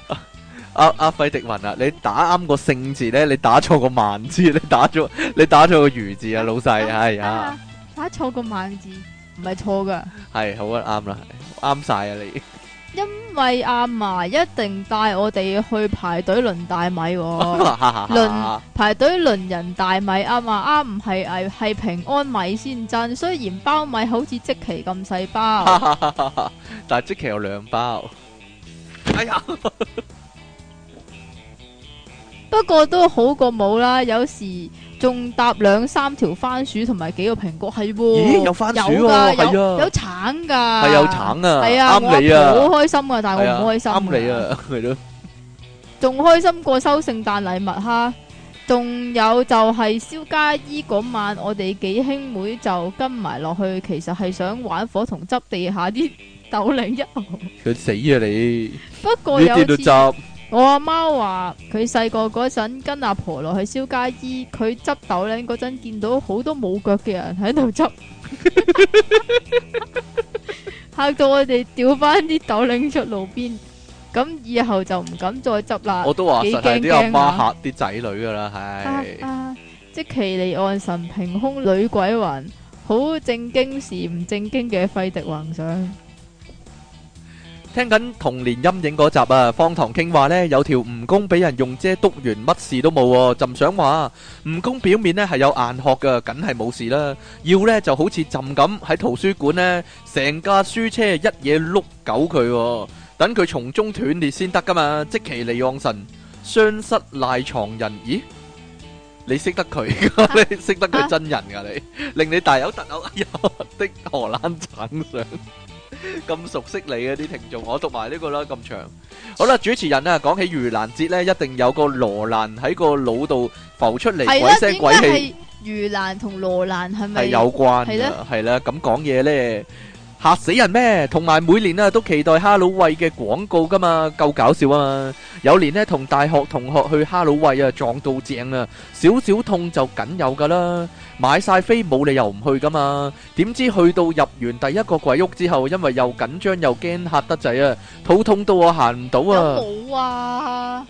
[SPEAKER 1] 阿阿費迪雲啊！你打啱個姓字咧，你打錯個萬字，你打咗 你打錯個魚字啊，老細係啊，
[SPEAKER 2] 啊，打錯個孟字，唔係錯噶。
[SPEAKER 1] 係好啊，啱啦，啱晒啊你！
[SPEAKER 2] 因為阿嫲一定帶我哋去排隊輪大米、 喎，輪
[SPEAKER 1] 輪
[SPEAKER 2] 啊排隊輪人大米啊嘛，啊唔係係係平安米先真，雖然包米好似即期咁細包，
[SPEAKER 1] 但係即期有兩包，哎呀，
[SPEAKER 2] 不過都好過冇啦。有時仲搭兩三條番薯同埋幾個蘋果，係喎、
[SPEAKER 1] 咦有番薯喎
[SPEAKER 2] 有㗎
[SPEAKER 1] 係啊
[SPEAKER 2] 有有橙噶，
[SPEAKER 1] 係有，橙啊，
[SPEAKER 2] 係啊，
[SPEAKER 1] 啱你啊
[SPEAKER 2] 我阿婆好開心啊，但係
[SPEAKER 1] 係
[SPEAKER 2] 我
[SPEAKER 1] 啊，
[SPEAKER 2] 唔開心，
[SPEAKER 1] 啱你，啊，係咯。
[SPEAKER 2] 仲開心過收聖誕禮物哈！仲有就係蕭家姨嗰晚，我哋幾兄妹就跟埋落去，其實係想玩火同執地下啲豆零一號。
[SPEAKER 1] 佢死啊你！
[SPEAKER 2] 不過
[SPEAKER 1] 呢
[SPEAKER 2] 有
[SPEAKER 1] 啲都
[SPEAKER 2] 次
[SPEAKER 1] 執，
[SPEAKER 2] 我阿媽話佢細個嗰陣跟阿婆落去蕭家姨，佢執豆零嗰陣見到好多冇腳嘅人喺度執，嚇到我哋掉翻啲豆零出路邊。咁以後就唔敢再執啦。
[SPEAKER 1] 我都話
[SPEAKER 2] 啊幾
[SPEAKER 1] 實係啲
[SPEAKER 2] 驚
[SPEAKER 1] 阿
[SPEAKER 2] 驚啊
[SPEAKER 1] 媽嚇啲仔女噶啦，
[SPEAKER 2] 啊
[SPEAKER 1] 係
[SPEAKER 2] 啊！即其離岸神平空女鬼魂，好正經時唔正經嘅費迪幻想。
[SPEAKER 1] 聽緊童年陰影嗰集啊，方唐傾話呢，有條蜈蚣俾人用遮篤完，乜事都冇喎。朕想話蜈蚣表面呢係有硬殼噶，梗係冇事啦。 要呢就好似朕咁喺圖書館呢，成架書車一嘢碌狗佢喎，等佢從中斷裂先得噶嘛。即其利昂神，雙失賴床人，咦？你識得佢㗎，你識得佢真人㗎，你令你大有特有。哎呀，的荷蘭橙相咁熟悉你嘅啲聽眾，我讀埋呢個啦，咁長。好啦，主持人啊，講起盂蘭節咧，一定有個羅蘭喺個腦度浮出嚟，
[SPEAKER 2] 係
[SPEAKER 1] 鬼
[SPEAKER 2] 啦，
[SPEAKER 1] 聲
[SPEAKER 2] 點
[SPEAKER 1] 鬼
[SPEAKER 2] 解
[SPEAKER 1] 氣。
[SPEAKER 2] 係魚蘭同羅蘭係咪？
[SPEAKER 1] 係有關
[SPEAKER 2] 係
[SPEAKER 1] 嘅
[SPEAKER 2] 呢，
[SPEAKER 1] 係啦，咁講嘢呢，嚇死人咩？同埋每年啊都期待哈佬喂嘅廣告噶嘛，夠搞笑啊嘛！有年呢，同大學同學去哈佬喂啊，撞到正啊，少少痛就梗有噶啦，買晒飛冇理由唔去噶嘛。點知去到入完第一個鬼屋之後，因為又緊張又驚嚇得滯啊，肚痛到我行唔到
[SPEAKER 2] 有
[SPEAKER 1] 啊！
[SPEAKER 2] 冇啊？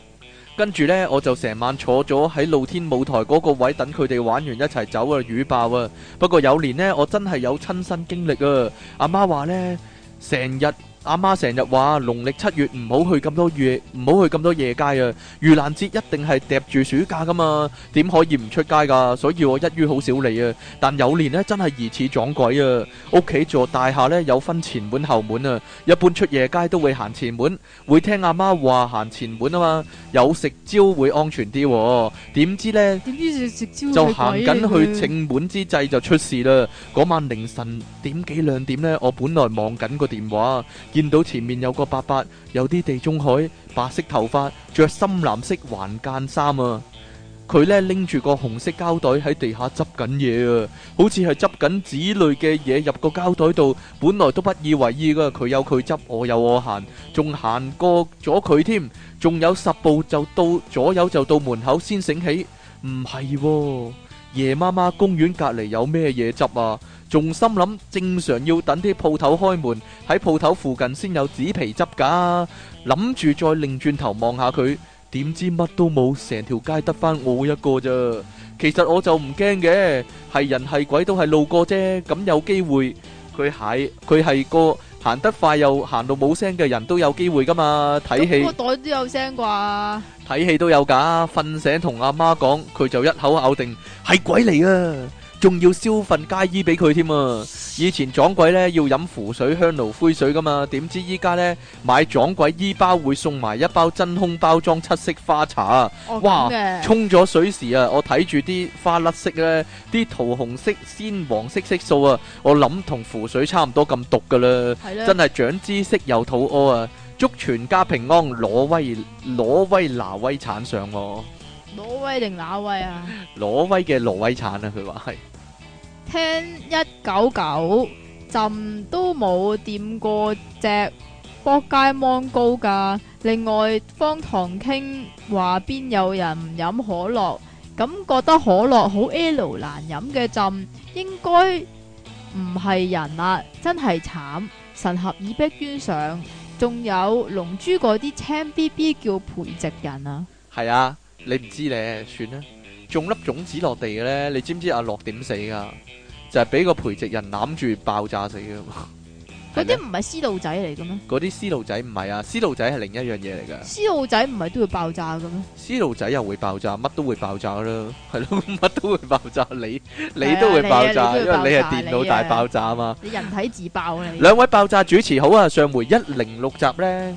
[SPEAKER 1] 跟住呢，我就成晚坐咗喺露天舞台嗰個位等佢哋玩完一齊走啊，雨爆啊！不過有年呢，我真係有親身經歷啊！阿媽話呢，成日阿媽成日話農曆七月唔好去咁多夜，唔好去咁多夜街啊！盂蘭節一定係揼住暑假噶嘛，點可以唔出街噶？所以我一於好少嚟啊！但有年呢，真係疑似撞鬼啊！屋企座大廈呢，有分前門後門啊，一般出夜街都會行前門，會聽阿媽話行前門啊嘛。有食蕉會安全啲、喎，點知呢？
[SPEAKER 2] 點知食食蕉
[SPEAKER 1] 就
[SPEAKER 2] 係
[SPEAKER 1] 行
[SPEAKER 2] 鬼啊嚟
[SPEAKER 1] 緊去
[SPEAKER 2] 嘅
[SPEAKER 1] 正門之際就出事啦！嗰晚凌晨點幾兩點呢？我本來望緊個電話，見到前面有個伯伯，有啲地中海，白色頭髮，着深藍色橫間衫啊！佢呢拎住個紅色膠袋喺地下執緊嘢啊，好似係執緊紙類嘅嘢入個膠袋度，本來都不以為意噶，佢有佢執，我有我行，仲行過咗佢添。仲有十步就到左右就到門口先醒起，唔係喎，夜媽媽公園隔離有咩嘢執啊？仲心諗正常要等啲鋪頭開門，喺鋪頭附近先有紙皮執㗎，諗住再擰轉頭望下佢，點知乜都冇，成條街得翻我一個咋。其實我就唔驚嘅，係人係鬼都係路過啫，咁有機會佢係佢係個行得快又行到冇聲嘅人都有機會㗎嘛，睇戲
[SPEAKER 2] 咁。個袋都有聲啩？哦
[SPEAKER 1] 睇戲都有㗎，瞓醒同阿媽講，佢就一口咬定係鬼嚟啊！仲要燒份街衣俾佢添啊！以前撞鬼呢要飲符水、香爐、灰水㗎嘛，點知依家呢，買撞鬼衣包會送埋一包真空包裝七色花茶啊！
[SPEAKER 2] 哦，
[SPEAKER 1] 哇
[SPEAKER 2] 咁嘅
[SPEAKER 1] 沖咗水時啊，我睇住啲花甩色呢，啲桃紅色、鮮黃色色素啊，我諗同符水差唔多咁毒㗎啦。
[SPEAKER 2] 係啦，
[SPEAKER 1] 真係長知識又肚屙啊！祝全家平安，挪威挪威挪威產上喎，
[SPEAKER 2] 挪威定哪威啊？
[SPEAKER 1] 挪威嘅挪威產啊，佢話係
[SPEAKER 2] 聽一九九朕都冇掂過只博街芒糕噶。另外，方唐傾話邊有人唔飲可樂，咁覺得可樂好 L 難飲嘅朕，應該唔係人啦，真係慘。神合以逼冤上，仲有龍珠嗰啲青 B B 叫培植人啊！
[SPEAKER 1] 係啊，你唔知咧，算啦。種粒種子落地嘅咧，你知唔知阿樂點死噶？就係俾個培植人攬住爆炸死噶嘛。
[SPEAKER 2] 嗰
[SPEAKER 1] 係咩
[SPEAKER 2] 啲唔係絲路仔嚟嘅咩？
[SPEAKER 1] 嗰啲絲路仔唔係啊，絲路仔係另一樣嘢嚟噶。
[SPEAKER 2] 絲路仔唔係都會爆炸嘅咩？
[SPEAKER 1] 絲路仔又會爆炸，乜都會爆炸啦，係咯， 乜都會爆炸，你你
[SPEAKER 2] 係啊
[SPEAKER 1] 都會
[SPEAKER 2] 你啊
[SPEAKER 1] 爆
[SPEAKER 2] 你
[SPEAKER 1] 炸，
[SPEAKER 2] 都會
[SPEAKER 1] 因為你係
[SPEAKER 2] 爆炸
[SPEAKER 1] 電腦
[SPEAKER 2] 你
[SPEAKER 1] 大
[SPEAKER 2] 啊
[SPEAKER 1] 爆炸啊嘛。
[SPEAKER 2] 你人體自爆啊！你
[SPEAKER 1] 兩位爆炸主持好啊！上回一零六集呢，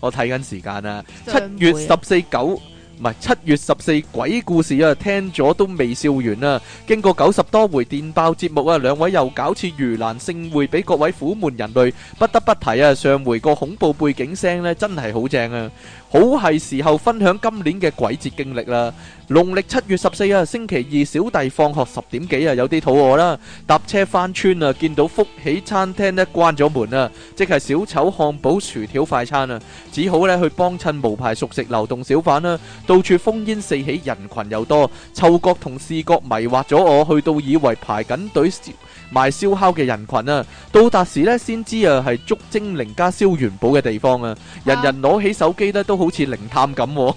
[SPEAKER 1] 我睇緊時間啊，七月十四九唔係七月十四鬼故事啊，聽咗都未笑完啊！經過九十多回電爆節目啊，兩位又搞次盂蘭盛會俾各位苦悶人類，不得不提啊！上回個恐怖背景聲呢，真係好正啊！好係時候分享今年嘅鬼節經歷啦。農曆七月十四啊，星期二小弟放學十點幾啊，有啲肚餓啦，搭車翻村啊，見到福喜餐廳呢關咗門啊，即係小丑漢堡薯條快餐啊，只好呢去幫襯無牌熟食流動小販啦、到處烽煙四起，人群又多，嗅覺同視覺迷惑咗我，去到以為排緊隊燒賣燒烤嘅人群啊，到達時呢，先知啊係捉精靈加燒元寶嘅地方啊，人人攞起手機呢都好似靈探咁、喎。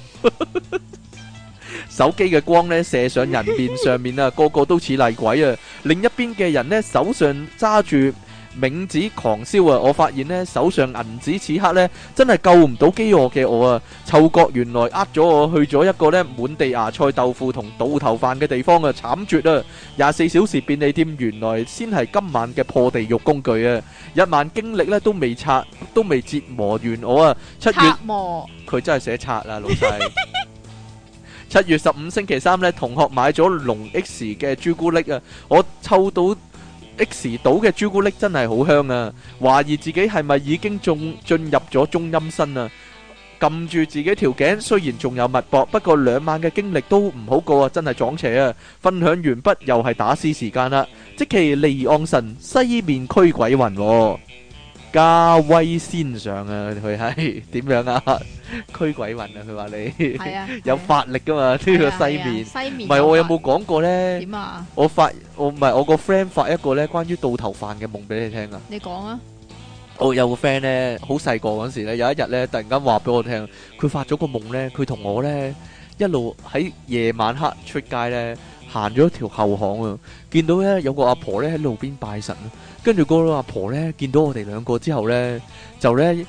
[SPEAKER 1] 手機嘅光呢射上人面上 面啊，個個都似厲鬼啊！另一邊嘅人呢，手上揸住冥紙狂燒啊！我發現呢，手上銀紙此刻呢，真係救唔到飢餓嘅我啊！嗅覺原來呃咗我去咗一個呢滿地芽菜豆腐同倒頭飯嘅地方啊，慘絕啊！廿四小時便利店原來先係今晚嘅破地獄工具啊！一晚經歷呢都未拆，都未折磨完我啊！七月
[SPEAKER 2] 黑幕
[SPEAKER 1] 佢真係寫拆啦，老細。七月十五星期三咧，同學買咗龍 X 嘅朱古力啊，我抽到 X 島嘅朱古力真係好香啊！懷疑自己係咪已經中進入咗中陰身啊！撳住自己條頸，雖然仲有脈搏，不過兩晚嘅經歷都唔好過啊！真係撞邪啊！分享完畢又係打私時間啦，即其離岸神西面驅鬼魂、喎，加威先上啊！佢係 點樣啊？驅鬼魂啊！佢話你。
[SPEAKER 2] 系啊，
[SPEAKER 1] 有
[SPEAKER 2] 係啊
[SPEAKER 1] 法力噶嘛？呢個西面，
[SPEAKER 2] 係啊西面
[SPEAKER 1] 唔係我有
[SPEAKER 2] 法
[SPEAKER 1] 冇講過呢？
[SPEAKER 2] 点啊？
[SPEAKER 1] 我發我唔係我個 friend 發一個呢關於倒頭飯嘅夢俾你聽啊！
[SPEAKER 2] 你讲啊，
[SPEAKER 1] 我哦有個 friend 呢，好細個嗰時呢，有一日呢，突然間話俾我聽，佢發咗個夢呢，佢同我呢一路喺夜晚黑出街呢，行咗條後巷啊，見到呢有個阿婆呢喺路邊拜神啊，跟住嗰個阿婆呢，見到我哋兩個之後呢，就呢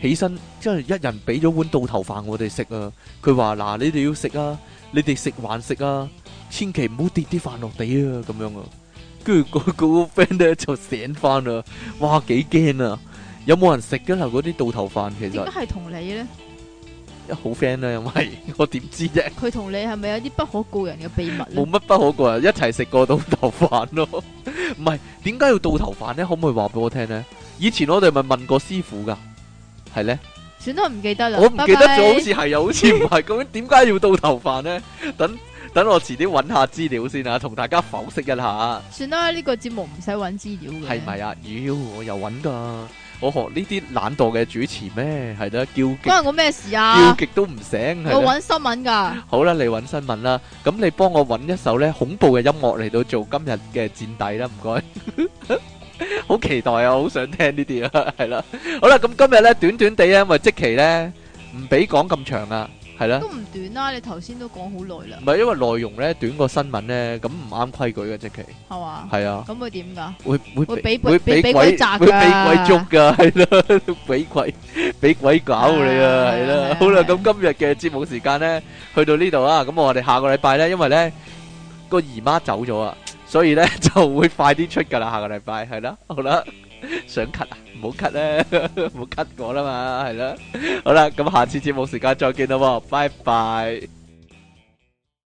[SPEAKER 1] 起身，即係一人俾咗碗倒頭飯我哋食啊，佢話嗱你哋要食啊，你哋食還食啊，千祈唔好跌啲飯落地啊咁樣啊，跟住嗰嗰個 friend 呢就醒翻啦，哇幾驚啊！有冇人食噶啦？嗰啲倒頭飯其實
[SPEAKER 2] 点解系同你咧？
[SPEAKER 1] 好 friend 啦，因為 我點知啫？
[SPEAKER 2] 佢同你系咪有啲不可告人嘅秘密
[SPEAKER 1] 冇
[SPEAKER 2] 咧？
[SPEAKER 1] 乜不可過人，一齊食過倒頭飯咯。 唔係點解要倒頭飯呢？可唔可以話俾我聽呢？以前我哋咪問過師傅噶，係呢？
[SPEAKER 2] 算啦，唔记得啦，
[SPEAKER 1] 我唔記得
[SPEAKER 2] 拜拜
[SPEAKER 1] 咗，好似係啊又好似唔係。咁點解要倒頭飯呢？ 等等我遲啲揾下資料先啊，同大家剖析一下啊
[SPEAKER 2] 算啦，呢个节目唔使揾资料嘅，
[SPEAKER 1] 係咪啊？妖，我又揾噶，我學呢啲懶惰嘅主持咩？係啦，叫極
[SPEAKER 2] 关我咩事
[SPEAKER 1] 叫
[SPEAKER 2] 啊？
[SPEAKER 1] 極都唔醒，係
[SPEAKER 2] 我
[SPEAKER 1] 啦。
[SPEAKER 2] 揾新闻噶，
[SPEAKER 1] 好啦，你揾新聞啦，咁你幫我揾一首咧恐怖嘅音樂嚟到做今日嘅戰底啦，唔該。 好期待啊，好想聽呢啲啊， 係啦。好啦，咁今日咧短短地咧，因為即期咧唔俾講咁長啊，係啦，
[SPEAKER 2] 都唔短啦。你头先都讲好耐啦
[SPEAKER 1] 唔，係因為內容咧短過新聞咧，咁唔啱規矩嘅即期，
[SPEAKER 2] 系嘛？
[SPEAKER 1] 係啊。
[SPEAKER 2] 咁佢点噶？
[SPEAKER 1] 會會
[SPEAKER 2] 會
[SPEAKER 1] 俾
[SPEAKER 2] 俾
[SPEAKER 1] 會
[SPEAKER 2] 俾
[SPEAKER 1] 俾
[SPEAKER 2] 俾
[SPEAKER 1] 鬼
[SPEAKER 2] 鬼砸
[SPEAKER 1] 會俾
[SPEAKER 2] 㗎
[SPEAKER 1] 鬼捉㗎， 係啦，俾鬼俾鬼搞你啊，係
[SPEAKER 2] 啊係
[SPEAKER 1] 啦
[SPEAKER 2] 啊。
[SPEAKER 1] 好啦，
[SPEAKER 2] 係
[SPEAKER 1] 咁
[SPEAKER 2] 啊
[SPEAKER 1] 今日嘅節目時間咧，去到呢度啊。咁我哋下個禮拜咧，因為咧個姨媽走咗啊，所以咧 就會快啲出㗎啦。下個禮拜係啦，好啦， 想咳啊， 唔好咳咧，唔好咳我啦嘛，係啦。好啦，咁下次節目時間再見啦喎，拜拜。